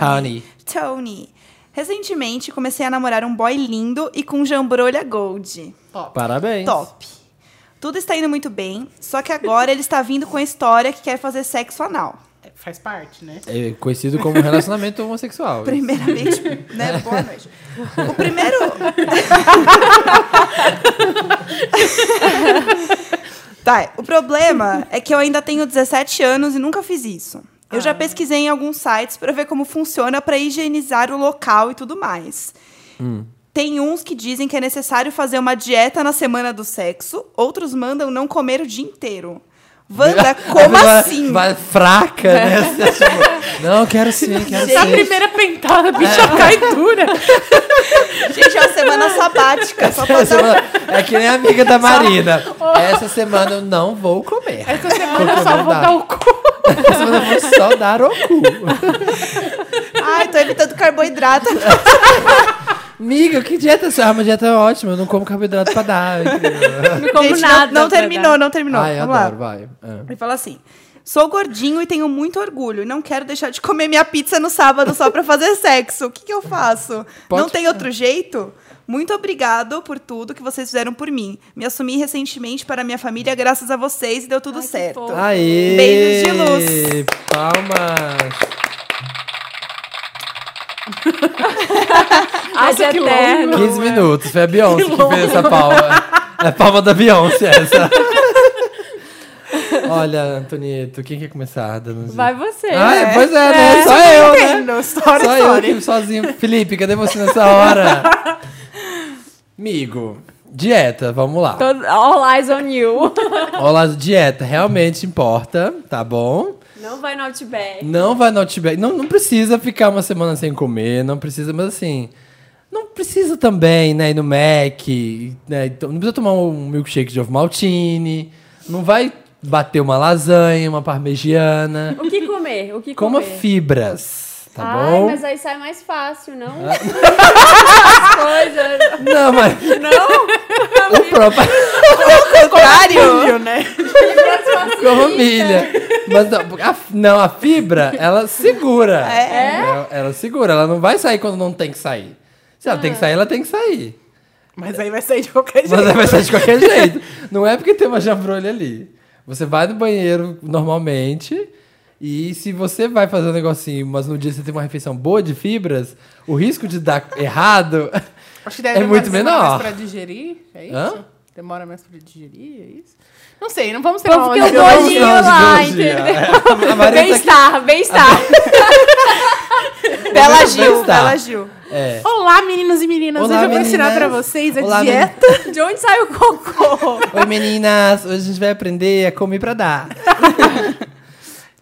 Tony. Tony. Recentemente comecei a namorar um boy lindo e com jambrolha gold. Parabéns. Top. Tudo está indo muito bem, só que agora ele está vindo com a história que quer fazer sexo anal. É, faz parte, né? É conhecido como relacionamento homossexual. Primeiramente, né? Boa noite. O primeiro. tá, o problema é que eu ainda tenho 17 anos e nunca fiz isso. Eu Ah. já pesquisei em alguns sites para ver como funciona para higienizar o local e tudo mais. Hum. Tem uns que dizem que é necessário fazer uma dieta na semana do sexo, outros mandam não comer o dia inteiro. Wanda, como Vai- assim? É vai fraca, né? Tipo, não, quero sim, quero É Na sim. primeira pentada, a bicha cai dura. Gente, é uma semana sabática, só pra Essa dar semana- É que nem a amiga da Marina. Essa semana eu não vou comer. Essa semana eu só É, vou um dar o cu. Essa semana eu vou só dar o cu. Ai, tô evitando carboidrato. Amiga, que dieta é sua? Ah, uma dieta ótima, eu não como carboidrato pra dar. Não como Gente, não- nada. não, pra terminou, dar. não terminou. Ai, eu Vamos lá. adoro, vai. Ah. Ele fala assim: sou gordinho e tenho muito orgulho. e Não quero deixar de comer minha pizza no sábado só pra fazer sexo. O que, que eu faço? Pode- Não tem outro jeito? Muito obrigado por tudo que vocês fizeram por mim. Me assumi recentemente para minha família graças a vocês e deu tudo Ai, que certo. fofo. Ah. Aê! Beijos de luz. Palmas. Mas é eterno. 15 é. minutos. Foi a Beyoncé que, fez essa palma. É a palma da Beyoncé, essa. Olha, Antonito, quem quer começar? dando os- Vai você. Ah, é, pois é, né? Só eu, né? Só eu aqui sozinho. Felipe, cadê você nessa hora? Amigo, dieta, vamos lá. Todo- all eyes on you. Olá, dieta realmente importa, tá bom? Não vai no Outback. Não vai no Outback. Não, não precisa ficar uma semana sem comer, não precisa, mas assim. Não precisa também, né, ir no Mac, né? então, Não precisa tomar um milkshake de ovo maltine. Não vai bater uma lasanha, uma parmegiana. O que comer? O que Coma comer? fibras, tá Ai, bom? Ah. mas aí sai mais fácil, não? As coisas. Não, mas o próprio Contrário, né? coma milha. Mas não a, não, a fibra, ela segura. É? Ela, ela segura, ela não vai sair quando não tem que sair. Se ela Ah. tem que sair, ela tem que sair. Mas aí vai sair de qualquer Mas jeito. ela vai sair de qualquer jeito. Não é porque tem uma jambrolha ali. Você vai no banheiro normalmente. E se você vai fazer um negocinho, mas no dia você tem uma refeição boa de fibras, o risco de dar errado. Acho que deve É demorar muito uma semana menor. mais pra digerir, é isso? Hã? Demora mais pra digerir, é isso? Não sei, não vamos ter Vamos uma ter um aula de dois- Olhinho lá, entendeu? A Maria tá aqui. Bem-estar, bem-estar. Bela Bem Gil, estar. Bela Gil. É. Olá, meninos e meninas. Olá, Hoje eu vou ensinar meninas. pra vocês a Olá, dieta. De onde sai o cocô? Oi, meninas! Hoje a gente vai aprender a comer pra dar.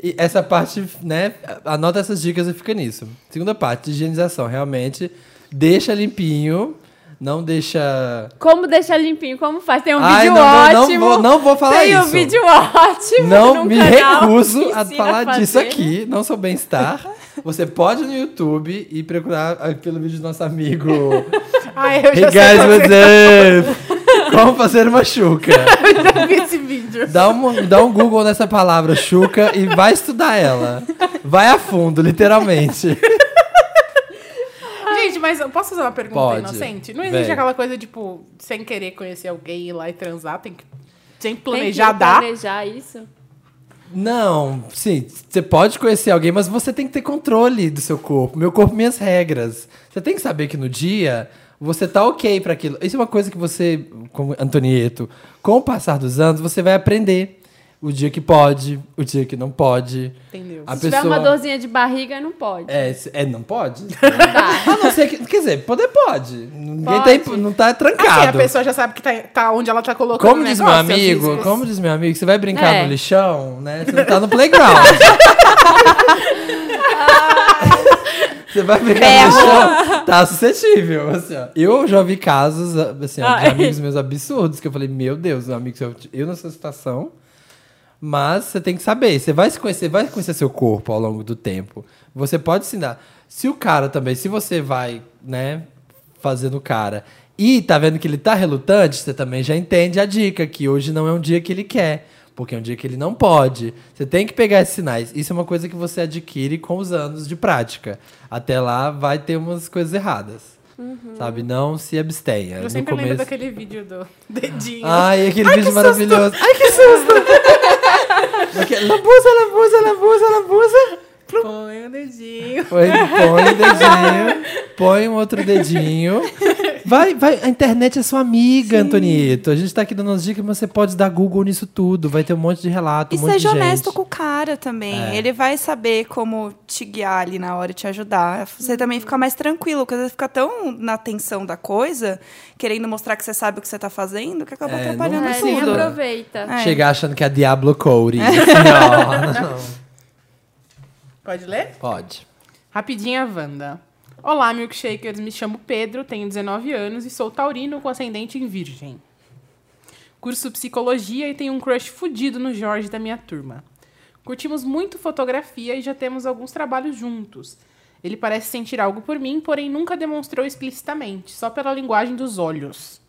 e essa parte, né? Anota essas dicas e fica nisso. Segunda parte, higienização. Realmente, deixa limpinho. Não deixa. Como deixar limpinho? Como faz? Tem um Ai, vídeo não, não, ótimo. não vou- não vou falar Tem um isso. vídeo ótimo. Não num me canal recuso que a ensina falar fazer. disso aqui. Não sou bem-estar. Você pode ir no YouTube e procurar ah, pelo vídeo do nosso amigo. Ai, eu hey já sei guys, fazer what's up? Como fazer uma chuca? é esse vídeo. Dá um, dá um Google nessa palavra chuca e vai estudar ela. Vai a fundo, literalmente. Gente, mas eu posso fazer uma pergunta Pode. inocente? Não existe Vem. aquela coisa, tipo, sem querer conhecer alguém ir lá e transar, tem que. Sem Tem que planejar dar. planejar isso. Não, sim, você pode conhecer alguém, mas você tem que ter controle do seu corpo. Meu corpo, minhas regras. Você tem que saber que no dia você tá ok pra aquilo. Isso é uma coisa que você, como Antonieto, com o passar dos anos, você vai aprender. O dia que pode, o dia que não pode. Entendeu? A Se tiver uma dorzinha de barriga, não pode. É, se- é, não pode? A não ser que. Quer dizer, poder pode. Ninguém tá imp- Pode. não tá Assim, trancado. a pessoa já sabe que tá, tá onde ela tá colocando. Como o diz meu negócio, amigo, assim, como diz meu amigo, você vai brincar É. no lixão, né? Você não tá no playground. você vai brincar no lixão, tá suscetível. assim, ó. Eu já ouvi casos, assim, ó, de Ah. Ai. amigos meus absurdos, que eu falei, meu Deus, meu amigo, eu, eu nessa situação. Mas você tem que saber, você vai se conhecer, vai conhecer seu corpo ao longo do tempo. Você pode ensinar. Se o cara também, se você vai, né, fazendo o cara e tá vendo que ele tá relutante, você também já entende a dica que hoje não é um dia que ele quer, porque é um dia que ele não pode. Você tem que pegar esses sinais. Isso é uma coisa que você adquire com os anos de prática. Até lá vai ter umas coisas erradas. Sabe? Não se abstenha. Uhum. Eu No sempre lembro começo- Ah. daquele vídeo do dedinho. Ai, aquele vídeo maravilhoso. Ai, que susto! Porque lambuza, lambuza, lambuza, lambuza. Põe o dedinho. Põe, põe o dedinho, põe um outro dedinho. Vai, vai, a internet é sua amiga, Antonito. A gente tá aqui dando umas dicas, mas você pode dar Google nisso tudo. Vai ter um monte de relato, E um monte de seja gente. honesto com o cara também. É. Ele vai saber como te guiar ali na hora e te ajudar. Você também fica mais tranquilo, porque você fica tão na tensão da coisa, querendo mostrar que você sabe o que você tá fazendo, que acaba É, não atrapalhando É, nem tudo. aproveita. É. Chegar achando que é a Diablo Cody. não, não. Pode ler? Pode. Rapidinha, Wanda. Olá, milkshakers. Me chamo Pedro, tenho 19 anos e sou taurino com ascendente em virgem. Curso psicologia e tenho um crush fudido no Jorge da minha turma. Curtimos muito fotografia e já temos alguns trabalhos juntos. Ele parece sentir algo por mim, porém nunca demonstrou explicitamente, só pela linguagem dos olhos.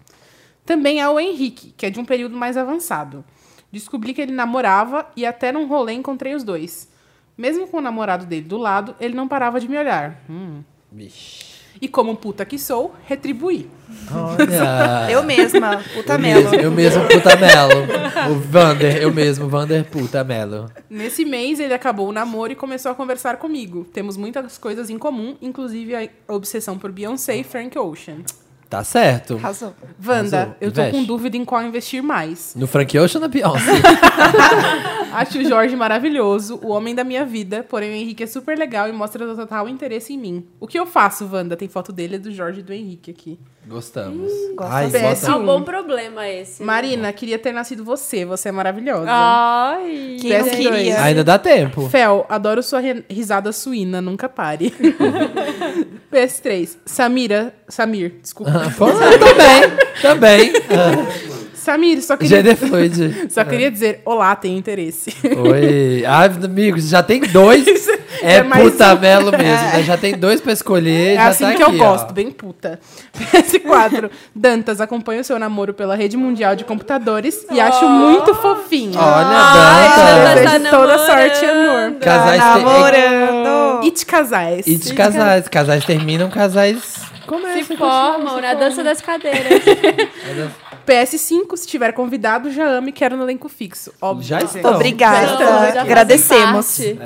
Também há o Henrique, que é de um período mais avançado. Descobri que ele namorava e até num rolê encontrei os dois. Mesmo com o namorado dele do lado, ele não parava de me olhar. Hum. E como um puta que sou, retribuí. Olha. Eu mesma, puta Eu melo. mesmo, eu mesmo, puta melo. O Vander, eu mesmo, Vander, puta melo. Nesse mês, ele acabou o namoro e começou a conversar comigo. Temos muitas coisas em comum, inclusive a obsessão por Beyoncé e Frank Ocean. Tá certo. Arrasou. Wanda, Arrasou. eu tô com Investe. dúvida em qual investir mais. No Frank Ocean ou na Beyoncé? Acho o Jorge maravilhoso, o homem da minha vida, porém o Henrique é super legal e mostra total interesse em mim. O que eu faço, Wanda? Tem foto dele, é do Jorge e do Henrique aqui. Gostamos. Hum, gosto Ai, bem. É bota... um bom problema esse. Marina, queria ter nascido você, você é maravilhosa. Ah, Ai. Quem não PS2. queria? Ainda dá tempo. Fel, adoro sua re- risada suína, nunca pare. PS3. Samira. Samir, desculpa. Pô, também, também. Ah, Samir, só queria, Gender fluid. só queria dizer: Olá, tenho interesse. Oi. Ai, amigos, já tem dois. É, é mais puta melo mesmo. né? Já tem dois pra escolher. É já assim tá que aqui, eu ó. gosto, bem puta. PS4. Dantas, acompanha o seu namoro pela rede mundial de computadores e acho muito fofinho. Olha, Ah, Ai, Dantas. Dantas. Desejo tá toda namorando. sorte e amor. Casais Tá te- namorando. E de casais. é E de casais. Casais terminam, casais. Começam. Se formam na é dança das cadeiras. PS5, se tiver convidado, já ame e quero no elenco fixo. Óbvio. Já que estão. sim. Então, já fazem Obrigada. Agradecemos. parte.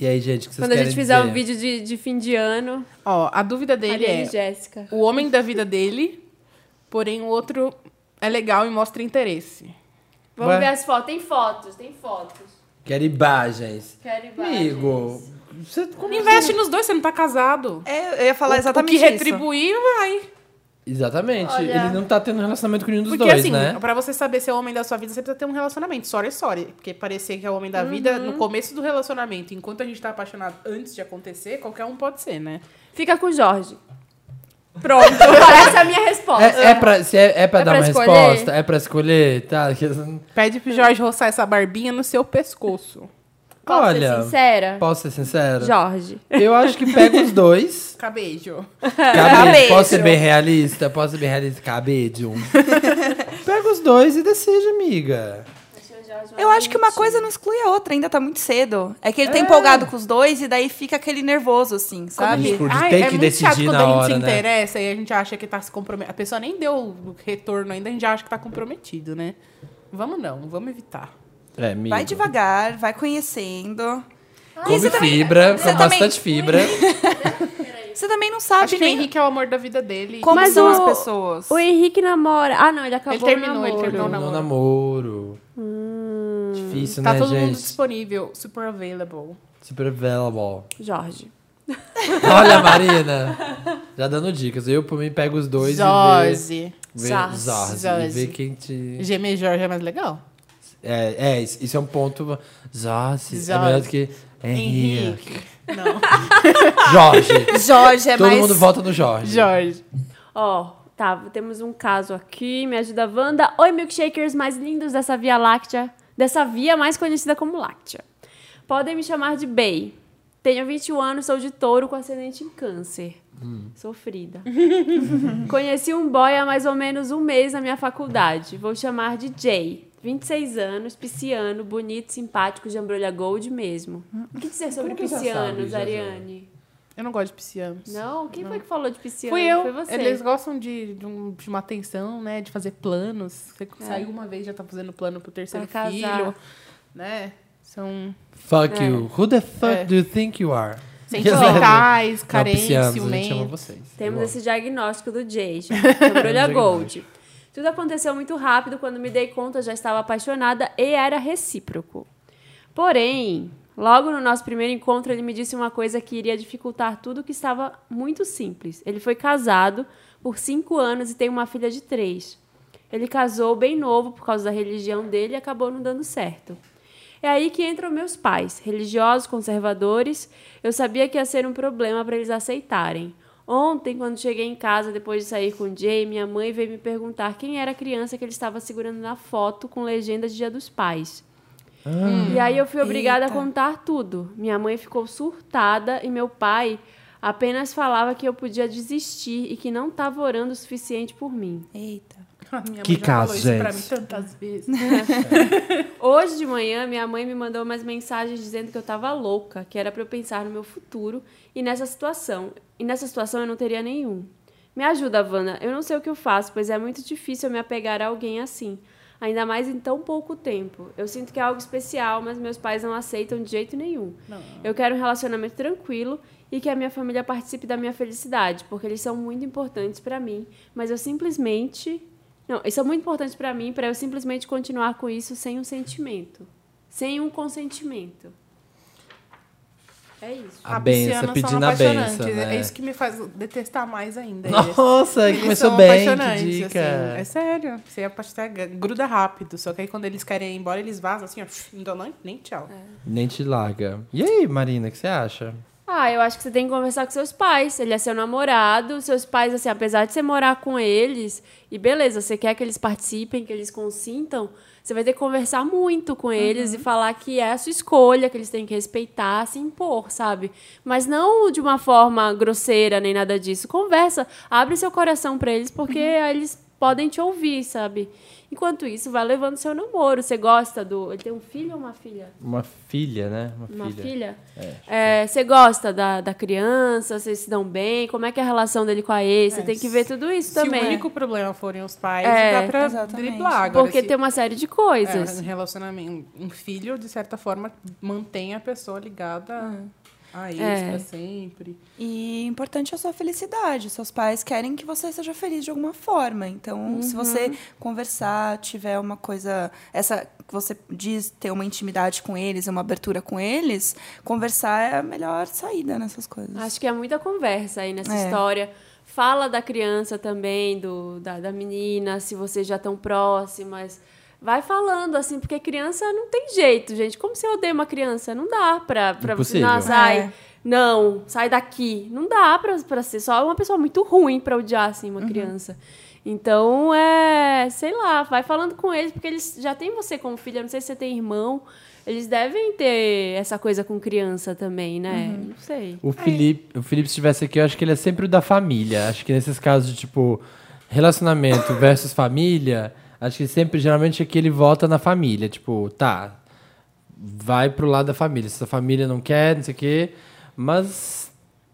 E aí, gente, o que vocês Quando a gente querem fizer dizer? um vídeo de, de fim de ano, Ó, a dúvida dele Aline é... e Jéssica. o homem da vida dele, porém o outro é legal e mostra interesse. Vamos Ué? ver as fotos. Tem fotos, tem fotos. Quero imagens. Quero ir lá. Amigo, você como Investe nos dois, você não tá casado. É, eu ia falar o exatamente que isso. retribuir vai. Exatamente. Olha. Ele não tá tendo um relacionamento com nenhum dos Porque dois, assim, né? pra você saber se é o homem da sua vida, você precisa ter um relacionamento. Sorry, sorry. Porque parecer que é o homem da vida, no começo do relacionamento, enquanto a gente tá apaixonado antes de acontecer, qualquer um pode ser, né? Fica com o Jorge. Pronto, essa é a minha resposta. É, é pra, se é, é pra É dar pra uma escolher? resposta? É pra escolher? Tá. que- Pede pro Jorge roçar essa barbinha no seu pescoço. Posso Olha, ser sincera? posso ser sincero? Jorge. Eu acho que pega os dois. Cabejo. Cabe, Cabejo. posso ser bem realista? Posso ser bem realista? Cabedium. pega os dois e decide, amiga. Eu acho que uma coisa não exclui a outra, ainda tá muito cedo. É que ele tá empolgado com os dois e daí fica aquele nervoso, assim, Quando sabe? ele- Por Ai, ter é que muito decidir chato quando na a gente hora, se né? interessa e a gente acha que tá se comprometendo. A pessoa nem deu o retorno ainda, a gente já acha que tá comprometido, né? Vamos não, vamos evitar. É, amigo. Vai devagar, vai conhecendo. Come você também- fibra, você com também- bastante fibra. Você também não sabe Acho que o nem Henrique é o amor da vida dele. como Mas são o- as pessoas. O Henrique namora. Ah, não, ele acabou Ele terminou, o namoro. ele terminou o Não namoro. namoro. Difícil, Tá né, todo mundo gente? disponível, super available. Super available. Jorge. Olha, Marina. Já dando dicas. Eu, por mim, pego os dois Jorge. e vê, Zaz. vê, Zaz, e Zaz. vê quem te... Gêmeo Jorge é mais legal. É, é, isso isso é um ponto... Zaz, é Zaz. melhor do que Henrique. Não. Jorge. Jorge é Todo mais. mundo vota no Jorge. Jorge. Ó, tá, temos um caso aqui. Me ajuda, Wanda. Oi, milkshakers mais lindos dessa Via Láctea. Dessa via mais conhecida como Láctea. Podem me chamar de Bey. Tenho 21 anos, sou de touro com ascendente em câncer. Hum. Sofrida. Conheci um boy há mais ou menos um mês na minha faculdade. Vou chamar de Jay. 26 anos, pisciano, bonito, simpático, de ambrolha gold mesmo. O que dizer sobre Como que já sabe, piscianos, já, já? Ariane? Eu não gosto de piscianos. Não? Quem foi que falou de pisciano? Fui eu. Foi você. Eles gostam de, de, um- de uma É. atenção, né? De fazer planos. Você saiu uma vez, já tá fazendo plano pro terceiro Pra casar. filho. né? São Fuck you. Who the fuck É. do you think you are? sentimentais, Não, piscianos, carentes, a gente ama ciumentos. vocês. Temos Eu esse diagnóstico do Jay, gente. Sobrolha Diagnóstico. Gold. Tudo aconteceu muito rápido, quando me dei conta já estava apaixonada e era recíproco. Porém, logo no nosso primeiro encontro, ele me disse uma coisa que iria dificultar tudo que estava muito simples. Ele foi casado por cinco anos e tem uma filha de três. Ele casou bem novo por causa da religião dele e acabou não dando certo. É aí que entram meus pais, religiosos, conservadores. Eu sabia que ia ser um problema para eles aceitarem. Ontem, quando cheguei em casa, depois de sair com o Jay, minha mãe veio me perguntar quem era a criança que ele estava segurando na foto com legenda de Dia dos Pais. E aí eu fui obrigada Eita. a contar tudo. Minha mãe ficou surtada e meu pai apenas falava que eu podia desistir e que não estava orando o suficiente por mim. Eita. Ah, minha Que mãe já falou caso, isso pra mim gente. tantas vezes. Hoje de manhã, minha mãe me mandou umas mensagens dizendo que eu tava louca, que era pra eu pensar no meu futuro e nessa situação. E nessa situação eu não teria nenhum. Me ajuda, Vana. Eu não sei o que eu faço, pois é muito difícil eu me apegar a alguém assim. Ainda mais em tão pouco tempo. Eu sinto que é algo especial, mas meus pais não aceitam de jeito nenhum. Eu quero um relacionamento tranquilo e que a minha família participe da minha felicidade, porque eles são muito importantes pra mim, mas eu simplesmente não, isso é muito importante pra mim, pra eu simplesmente continuar com isso sem um sentimento. Sem um consentimento. É isso. A Ah, benção, piscianas são pedindo a apaixonantes. benção, né? É isso que me faz detestar mais ainda. gosto. Nossa, Eles começou são bem, que apaixonantes, dica. assim. É sério. Você apaixona, é, gruda rápido. Só que aí quando eles querem ir embora, eles vazam assim, ó. Não dão nem- nem tchau. É. Nem te larga. E aí, Marina, o que você acha? Ah, eu acho que você tem que conversar com seus pais. Ele é seu namorado, seus pais, assim, apesar de você morar com eles, e beleza, você quer que eles participem, que eles consintam, você vai ter que conversar muito com eles e falar que é a sua escolha, que eles têm que respeitar, se impor, sabe? Mas não de uma forma grosseira nem nada disso. Conversa, abre seu coração pra eles, porque aí eles podem te ouvir, sabe? Enquanto isso, vai levando seu namoro. Você gosta do. Ele tem um filho ou uma filha? Uma filha, né? Uma, Uma filha. filha? É, Você gosta da, da criança? Vocês se dão bem? Como é que é a relação dele com a ex? Você tem que ver tudo isso É, Se também. o único problema forem os pais, É, dá pra exatamente. driblar. Agora, Porque se- tem uma série de é, coisas. um relacionamento, um filho, de certa forma, mantém a pessoa ligada a eles É. pra sempre. E importante é a sua felicidade. Seus pais querem que você seja feliz de alguma forma. Então, se Uhum. você conversar, tiver uma coisa. Essa que você diz ter uma intimidade com eles, uma abertura com eles, conversar é a melhor saída nessas coisas. Acho que é muita conversa aí nessa É. história. Fala da criança também, do, da, da menina, se vocês já estão próximas. Vai falando, assim, porque criança não tem jeito, gente. Como você odeia uma criança? Não dá pra, pra você. Impossível. Não, sai. É. Não, sai daqui. Não dá pra, pra ser só uma pessoa muito ruim pra odiar, assim, Uhum. uma criança. Então, é. Sei lá, vai falando com eles, porque eles já têm você como filha, não sei se você tem irmão. Eles devem ter essa coisa com criança também, né? Uhum. Não sei. O Felipe, o Felipe, se estivesse aqui, eu acho que ele é sempre o da família. Acho que nesses casos de, tipo, relacionamento versus família, acho que sempre, geralmente, aqui ele volta na família. Tipo, tá, vai pro lado da família. Se a família não quer, não sei o quê. Mas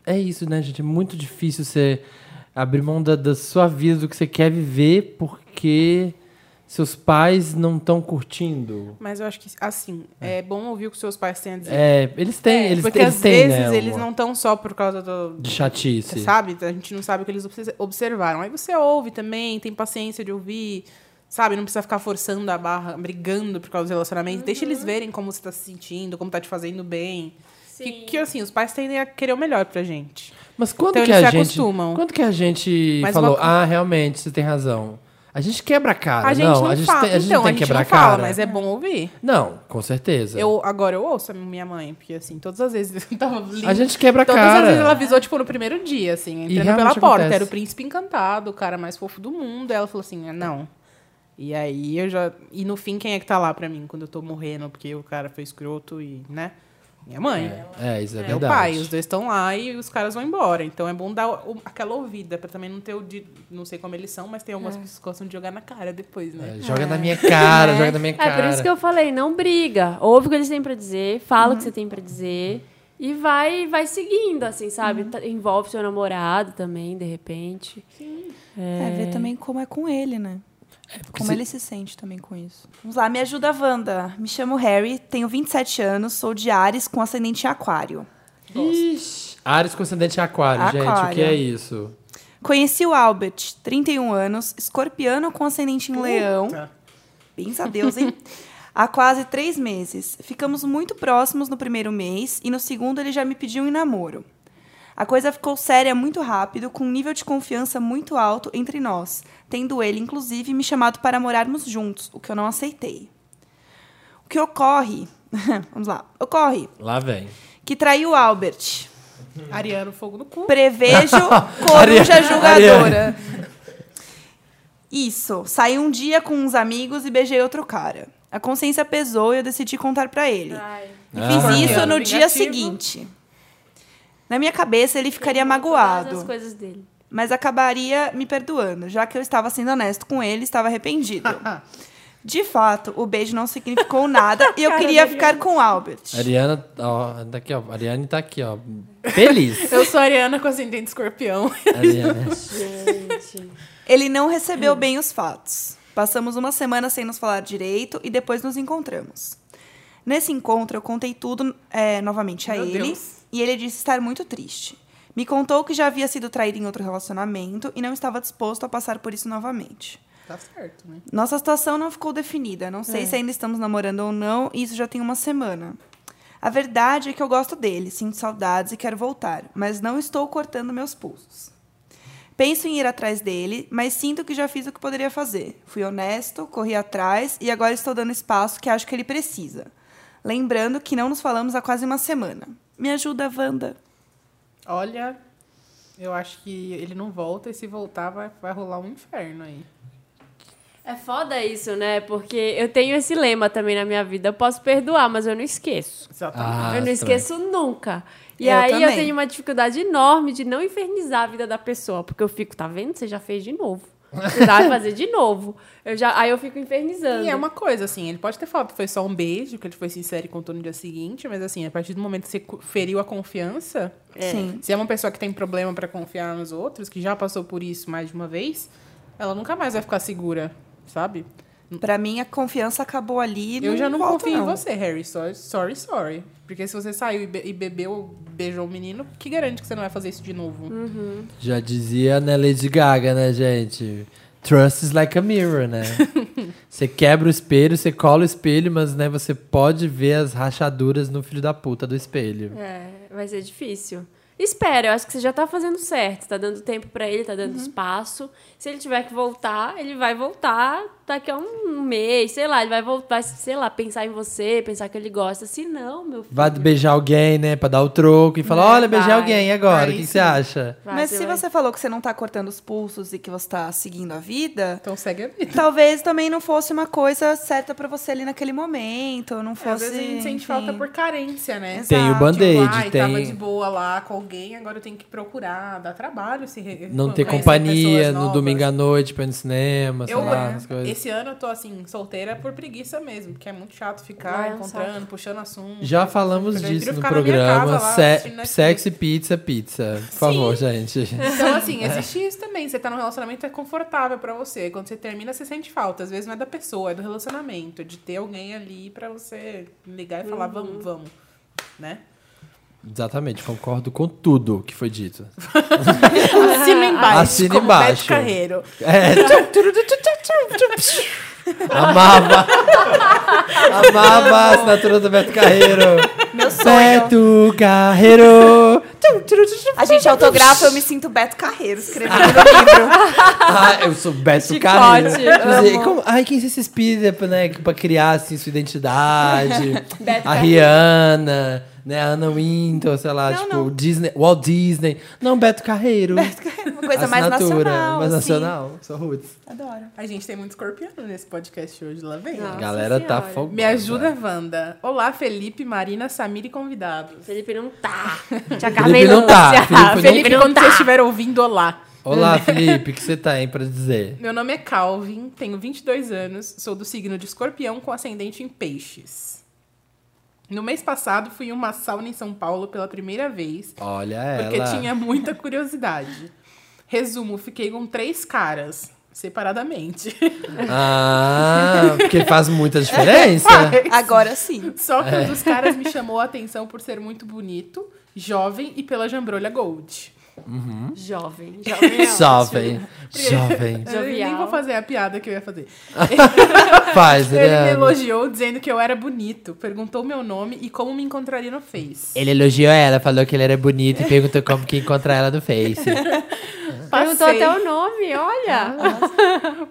é isso, né, gente? É muito difícil você abrir mão da, da sua vida, do que você quer viver, porque seus pais não estão curtindo. Mas eu acho que, assim, é, bom ouvir o que seus pais têm a dizer. É, eles têm, eles, Porque eles às têm, vezes né, eles uma- não estão só por causa do, De chatice. sabe? A gente não sabe o que eles obse- observaram. Aí você ouve também, tem paciência de ouvir, sabe? Não precisa ficar forçando a barra, brigando por causa do relacionamento. Deixa eles verem como você tá se sentindo, como tá te fazendo bem. Que, que, assim, os pais tendem a querer o melhor pra gente. Mas quando Então que eles a se gente, acostumam. quando que a gente Mas falou, uma co- ah, realmente, você tem razão. A gente quebra a cara, A gente não, não, a gente fala. tem, a gente então, tem a que gente quebrar não a cara. é. fala, mas é bom ouvir. Não, com certeza. Eu, agora eu ouço a minha mãe, porque assim, todas as vezes eu tava linda. A gente quebra a Todas as cara. vezes ela avisou, tipo, no primeiro dia, assim, entrando pela realmente porta. acontece. Era o príncipe encantado, o cara mais fofo do mundo. Aí ela falou assim, "Ah, não. E aí eu já. E no fim, quem é que tá lá pra mim quando eu tô morrendo? Porque o cara foi escroto e, né? Minha mãe. É, isso é, É o verdade. pai, os dois estão lá e os caras vão embora. Então é bom dar o- aquela ouvida, pra também não ter o. De, não sei como eles são, mas tem algumas pessoas que gostam de jogar na cara depois, né? É, joga na minha cara, joga na minha É, cara. por isso que eu falei, não briga. Ouve o que eles têm pra dizer, fala o que você tem pra dizer. E vai, vai seguindo, assim, sabe? Tá- Envolve seu namorado também, de repente. É, ver também como é com ele, né? Como ele se sente também com isso. Vamos lá, me ajuda, Wanda. Me chamo Harry, tenho 27 anos, sou de Ares com ascendente em aquário. Ixi, Ares com ascendente em aquário, gente. O que Aquário. é isso? Conheci o Albert, 31 anos, escorpiano com ascendente em leão. Bens a Deus, hein? Há quase três meses. Ficamos muito próximos no primeiro mês e no segundo ele já me pediu em namoro. A coisa ficou séria muito rápido, com um nível de confiança muito alto entre nós, tendo ele, inclusive, me chamado para morarmos juntos, o que eu não aceitei. O que ocorre. Vamos lá. Ocorre Lá vem. que traiu o Albert. É. Ariano, fogo no cu. Prevejo coruja Ariane- julgadora. Isso. Saí um dia com uns amigos e beijei outro cara. A consciência pesou e eu decidi contar pra ele. E fiz Ah. isso no Vingativo. dia seguinte. Na minha cabeça, ele ficaria Todas as magoado, coisas dele. mas acabaria me perdoando, já que eu estava sendo honesto com ele e estava arrependido. De fato, o beijo não significou nada e eu queria ficar com o Albert. Ariana, ó, daqui, ó. Ariane tá aqui, ó. Feliz. Eu sou Ariana com ascendente escorpião. Ariane. Ele não Hum. recebeu bem os fatos. Passamos uma semana sem nos falar direito e depois nos encontramos. Nesse encontro, eu contei tudo é, novamente a Meu ele Deus. e ele disse estar muito triste. Me contou que já havia sido traído em outro relacionamento e não estava disposto a passar por isso novamente. Tá certo, né? Nossa situação não ficou definida. Não É. sei se ainda estamos namorando ou não, e isso já tem uma semana. A verdade é que eu gosto dele, sinto saudades e quero voltar, mas não estou cortando meus pulsos. Penso em ir atrás dele, mas sinto que já fiz o que poderia fazer. Fui honesto, corri atrás e agora estou dando espaço que acho que ele precisa. Lembrando que não nos falamos há quase uma semana. Me ajuda, Wanda. Olha, eu acho que ele não volta e se voltar vai, vai rolar um inferno aí. É foda isso, né? Porque eu tenho esse lema também na minha vida. Eu posso perdoar, mas eu não esqueço. Ah, eu não estranho. esqueço nunca. E Eu aí eu também. tenho uma dificuldade enorme de não infernizar a vida da pessoa. Porque eu fico, tá vendo? Você já fez de novo. Você vai fazer de novo. Eu já, aí eu fico infernizando. E é uma coisa, assim, ele pode ter falado que foi só um beijo, que ele foi sincero e contou no dia seguinte, mas assim, a partir do momento que você cu- feriu a confiança, Sim. se é uma pessoa que tem problema pra confiar nos outros, que já passou por isso mais de uma vez, ela nunca mais vai ficar segura, sabe? Pra mim, a confiança acabou ali. Hum. Eu já não volto, confio não. em você, Harry. Sorry, sorry, sorry. Porque se você saiu e, be- e bebeu, beijou o menino, que garante que você não vai fazer isso de novo? Já dizia, né, Lady Gaga, né, gente? Trust is like a mirror, né? Você quebra o espelho, você cola o espelho, mas né, você pode ver as rachaduras no filho da puta do espelho. É, vai ser difícil. Espera, eu acho que você já tá fazendo certo. Tá dando tempo pra ele, tá dando Uhum. espaço. Se ele tiver que voltar, ele vai voltar daqui a um mês, sei lá. Ele vai voltar, sei lá, pensar em você, pensar que ele gosta. Se não, meu filho. Vai beijar alguém, né, pra dar o troco e É, falar, olha, beijei vai. alguém e agora, o Aí que que sim. você acha? vai, Mas se vai. você falou que você não tá cortando os pulsos e que você tá seguindo a vida, Então segue a vida. talvez também não fosse uma coisa certa pra você ali naquele momento, não fosse. É, Às vezes a gente sente enfim. falta por carência, né? Exato. Tem o Tipo, band-aid, ai, tava de tem boa lá com alguém, agora eu tenho que procurar, dá trabalho se re- não ter conhecer companhia pessoas no novas. domingo à noite pra ir no cinema, sei Eu, lá, as coisas. esse ano eu tô assim, solteira por preguiça mesmo, porque é muito chato ficar Ah, é um encontrando, saco. puxando assunto. Já falamos Eu prefiro disso no ficar na minha casa programa. lá, Se- assistindo Netflix. sexo e pizza, pizza. Por favor, gente. Então, assim, existe isso também. Você tá num relacionamento é confortável pra você. Quando você termina, você sente falta. Às vezes não é da pessoa, é do relacionamento. é De ter alguém ali pra você ligar e falar, Uhum. vamos, vamos. Né? Exatamente, concordo com tudo que foi dito. Assina embaixo. Assina como embaixo. Beto Carreiro. É. Amava. Amava a assinatura do Beto Carreiro. Meu sonho. Tá. Beto Carreiro. A gente autografa, eu me sinto Beto Carreiro escrevendo. Ah, eu sou Beto Carreiro. Inclusive, como- ai, quem você se inspira né, pra criar assim, sua identidade? a Rihanna, né, a Anna Wintour, sei lá, Não, tipo, não. Disney, Walt Disney. Não, Beto Carreiro. uma coisa mais Ah, Assinatura, nacional. Mais assim. nacional. Sou roots. Adoro. A gente tem muito escorpiano nesse podcast hoje, lá vem. A Nossa galera tá Senhora. folgada. Me ajuda, Wanda. Olá, Felipe, Marina, Samir e convidados. Felipe não tá. Tia Felipe não tá. Felipe, Felipe, não... quando você estiver ouvindo, olá. Olá, Felipe, o que você tá aí pra dizer? Meu nome é Calvin, tenho 22 anos, sou do signo de escorpião com ascendente em peixes. No mês passado, fui em uma sauna em São Paulo pela primeira vez, Olha ela. porque tinha muita curiosidade. Resumo, fiquei com três caras. separadamente. Ah, porque faz muita diferença. Agora sim. Só que É. um dos caras me chamou a atenção por ser muito bonito, jovem e pela jambrolha gold. Jovem. Jovem. é Jovem, jovem. Eu nem Jovial. vou fazer a piada que eu ia fazer. Faz, Ele me ele, é- elogiou dizendo que eu era bonito, perguntou meu nome e como me encontraria no Face. ele elogiou ela, falou que ele era bonito e perguntou como que encontrar ela no Face. É. Perguntou Passei. Ah, até o nome, olha.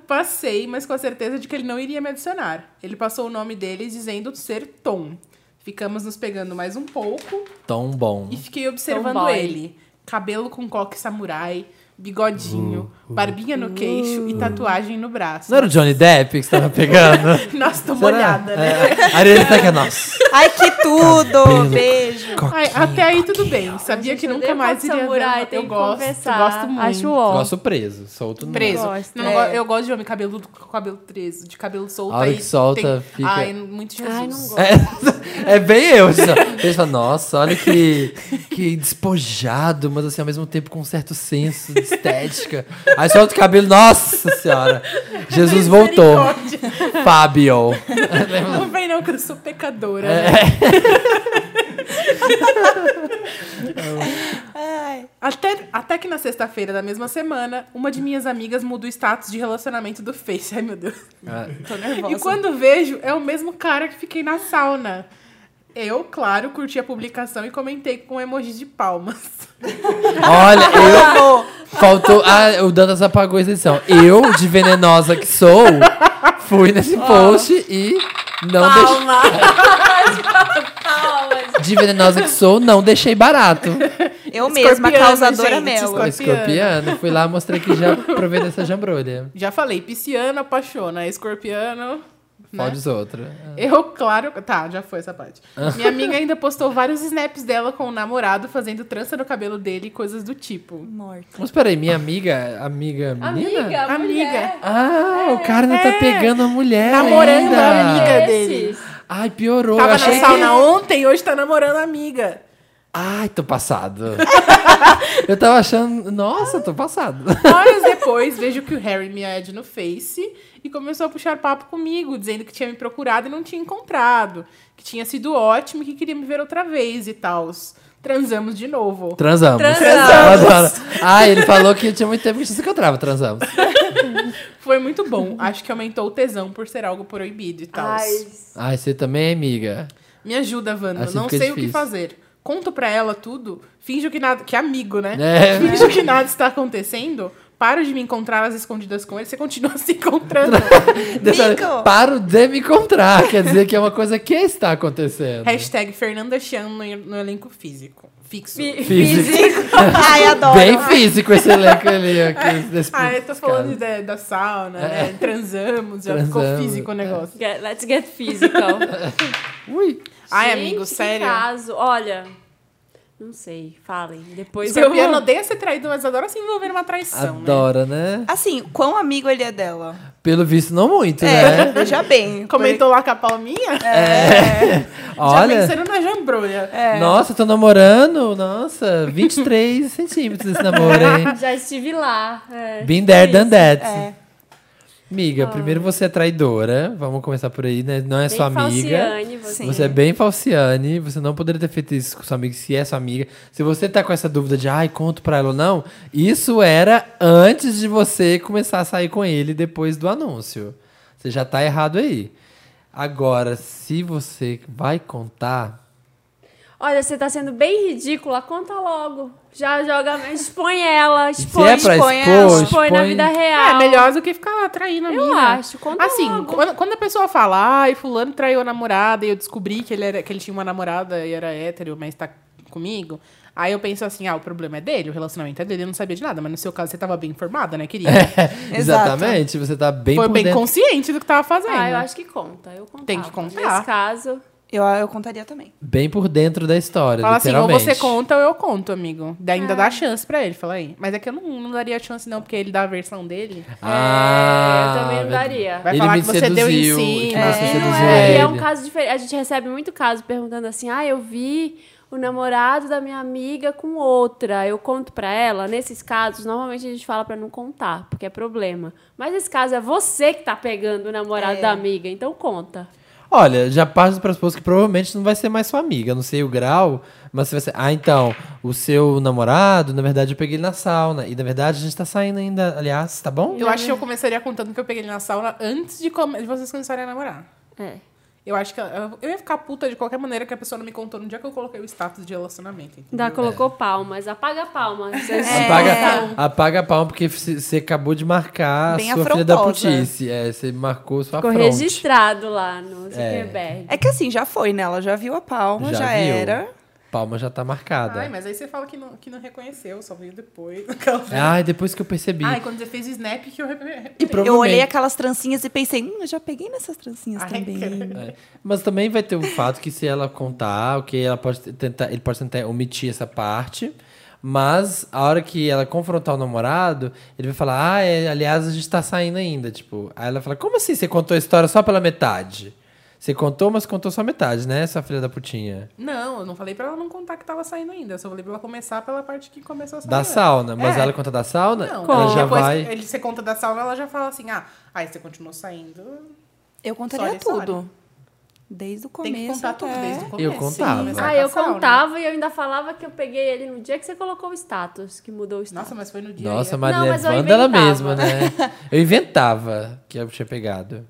Passei, mas com a certeza de que ele não iria me adicionar. Ele passou o nome dele dizendo ser Tom. Ficamos nos pegando mais um pouco Tão bom. e fiquei observando boy. ele. Cabelo com coque samurai, bigodinho, barbinha no queixo e tatuagem no braço. Uhum. Não era o Johnny Depp que você tava pegando? Nossa, tô Será? molhada, né? É. Ariana tá aqui, nossa. Ai, que tudo! Beijo. Ai, Coquinho. até aí tudo bem. Sabia Gente, que eu nunca odeio mais Coque iria samurai, ver. tem Eu que gosto, confessar. gosto muito. Acho ó. Gosto preso, solto não. Preso. Gosto. Não, não go- É. Eu gosto de homem cabelo com cabelo preso, de cabelo solto. A hora aí que solta, tem- fica- Ai, muito Jesus. Ai, não gosto. É, é bem eu. Só. Eles falam, nossa, olha que, que despojado, mas assim, ao mesmo tempo com um certo senso de estética. Aí solta o cabelo, nossa senhora, Jesus voltou. Fábio. Não vem não que eu sou pecadora. né? É, Até, até que na sexta-feira da mesma semana, uma de minhas amigas muda o status de relacionamento do Face. Ai, meu Deus. Ah. Tô E nervosa. quando vejo, é o mesmo cara que fiquei na sauna. Eu, claro, curti a publicação e comentei com emoji de palmas. olha, eu... Faltou... Ah, o Dantas apagou a edição. Eu, de venenosa que sou, fui nesse post e não deixei... De venenosa que sou, não deixei barato. Eu mesma, Escorpiana, causadora né, gente, Melo. Escorpiano. Escorpiano. Fui lá, mostrei que já provei dessa jambrolha. Já falei, pisciano apaixona, escorpiano. né? Pode Ah. os outros. Eu, claro. Tá, já foi essa parte. Minha amiga ainda postou vários snaps dela com o namorado fazendo trança no cabelo dele e coisas do tipo. Morta. Mas peraí, minha amiga, amiga, menina? Amiga, mulher. Ah, o cara ainda tá pegando a mulher É, Namorando ainda. a amiga dele. Esses. Ai, piorou. eu Tava achei na que... sauna ontem e hoje tá namorando a amiga. Ai, tô passado. eu tava achando... Nossa, tô passado. Horas depois, vejo que o Harry me ad no Face e começou a puxar papo comigo, dizendo que tinha me procurado e não tinha encontrado. Que tinha sido ótimo e que queria me ver outra vez e tal. Transamos de novo. Transamos. Transamos. Adoro. Ah, ele falou que tinha muito tempo que a gente se encontrava. Transamos. Foi muito bom. Acho que aumentou o tesão por ser algo proibido e tal. Ai, Ai, você também é amiga. Me ajuda, Wanda. Assim não fica sei o que difícil. fazer. Conto pra ela tudo. Finjo que nada. Que é amigo, né? É. Finjo que nada está acontecendo. Paro de me encontrar às escondidas com ele. Você continua se encontrando. Detalhe, Mico. Paro de me encontrar. Quer dizer que é uma coisa que está acontecendo. Hashtag Fernanda Chan no, no elenco físico. Fixo. Físico. Ai, adoro. Bem físico esse elenco ali. Aqui, desse- Ah, eu tô desse falando cara. É. da, da sauna, né? Transamos, já ficou Transamos, é. físico o negócio. get- let's get physical. Ui. Ai, Gente, amigo, que sério. caso. Olha, não sei, falem. Depois é eu... Escorpião odeia ser traído, mas adora se envolver numa traição, né? Adora, né? Assim, quão amigo ele é dela. Pelo visto, não muito, É, né? veja bem. Comentou lá com a palminha? Já É. Olha. pensando na jambrulha. É. Nossa, tô namorando. Nossa, 23 centímetros esse namoro, hein? Já estive lá. é. É. Been there, done that. É. Ah. Amiga, primeiro você é traidora. Vamos começar por aí, né? Não é Bem sua amiga. falciane você. Sim. Você é bem falciane, você não poderia ter feito isso com sua amiga, se é sua amiga. Se você tá com essa dúvida de, ai, conto pra ela ou não, isso era antes de você começar a sair com ele depois do anúncio. Você já tá errado aí. Agora, se você vai contar, Olha, você tá sendo bem ridícula, conta logo. Já joga, expõe ela, se expõe, é pra expõe expor, expõe, na vida real. É, melhor do que ficar lá traindo a Eu mina. acho, conta Assim, logo. quando, quando a pessoa fala, ai, fulano traiu a namorada e eu descobri que ele, era, que ele tinha uma namorada e era hétero, mas tá comigo, aí eu penso assim, ah, o problema é dele, o relacionamento é dele, eu não sabia de nada. Mas no seu caso, você tava bem informada, né, querida? Exato. Exatamente, você tá É, bem Foi por bem dentro. consciente do que tava fazendo. Ah, eu acho que conta. Eu contava. né? Tem que contar. Nesse caso, Eu, eu contaria também. bem por dentro da história, Fala assim, ou literalmente. você conta ou eu conto, amigo. Daí ainda dá chance pra ele, fala aí. Mas é que eu não, não daria chance não, porque ele dá a versão dele. Ah, é, eu também não verdade. daria. Vai Ele falar me que você seduziu, deu em que você cima. É, não seduziu é, e ele. é um caso diferente. A gente recebe muito caso perguntando assim: ah, eu vi o namorado da minha amiga com outra. Eu conto pra ela. Nesses casos, normalmente a gente fala pra não contar, porque é problema. Mas nesse caso é você que tá pegando o namorado da amiga, então conta. Olha, já parte do pressuposto que provavelmente não vai ser mais sua amiga. Eu não sei o grau, mas você vai ser. Ah, então, o seu namorado, na verdade, eu peguei ele na sauna. E na verdade, a gente tá saindo ainda, aliás, tá bom? Eu acho que eu começaria contando que eu peguei ele na sauna antes de, come- de vocês começarem a namorar. É. Eu acho que eu, eu ia ficar puta de qualquer maneira que a pessoa não me contou no dia que eu coloquei o status de relacionamento. entendeu? Ainda colocou palmas. É, Apaga a palma. Vocês- É. Apaga, apaga a palma, porque c- você acabou de marcar a Bem sua filha da afrontosa. putice. É, você marcou sua Ficou fronte. registrado lá no Zuckerberg. É que assim, já foi, né? Ela já viu a palma, já, Já viu. era. Palma já tá marcada. Ai, Ai, mas aí você fala que não, que não reconheceu, só veio depois. Aquela- depois que eu percebi. Ai, quando você fez o snap que eu reparei. e provavelmente... Eu olhei aquelas trancinhas e pensei, hum, eu já peguei nessas trancinhas Ai, também. É. Mas também vai ter o fato que se ela contar, ok, ela pode tentar, ele pode tentar omitir essa parte. Mas a hora que ela confrontar o namorado, ele vai falar: Ah, é, aliás, a gente tá saindo ainda. Tipo, aí ela fala: Como assim você contou a história só pela metade? Você contou, mas contou só metade, né, sua filha da putinha? Não, eu não falei pra ela não contar que tava saindo ainda. Eu só falei pra ela começar pela parte que começou a sair. Da sauna. Mas É. ela conta da sauna? Não, ela mas já depois vai. que ele você conta da sauna, ela já fala assim: ah, aí você continuou saindo. Eu contaria Sorry, tudo. Desde o começo. é Tem que contar tudo até- desde o começo. Eu contava. Sim, né? mas Ah, é. Ah, vai eu pra sauna. contava e eu ainda falava que eu peguei ele no dia que você colocou o status, que mudou o status. Nossa, mas foi no dia. Nossa, aí. Maria mas eu Evanda, ela inventava. mesma, né? Eu inventava que eu tinha pegado.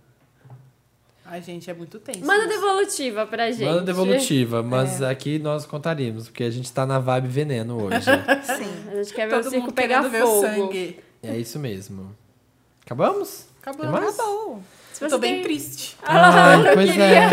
Ai, gente, é muito tenso. Manda devolutiva pra gente. é. Manda devolutiva, mas aqui nós contaríamos, porque a gente tá na vibe veneno hoje. Sim. A gente quer ver Todo o circo mundo pegar pegando meu fogo. sangue. é isso mesmo. Acabamos? Acabou. Tem mais? Acabou. Se Eu você tô bem tem- triste. Ah, pois é.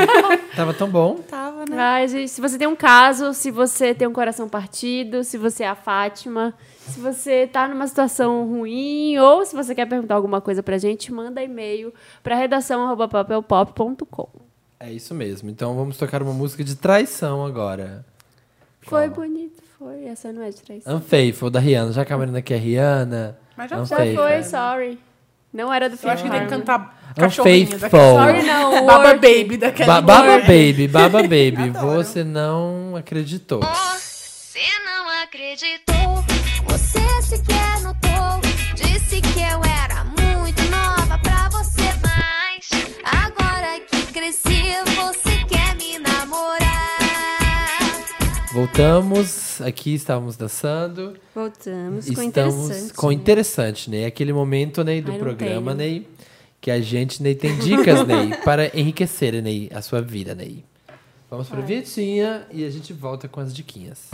Tava tão bom. Tava, né? Ai, gente, se você tem um caso, se você tem um coração partido, se você é a Fátima, se você tá numa situação ruim, ou se você quer perguntar alguma coisa pra gente, manda e-mail pra redação arroba papelpop.com. É isso mesmo. Então vamos tocar uma música de traição agora. Foi Fala. bonito, foi. Essa não é de traição. Unfaithful, da Rihanna. Já que a Marina quer Rihanna. Mas já- Já Unfaithful. foi, sorry. Não era do Eu filme. acho que tem que Harmony. É cantar cachorrinho Unfaithful. daquele. Ah. Sorry, não. Baba Word. Baby daquele. um Ba- Baba Baby, Baba Baby. Você não acreditou. Você não acreditou, você sequer notou. Disse que eu era muito nova pra você, mas agora que cresci, você quer me namorar. Voltamos, aqui estávamos dançando. Voltamos com Estamos interessante. né? com interessante, Ney. Aquele momento, Ney, do Ai, não programa, tenho. Ney, que a gente, Ney, tem dicas, Ney, para enriquecer, Ney, a sua vida, Ney. Vamos para Vietinha e a gente volta com as diquinhas.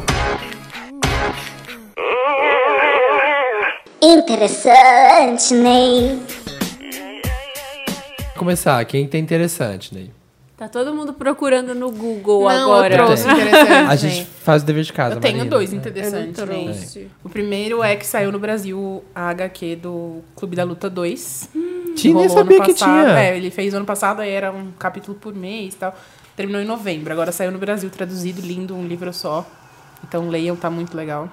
Interessante, Ney. Começar, quem tem interessante, Ney? Tá todo mundo procurando no Google Não, agora. eu trouxe Tem. interessante. né? A né? gente faz o dever de casa, Eu tenho Marina. dois Eu não interessantes. né? trouxe. O primeiro é que saiu no Brasil a HQ do Clube da Luta 2. Tinha, nem Rolou sabia ano que passado. tinha. É, ele fez ano passado, aí era um capítulo por mês e tal. Terminou em novembro. Agora saiu no Brasil traduzido, lindo, um livro só. Então leiam, tá muito legal.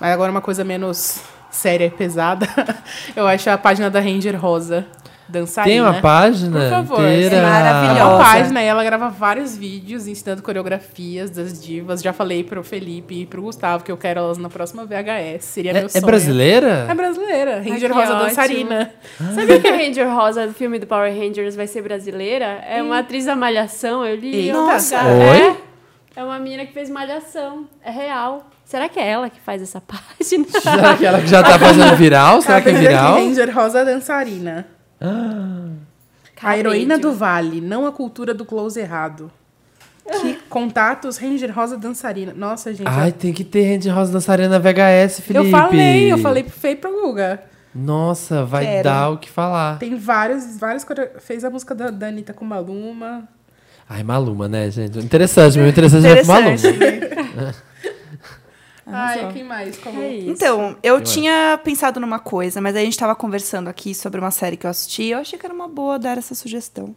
Mas agora uma coisa menos séria e pesada. Eu acho a página da Ranger Rosa. Dançarina. Tem uma página Por favor, inteira. é maravilhosa. É uma página e ela grava vários vídeos ensinando coreografias das divas. Já falei pro Felipe e pro Gustavo que eu quero elas na próxima VHS. Seria meu É, é sonho. É brasileira? brasileira. Ranger que Rosa ótimo. dançarina. Sabia que a Ranger Rosa do filme do Power Rangers vai ser brasileira? É uma atriz da Malhação, eu li. Eita. Nossa! Oi? É, é uma menina que fez Malhação. É real. Será que é ela que faz essa página? Será que ela que já tá fazendo viral? Será que é Cabeleireira viral? de Ranger Rosa dançarina. A heroína tipo, do vale, não a cultura do close errado. Que contatos Ranger Rosa é dançarina. Nossa, gente. Ai, tem que ter Randy Rosa dançarina na VHS, eu, Felipe. eu falei, eu falei pro Fê e pro Guga. Nossa, vai Quero. dar o que falar. Tem vários, vários. core- Fez a música da, da Anitta com Maluma. Ai, Maluma, né, gente? Interessante, meu interessante é Maluma. Ah, Ai, quem mais? Como... É isso. Então, eu tinha pensado numa coisa, mas aí a gente tava conversando aqui sobre uma série que eu assisti. Eu achei que era uma boa dar essa sugestão.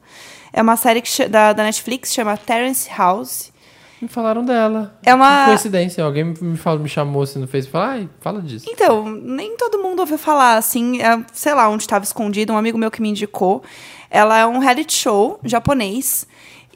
É uma série que cha- da, da Netflix, chama Terrence House. Me falaram dela. É uma. Que coincidência, alguém me, falou, me chamou assim no Facebook e falou, ai, fala disso. Então, nem todo mundo ouviu falar, assim, é, sei lá onde estava escondido, um amigo meu que me indicou. Ela é um reality show japonês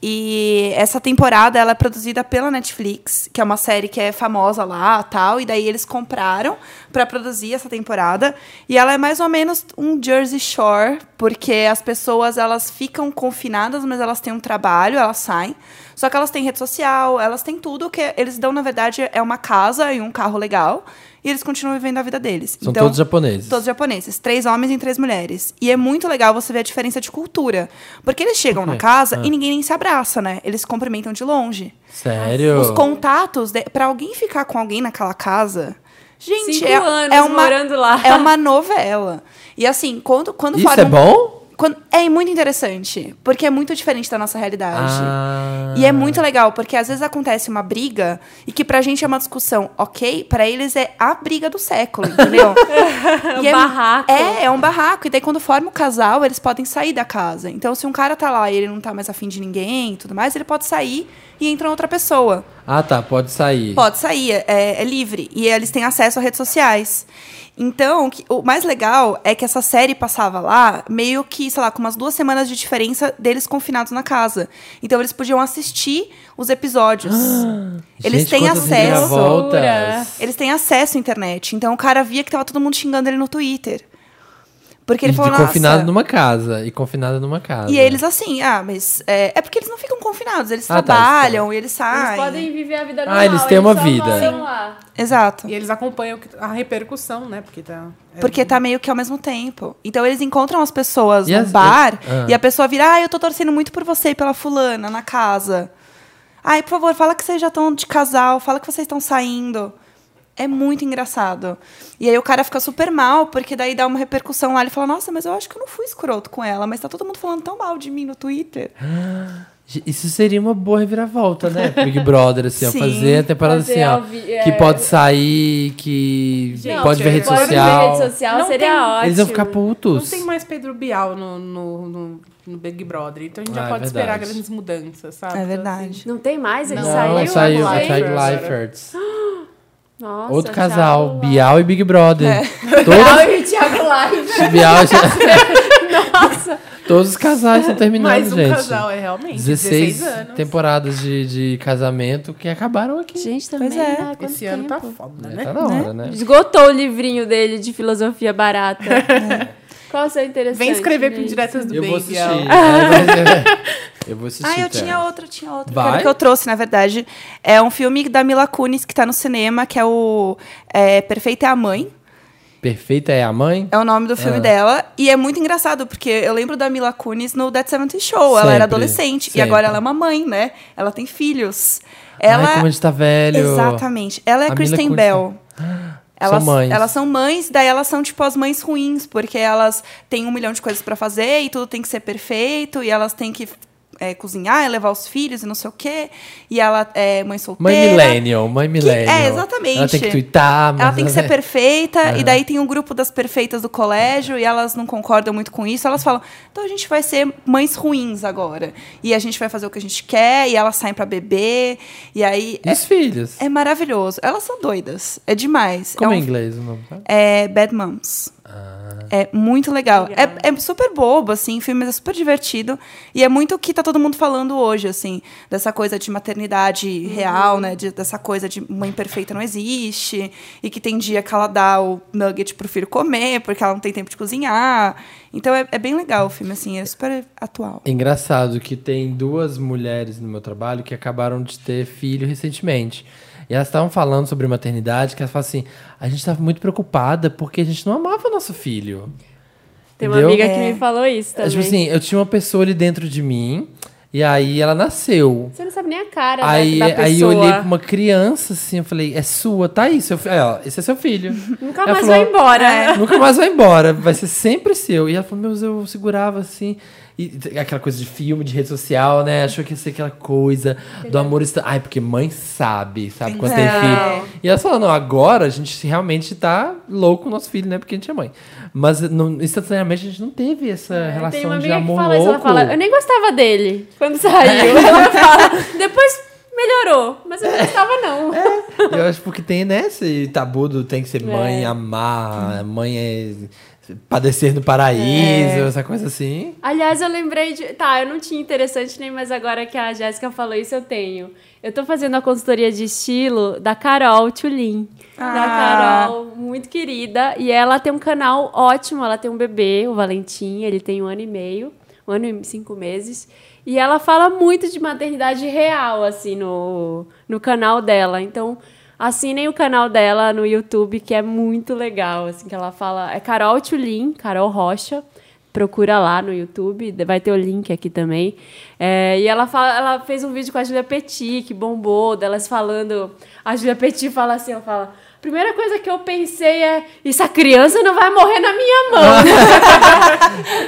E essa temporada ela é produzida pela Netflix, que é uma série que é famosa lá, tal, e daí eles compraram para produzir essa temporada, e ela é mais ou menos um Jersey Shore, porque as pessoas elas ficam confinadas, mas elas têm um trabalho, elas saem. Só que elas têm rede social, elas têm tudo que eles dão, na verdade, é uma casa e um carro legal, e eles continuam vivendo a vida deles. Então, São todos japoneses. Todos japoneses. Três homens e três mulheres. E é muito legal você ver a diferença de cultura. Porque eles chegam na casa Ah. e ninguém nem se abraça, né? Eles se cumprimentam de longe. Sério? Os contatos, de, pra alguém ficar com alguém naquela casa. Gente, Cinco é, anos é uma, morando lá. É uma novela. E assim, quando, quando Isso é formam- bom? quando- é muito interessante, porque é muito diferente da nossa realidade. Ah. E é muito legal, porque às vezes acontece uma briga e que pra gente é uma discussão, ok? Pra eles é a briga do século, entendeu? É um E é- barraco. É, é um barraco. E daí, quando forma o casal, eles podem sair da casa. Então, se um cara tá lá e ele não tá mais afim de ninguém e tudo mais, ele pode sair e entra outra pessoa. Ah, tá. Pode sair. Pode sair, é, é livre. E eles têm acesso a redes sociais. Então, o que- o mais legal é que essa série passava lá, meio que, sei lá, com umas duas semanas de diferença deles confinados na casa. Então, eles podiam assistir os episódios. Ah, Eles Gente, têm quantas acesso. reviravoltas. Eles têm acesso à internet. Então, o cara via que tava todo mundo xingando ele no Twitter. Porque ele E falou, de confinado nossa... numa casa. E confinado numa casa. E eles assim, ah, mas é, é porque eles não ficam confinados, eles Ah, tá, trabalham e eles saem. Eles podem viver a vida Ah, normal. eles têm uma só vida. moram lá. Exato. E eles acompanham que- a repercussão, né? Porque tá. é- Porque tá meio que ao mesmo tempo. Então eles encontram as pessoas E no as- bar ah. e a pessoa vira, ah, eu tô torcendo muito por você e pela fulana na casa. Ai, por favor, fala que vocês já estão de casal, fala que vocês estão saindo. É muito engraçado. E aí o cara fica super mal, porque daí dá uma repercussão lá. Ele fala, nossa, mas eu acho que eu não fui escroto com ela, mas tá todo mundo falando tão mal de mim no Twitter. Ge- Isso seria uma boa reviravolta, né? Big Brother, assim, ó. Sim. Fazer a temporada Fazer assim, ao ó. vi- é. Que pode sair, que Gente, pode ver é- rede Pode social. viver rede social, Não seria tem- ótimo. Eles vão ficar Não putos. tem mais Pedro Bial no, no, no, no Big Brother. Então a gente já Ah, é pode esperar verdade. grandes mudanças, sabe? É Então, verdade. Não tem mais? Ele Não, saiu? saiu a Thiago Thiago Leifert. Leifert. Nossa, Outro Thiago casal, Leifert. Bial e Big Brother. Bial Todos, e Thiago Live. Bial, Nossa. todos os casais estão assim, terminando, mais um gente. casal, é realmente. 16, 16, anos. temporadas de, de casamento que acabaram aqui. Gente, também, Pois é. né? Quanto Esse ano tá tempo. foda, É, né? tá na hora, né? Esgotou o livrinho dele de filosofia barata. Qual o seu interessante? Vem escrever pro gente? Diretas do Eu Bem, vou Bial. assistir. é, eu vou assistir. Ah, eu Tera. tinha outro, eu tinha outro. Vai? Que era o que eu trouxe, na verdade. É um filme da Mila Kunis que tá no cinema, que é o é, Perfeita é a Mãe. Perfeita é a mãe? É o nome do filme Ah. dela. E é muito engraçado, porque eu lembro da Mila Kunis no That 70 Show. Ela Sempre, era adolescente. sempre. E agora ela é uma mãe, né? Ela tem filhos. Ela. Ai, como a gente tá velho. Exatamente. Ela A é a Mila Kristen Kunis- né? Bell. Elas mães. Elas são mães, daí elas são, tipo, as mães ruins, porque elas têm um milhão de coisas pra fazer e tudo tem que ser perfeito, e elas têm que é, cozinhar e levar os filhos e não sei o quê. E ela é mãe Mãe solteira. millennial, mãe millennial. é, exatamente. Ela tem que twittar. mas é- Ela tem que ser perfeita, Aham. e daí tem um grupo das perfeitas do colégio, e elas não concordam muito com isso. Elas falam, então a gente vai ser mães ruins agora. E a gente vai fazer o que a gente quer, e elas saem pra beber. E aí. E É, os filhos? é maravilhoso. Elas são doidas. É demais. Como é é um- inglês o nome? tá? é Bad Moms. É muito legal. É, é super bobo, assim, o filme mas é super divertido. E é muito o que tá todo mundo falando hoje, assim, dessa coisa de maternidade real, né? de- dessa coisa de mãe perfeita não existe. E que tem dia que ela dá o nugget pro filho comer, porque ela não tem tempo de cozinhar. Então é, é bem legal o filme, assim, é super atual. É Engraçado que tem duas mulheres no meu trabalho que acabaram de ter filho recentemente. E elas estavam falando sobre maternidade, que elas falam assim, a gente estava muito preocupada porque a gente não amava nosso filho. Tem uma Entendeu? amiga É. que me falou isso também. Tipo assim, eu tinha uma pessoa ali dentro de mim, e aí ela nasceu. Você não sabe nem a cara da- Aí, da, aí eu pessoa. olhei pra uma criança assim, eu falei, é sua, tá aí, seu filho. Ela, esse é seu filho. Nunca Ela mais falou, "É, vai embora. Nunca mais vai embora, vai ser sempre seu. E ela falou, meu Deus, eu segurava assim. E t- aquela coisa de filme, de rede social, né? Achou que ia ser aquela coisa do amor. Insta... Ai, porque mãe sabe, sabe quando tem filho. E ela falou, não, agora a gente realmente tá louco com o nosso filho, né? Porque a gente é mãe. Mas não- instantaneamente a gente não teve essa relação É, Tem uma de amiga que amor fala isso, louco. ela fala, eu nem gostava dele quando saiu. ela fala, depois melhorou, mas eu não gostava não. Eu acho porque tem, né, esse tabu do tem que ser mãe, amar, mãe é Padecer no Paraíso, É. essa coisa assim. Aliás, eu lembrei de. Tá, eu não tinha interessante nem, mas agora que a Jéssica falou isso, eu tenho. Eu tô fazendo a consultoria de estilo da Carol Tulin. Ah. Da Carol, muito querida. E ela tem um canal ótimo. Ela tem um bebê, o Valentim, ele tem um ano e meio, um ano e cinco meses. E ela fala muito de maternidade real, assim, no, no canal dela. Então. Assinem o canal dela no YouTube, que é muito legal, assim, que ela fala... É Carol Tulin, Carol Rocha procura lá no YouTube, vai ter o link aqui também. É, e ela, fala, ela fez um vídeo com a Julia Petit, que bombou, delas falando. A Julia Petit fala assim: ela fala. "A Primeira coisa que eu pensei é: isso a criança não vai morrer na minha mão. né?"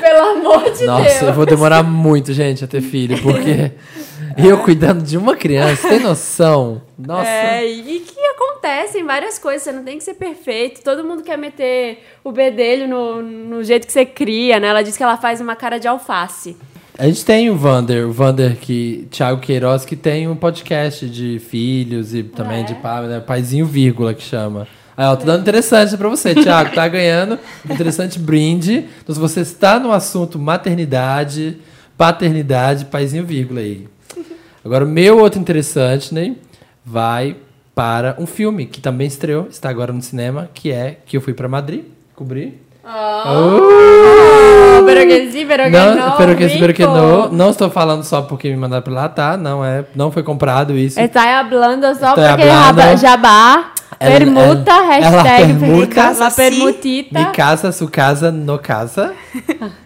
Pelo amor de Nossa, Deus. eu vou demorar muito, gente, a ter filho, porque eu cuidando de uma criança, tem noção? Nossa. É, e que acontecem várias coisas, você não tem que ser perfeito. Todo mundo quer meter o bedelho no, no jeito que você cria, né? Ela diz que ela faz uma cara de alface. A gente tem o Vander, o Vander que Thiago Queiroz que tem um podcast de filhos e também de pai, né? Paizinho vírgula que chama. Aí, ó, tô dando interessante pra você, Thiago, tá ganhando um interessante brinde. Então se você está no assunto maternidade, paternidade, paizinho vírgula aí. Agora o meu outro interessante, né, vai para um filme que também estreou, está agora no cinema, que é que eu fui pra Madrid cobrir. Oh, Beroguesi, Não, pero que, pero que não, não estou falando só porque me mandaram pra lá, tá? Não é, não foi comprado isso. Está hablando só Estoy porque hablando. raba- jabá, é Ela- é- permuta, ela- ela hashtag permuta. la permutita. Me casa, su casa, no casa.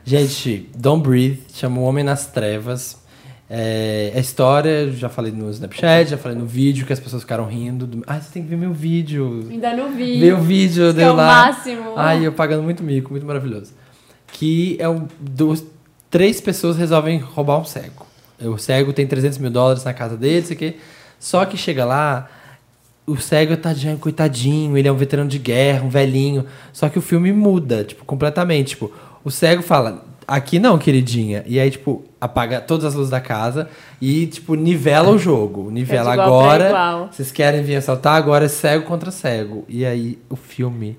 Gente, Don't Breathe, chama o Homem nas Trevas. É, a história, eu já falei no Snapchat, já falei no vídeo que as pessoas ficaram rindo. do- Ah, você tem que ver meu vídeo. Ainda não vi. Meu vídeo, Isso deu é o lá. máximo. Ai, eu pagando muito mico, muito maravilhoso. Que é um. Dos, três pessoas resolvem roubar um cego. O cego tem 300 mil dólares na casa dele, sei o quê. Só que chega lá, o cego tadinho, coitadinho, ele é um veterano de guerra, um velhinho. Só que o filme muda, tipo, completamente. Tipo, o cego fala, aqui não, queridinha. E aí, tipo, apaga todas as luzes da casa e, tipo, nivela o jogo. Nivela É igual pra agora. igual. Vocês querem vir assaltar? Agora é cego contra cego. E aí o filme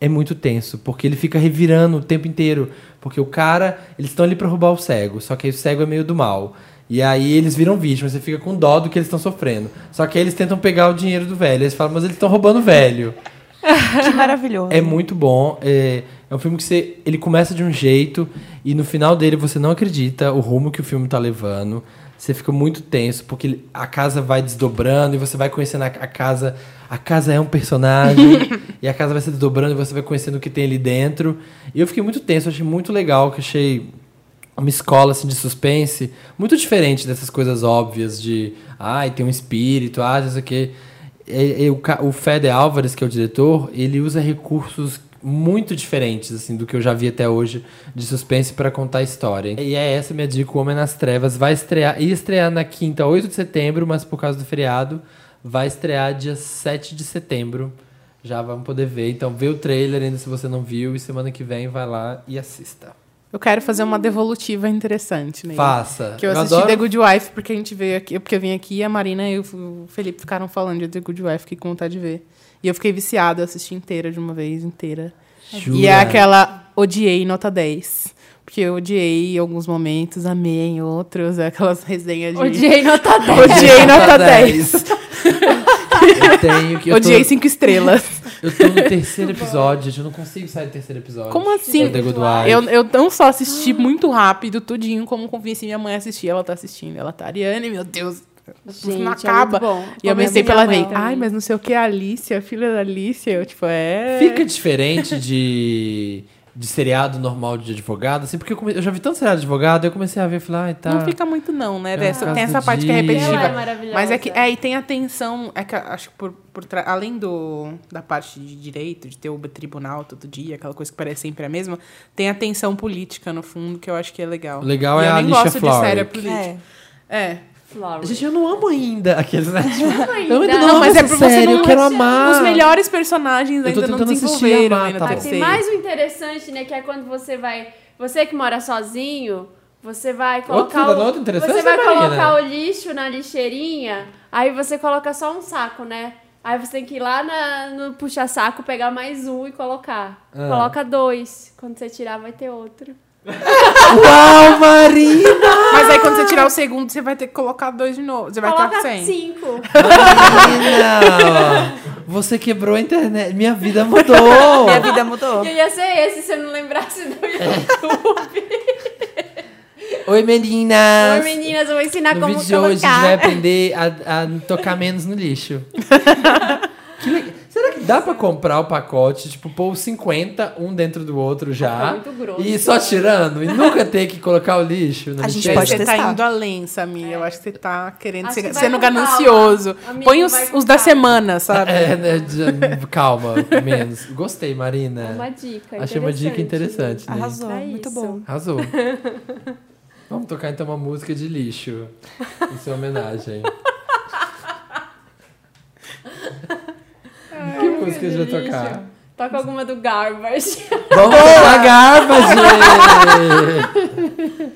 é muito tenso, porque ele fica revirando o tempo inteiro. Porque o cara, eles estão ali pra roubar o cego, só que aí o cego é meio do mal. E aí eles viram vítimas, você fica com dó do que eles estão sofrendo. Só que aí eles tentam pegar o dinheiro do velho. Eles falam, mas eles estão roubando o velho. Que maravilhoso. É muito bom. É, é um filme que você, ele começa de um jeito e no final dele você não acredita o rumo que o filme tá levando. Você fica muito tenso porque ele- a casa vai desdobrando e você vai conhecendo a, a casa. A casa é um personagem e a casa vai se desdobrando e você vai conhecendo o que tem ali dentro. E eu fiquei muito tenso, eu achei muito legal, que eu achei uma escola assim, de suspense muito diferente dessas coisas óbvias de ai, tem um espírito, ah, não sei o quê. E- e o, ca- o Fede Álvares, que é o diretor, ele usa recursos muito diferentes assim do que eu já vi até hoje de suspense para contar a história. E é essa minha dica, O Homem nas Trevas vai estrear, ia estrear na quinta, 8 de setembro, mas por causa do feriado, vai estrear dia 7 de setembro. Já vamos poder ver. Então vê o trailer ainda se você não viu e semana que vem vai lá e assista. Eu quero fazer uma devolutiva interessante, né? Faça. Que eu, Eu assisti adoro- The Good Wife porque a gente veio aqui, porque eu vim aqui e a Marina e o Felipe ficaram falando de The Good Wife, fiquei com vontade de ver. E eu fiquei viciada, eu assisti inteira de uma vez, inteira. E é Jura? aquela odiei nota 10. Porque eu odiei em alguns momentos, amei em outros, é aquelas resenhas de. Odiei nota 10. Odiei nota 10. Eu tenho que. Eu Odiei tô, 5 estrelas. eu tô no terceiro episódio, gente. Eu não consigo sair do terceiro episódio. Como assim? Do The Good Wife. Eu, eu não só assisti muito rápido, tudinho, como convenci minha mãe a assistir. Ela tá assistindo. Ela tá, Ariane, meu Deus. Gente, não é acaba. muito bom. E eu Como é pensei minha pela mãe vez. também. Ai, mas não sei o que, a Alicia, a filha da Alicia. Eu, tipo, é. Fica diferente de. De seriado normal de advogado, assim, porque eu, come- eu já vi tanto seriado de advogado, eu comecei a ver e falei, ai, tá. Não fica muito, não, né? É um Dessa- caso tem essa do parte que dia. é repetitiva. Ela é maravilhosa. Mas é que. É, e tem a tensão. É que acho que por, por tra- além do, da parte de direito, de ter o tribunal todo dia, aquela coisa que parece sempre a mesma, tem a tensão política no fundo, que eu acho que é legal. O legal E é eu a nem Alicia gosto de série Florrick. política. é. Flower. Gente, eu não amo ainda aqueles, né? Tipo, eu ainda ainda. não, Não, amo mas é essa por você série, não eu quero assistir. amar. Os melhores personagens Eu tô ainda não tentando assistir, desenvolveram amar, ainda tá na bom. Tem terceira. mais um interessante, né? Que é quando você vai. Você que mora sozinho, você vai Outro colocar. cidadão, o, outro interessante, é você vai Marina. colocar o lixo na lixeirinha, aí você coloca só um saco, né? Aí você tem que ir lá na- no puxa-saco, pegar mais um e colocar. Ah. Coloca dois. Quando você tirar, vai ter outro. Uau, Marina! Mas aí Ah! quando você tirar o segundo, você vai ter que colocar dois de novo. Você vai estar Coloca sem. cinco. Marina! Você quebrou a internet. Minha vida mudou. Minha vida mudou. E eu ia ser esse se eu não lembrasse do YouTube. Oi, meninas! É, Oi, meninas, eu vou ensinar No Ah, como vídeo de hoje né, a gente colocar. vai aprender a, a tocar menos no lixo. Que le- Será que dá pra comprar o pacote, tipo, pôr os 50 um dentro do outro já? Nossa, muito grosso. E ir só tirando? E nunca ter que colocar o lixo na A gente lixeira? pode Você tá testar. indo além, Samir. Eu acho que você tá querendo Acho ser, que vai sendo com calma. ganancioso. Amigo, Põe os, vai com os da calma. semana, sabe? É, né, de- Calma, menos. Gostei, Marina. Uma dica. É. Achei uma dica interessante, né? Arrasou, É muito isso. bom. Arrasou. Vamos tocar então uma música de lixo. Em sua homenagem. que música a gente vai lixo. tocar? Ah, Toca alguma do Garbage. Vamos pagar, Garbage!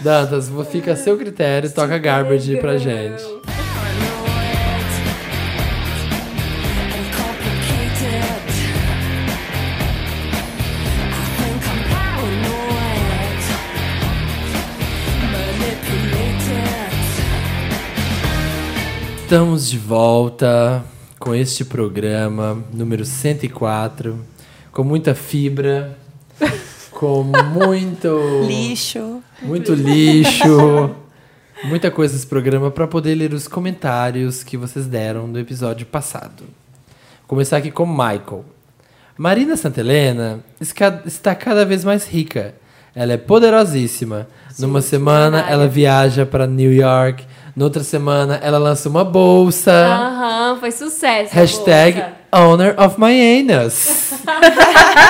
Dantas, vo- fica a seu critério, toca Garbage pra gente. Estamos de volta com este programa número 104, com muita fibra, com muito Lixo. muito lixo, muita coisa nesse programa para poder ler os comentários que vocês deram do episódio passado. Vou começar aqui com o Michael. Marina Santelena esca- está cada vez mais rica. Ela é poderosíssima. Numa semana ela viaja para New York, noutra semana ela lança uma bolsa. Aham, foi sucesso. Hashtag moça. owner of my anus.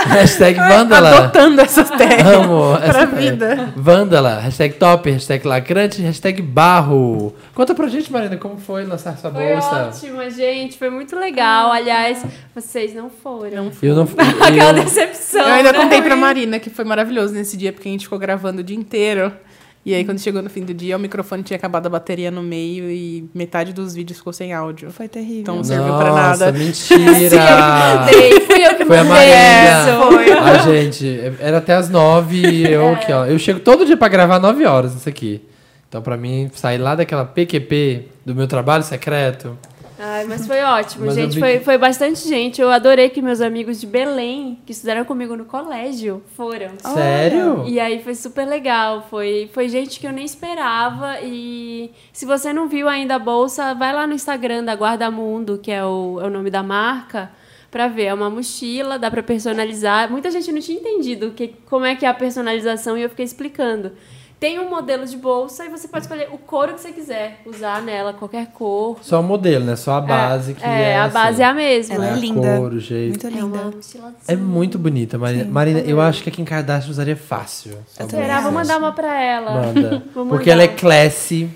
Hashtag Vandala. Adotando essas terras. Amo pra vida. Vândala, hashtag top, hashtag lacrante, hashtag barro. Conta pra gente, Marina, como foi lançar sua Foi bolsa? ótima, gente. Foi muito legal. Ah. Aliás, vocês não foram. Não Eu não Aquela eu, decepção. Eu ainda né? contei pra Marina que foi maravilhoso nesse dia, porque a gente ficou gravando o dia inteiro. E aí, quando chegou no fim do dia, o microfone tinha acabado a bateria no meio e metade dos vídeos ficou sem áudio. Foi terrível. Então não Nossa, serviu pra nada. mentira! Sei, fui eu que Foi a mandei. Marina. foi. Ai, gente, era até as nove e eu aqui, ó. Eu chego todo dia pra gravar nove horas isso aqui. Então, pra mim, sair lá daquela PQP do meu trabalho secreto. Ai, mas foi ótimo, Mas eu gente. vi Foi, que- foi bastante gente. Eu adorei que meus amigos de Belém, que estudaram comigo no colégio, foram. Sério? E aí foi super legal, foi, foi gente que eu nem esperava e se você não viu ainda a bolsa, vai lá no Instagram da Guarda Mundo, que é o, é o nome da marca, pra ver. É uma mochila, dá pra personalizar. Muita gente não tinha entendido o que, como é que é a personalização e eu fiquei explicando. Tem um modelo de bolsa e você pode escolher o couro que você quiser usar nela, qualquer cor. Só o modelo, né? Só a base que é. é, a base é a mesma. assim, Ela é a linda. Cor, o jeito. Muito É uma linda. mochila É muito bonita, Marina. Marina, Uhum. eu acho que a Kim Kardashian usaria fácil. Eu Será? Vou mandar uma pra ela. Manda. Vou Porque ela mandar. é classy,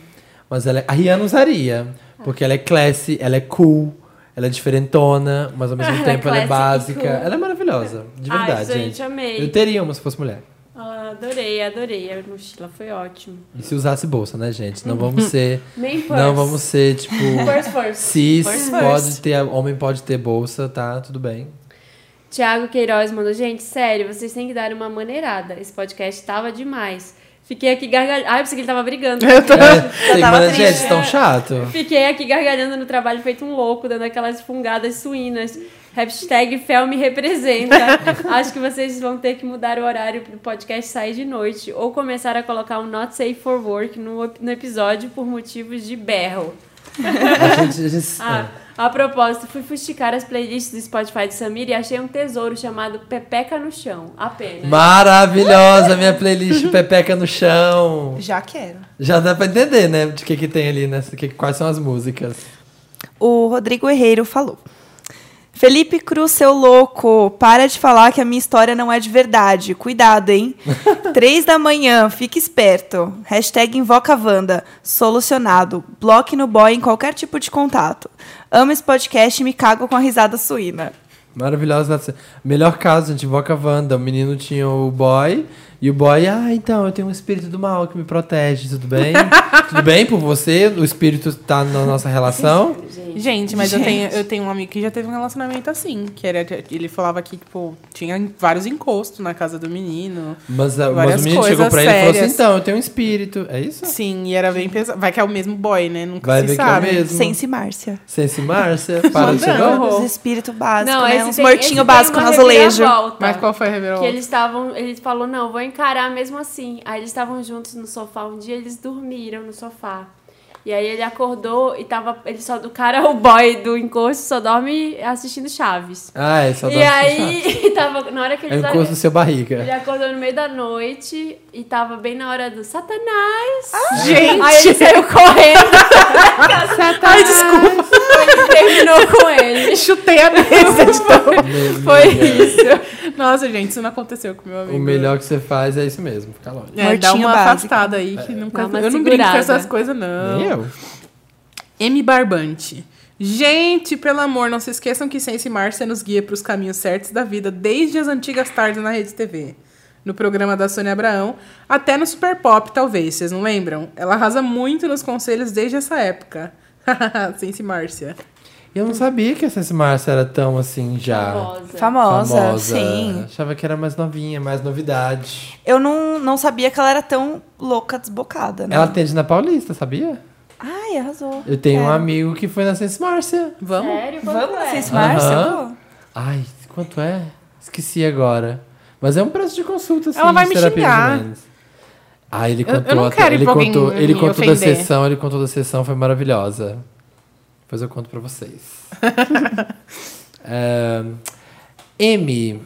mas ela é... A Rihanna usaria. Ah. Porque ela é classy, ela é cool, ela é diferentona, mas ao mesmo Ela é tempo ela é classy e básica. cool. Ela é maravilhosa. De Ai, verdade, gente, amei. Eu teria uma se fosse mulher. Ah, Adorei, adorei. A mochila foi ótimo. E se usasse bolsa, né, gente? Não vamos ser... Nem purse. não vamos ser, tipo... Purse first. Cis, First, pode first. ter, homem pode ter bolsa, tá? Tudo bem. Tiago Queiroz mandou, gente, sério, vocês têm que dar uma maneirada. Esse podcast tava demais. Fiquei aqui gargalhando. Ai, eu pensei que ele tava brigando. É, tem que tava mandar- triste. gente, tão chato. Fiquei aqui gargalhando no trabalho, feito um louco, dando aquelas fungadas suínas. Hashtag Fel me representa. Acho que vocês vão ter que mudar o horário pro podcast sair de noite. Ou começar a colocar um Not Safe for Work no, ep- no episódio por motivos de berro. A gente... A gente- é. Ah, a propósito, fui fusticar as playlists do Spotify de Samir e achei um tesouro chamado Pepeca no Chão. Apenas. Maravilhosa minha playlist Pepeca no chão. Já quero. Já dá pra entender, né? De que que tem ali, né? Que, quais são as músicas. O Rodrigo Herreiro falou. Felipe Cruz, seu louco, para de falar que a minha história não é de verdade. Cuidado, hein? Três da manhã, fique esperto. Hashtag invoca Wanda. Solucionado. Bloque no boy em qualquer tipo de contato. Amo esse podcast e me cago com a risada suína. Maravilhosa. nossa. Melhor caso, gente, Boca Wanda. O menino tinha o boy. E o boy, ah, então, eu tenho um espírito do mal que me protege, tudo bem? tudo bem por você? O espírito tá na nossa relação? gente. Gente, mas Eu, tenho, eu tenho um amigo que já teve um relacionamento assim. Que era, ele falava que, tipo, tinha vários encostos na casa do menino. Mas, a- mas Várias o menino coisas chegou pra ele e falou sérias. assim: então, eu tenho um espírito. É isso? Sim, e era bem pesado. Vai que é o mesmo boy, né? Nunca Vai se ver que é o sabe. mesmo. Sense Márcia. Sense Márcia, para de ser Mandando. doida. Os espíritos básicos, Não, esse né? Uns tem- esse tem mortinhos básicos uma no azulejo. reviravolta. Mas qual é foi a Que reviravolta? eles estavam. Ele falou, não, vou encarar mesmo assim. Aí eles estavam juntos no sofá um dia, eles dormiram no sofá. E aí ele acordou e tava. Ele só. O cara, o boy do encosto, só dorme assistindo Chaves. Ah, é, só dá e aí, tava, na hora que É eles. o encosto do seu Ele é- barriga. acordou no meio da noite e tava bem na hora do Satanás. Gente! Aí ele saiu correndo. Satanás. Ai, desculpa. tá Terminou com ele. Chutei a mesa de tão... tipo, Foi isso. Nossa, gente, isso não aconteceu com meu amigo. O melhor que você faz é isso mesmo, fica longe. É, dá Mortinho uma básico. afastada aí É. que nunca. Dá uma Eu não brinco com segurada. essas coisas, não. Nem eu. M. Barbante. Gente, pelo amor, não se esqueçam que Sense Márcia nos guia para os caminhos certos da vida desde as antigas tardes na Rede TV. No programa da Sônia Abraão, até no Super Pop, talvez, vocês não lembram? Ela arrasa muito nos conselhos desde essa época. Sense Márcia. E eu não sabia que a Sense Márcia era tão assim já. Famosa. Famosa, sim. Achava que era mais novinha, mais novidade. Eu não, não sabia que ela era tão louca, desbocada, né? Ela atende na Paulista, sabia? Ai, arrasou. Eu tenho um É. amigo que foi na Sense Márcia. Vamos? Sério? Quanto Vamos, é? vocês Márcia? Aham. pô? Ai, quanto é? Esqueci agora. Mas é um preço de consulta, assim, Ela vai me terapia xingar. Ah, ele Eu- eu contou, não até- quero ir ele pra alguém contou, ele me contou da ofender. sessão, ele contou da sessão, foi maravilhosa. Depois eu conto pra vocês. É, M.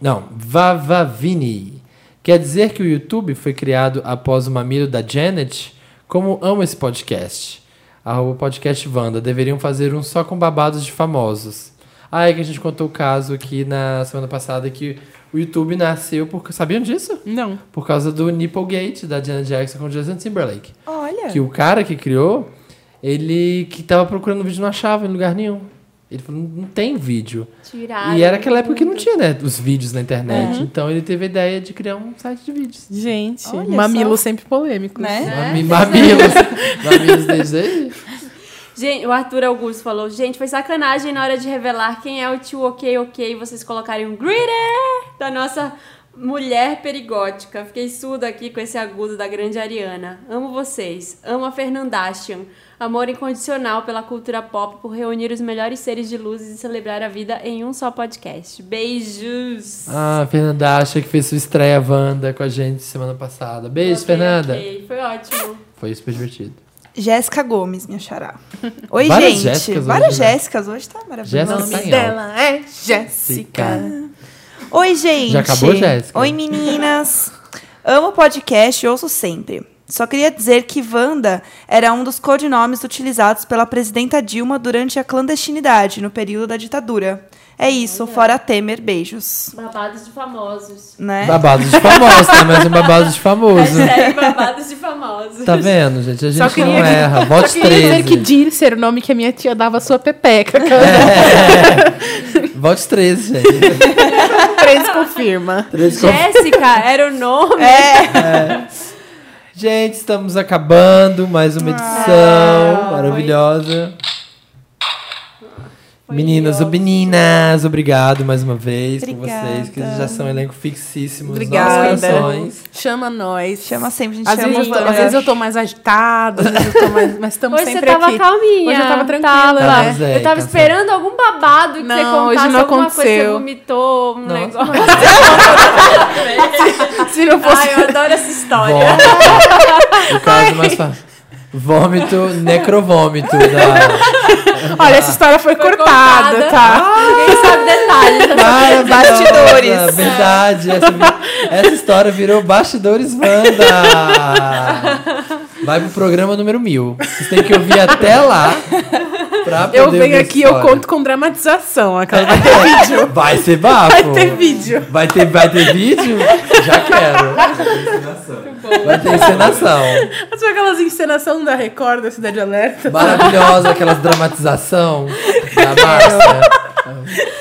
Não, Vavavini. Quer dizer que o YouTube foi criado após o mamilo da Janet? Como amo esse podcast. Arroba podcast Wanda. Deveriam fazer um só com babados de famosos. Ah, é que a gente contou o caso aqui na semana passada que o YouTube nasceu porque... Sabiam disso? Não. Por causa do Nipplegate da Janet Jackson com o Justin Timberlake. Olha. Que o cara que criou, ele que tava procurando o vídeo não achava em lugar nenhum. Ele falou, não tem vídeo. Tiraram e era aquela época que não tudo. tinha, né, os vídeos na internet. Então ele teve a ideia de criar um site de vídeos. Gente, Olha mamilo só. sempre polêmico. Né? Mami- Mamilos. Mamilos desde aí. Gente, o Arthur Augusto falou: gente, foi sacanagem na hora de revelar quem é o tio Ok Ok vocês colocarem um greeter da nossa mulher perigótica. Fiquei surda aqui com esse agudo da grande Ariana. Amo vocês. Amo a Fernandastian. Amor incondicional pela cultura pop por reunir os melhores seres de luz e celebrar a vida em um só podcast. Beijos! Ah, a Fernanda acha que fez sua estreia Wanda com a gente semana passada. Beijo, Ok, Fernanda. ok. Foi ótimo. Foi super divertido. Jéssica Gomes, minha xará. Oi, Várias gente. Jéssicas Várias hoje, né? Jéssicas hoje tá Jéssica maravilhosa. O tá nome em alta. dela é Jéssica. Oi, gente. Já acabou, Jéssica? Oi, meninas. Amo o podcast e ouço sempre. Só queria dizer que Wanda era um dos codinomes utilizados pela presidenta Dilma durante a clandestinidade, no período da ditadura. É isso, fora Temer, beijos. Babados de famosos. Né? Babados de famosos, tá? Mais um babado de famoso. Hashtag babados de famosos. Tá vendo, gente? A gente Só queria- não erra. Vote Só queria 13. dizer que Dirce era o nome que a minha tia dava a sua pepeca. É. Vote 13, gente. Três confirma. 13 com- Jéssica era o nome. Gente, estamos acabando mais uma edição Ah, maravilhosa. Meninas, ou meninas, obrigado mais uma vez Obrigada. por vocês, que já são um elenco fixíssimo nos Obrigada. nossos corações. Chama nós. Chama sempre, a gente Às chama vezes, eu tô, Wanda. às vezes eu tô mais agitada, às vezes eu tô mais. Mas estamos Hoje você sempre tava aqui. calminha. Hoje eu tava tranquila, Tava né? zen, eu tava tá esperando algum babado que você Não, contasse hoje não alguma coisa, você aconteceu. vomitou, um Nossa, negócio. Se não fosse. Ai, eu adoro essa história. Vômito. O caso mais fácil. Vômito, necrovômito. Da... Olha, essa história foi, cortada, cortada. tá? Ah, Ninguém sabe detalhes. Maravilhosa, Bastidores. Verdade. Essa, vi- essa história virou Bastidores Wanda. Vai pro programa número mil. Vocês têm que ouvir até lá pra poder Eu ouvir venho a aqui, eu história. É. conto com dramatização. Aquela... Vai ter vídeo. Vai ser bafo. Vai ter vídeo. Vai ter, vai ter vídeo? Já quero. Vai ter encenação. Mas foi aquelas encenação da Record, da Cidade Alerta. Maravilhosa, aquelas dramatização da Márcia.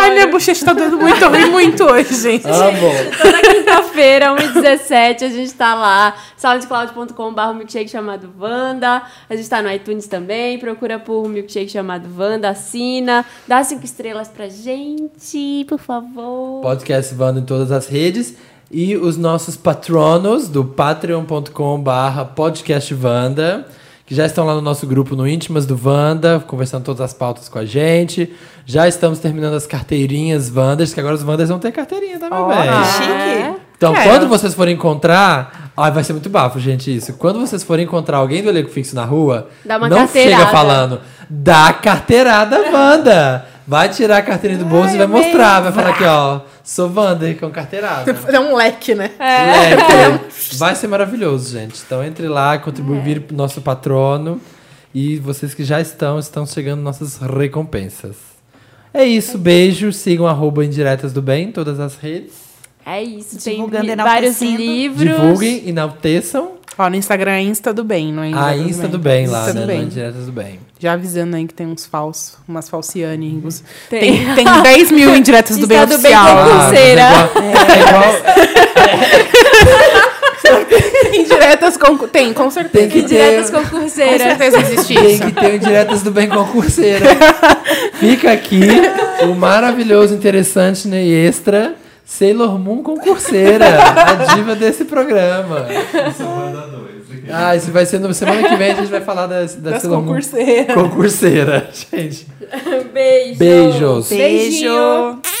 Ai, minha bochecha tá doendo muito, eu ri muito hoje, gente. Amo. Toda quinta-feira, 1h17, a gente tá lá. soundcloud.com.br milkshake chamado Vanda. A gente tá no iTunes também. Procura por milkshake chamado Vanda. Assina. Dá cinco estrelas pra gente, por favor. Podcast Vanda em todas as redes. E os nossos patronos do patreon.com/barra podcastvanda, que já estão lá no nosso grupo no Íntimas do Vanda, conversando todas as pautas com a gente. Já estamos terminando as carteirinhas Vandas, que agora os Vandas vão ter carteirinha também, véi. Chique. Então, É. quando vocês forem encontrar. Ai, vai ser muito bafo, gente, isso. Quando vocês forem encontrar alguém do elenco fixo na rua, Dá uma não carteirada. chega falando, dá a carteirada, Wanda! Vai tirar a carteirinha do bolso e vai mostrar, vai falar aqui, ó, sou Wanda com carteirada. É um leque, né? É. um Leque. Vai ser maravilhoso, gente. Então entre lá, É. contribui, vire pro nosso patrono. E vocês que já estão, estão chegando nossas recompensas. É isso, beijo. Sigam arroba Indiretas do Bem em todas as redes. É isso. Divulgando, tem li- vários enaltecendo. livros. Divulguem, enalteçam. Ó, no Instagram é Insta do Bem, não é Insta A do Ah, Insta do Bem lá, Insta né? do No Bem. Indiretas do Bem. Já avisando aí que tem uns falsos, umas falciane. uns- Tem. Tem, tem 10 mil indiretas do Bem um Insta do Bem oficial. tem lá. curso. Pulseira. É Ah, igual, é igual- indiretas com... Tem, com certeza. tem que ter. Diretas Com concurseiras. certeza existe Tem isso. que ter o Indiretas do Bem concurseira. Fica aqui o maravilhoso, interessante né, e extra Sailor Moon concurseira, a diva desse programa. Manda dois. aqui. Ah, isso vai ser no, semana que vem a gente vai falar da, da Das Sailor Moon concurseiras. concurseira. Gente, Beijo. beijos. Beijo.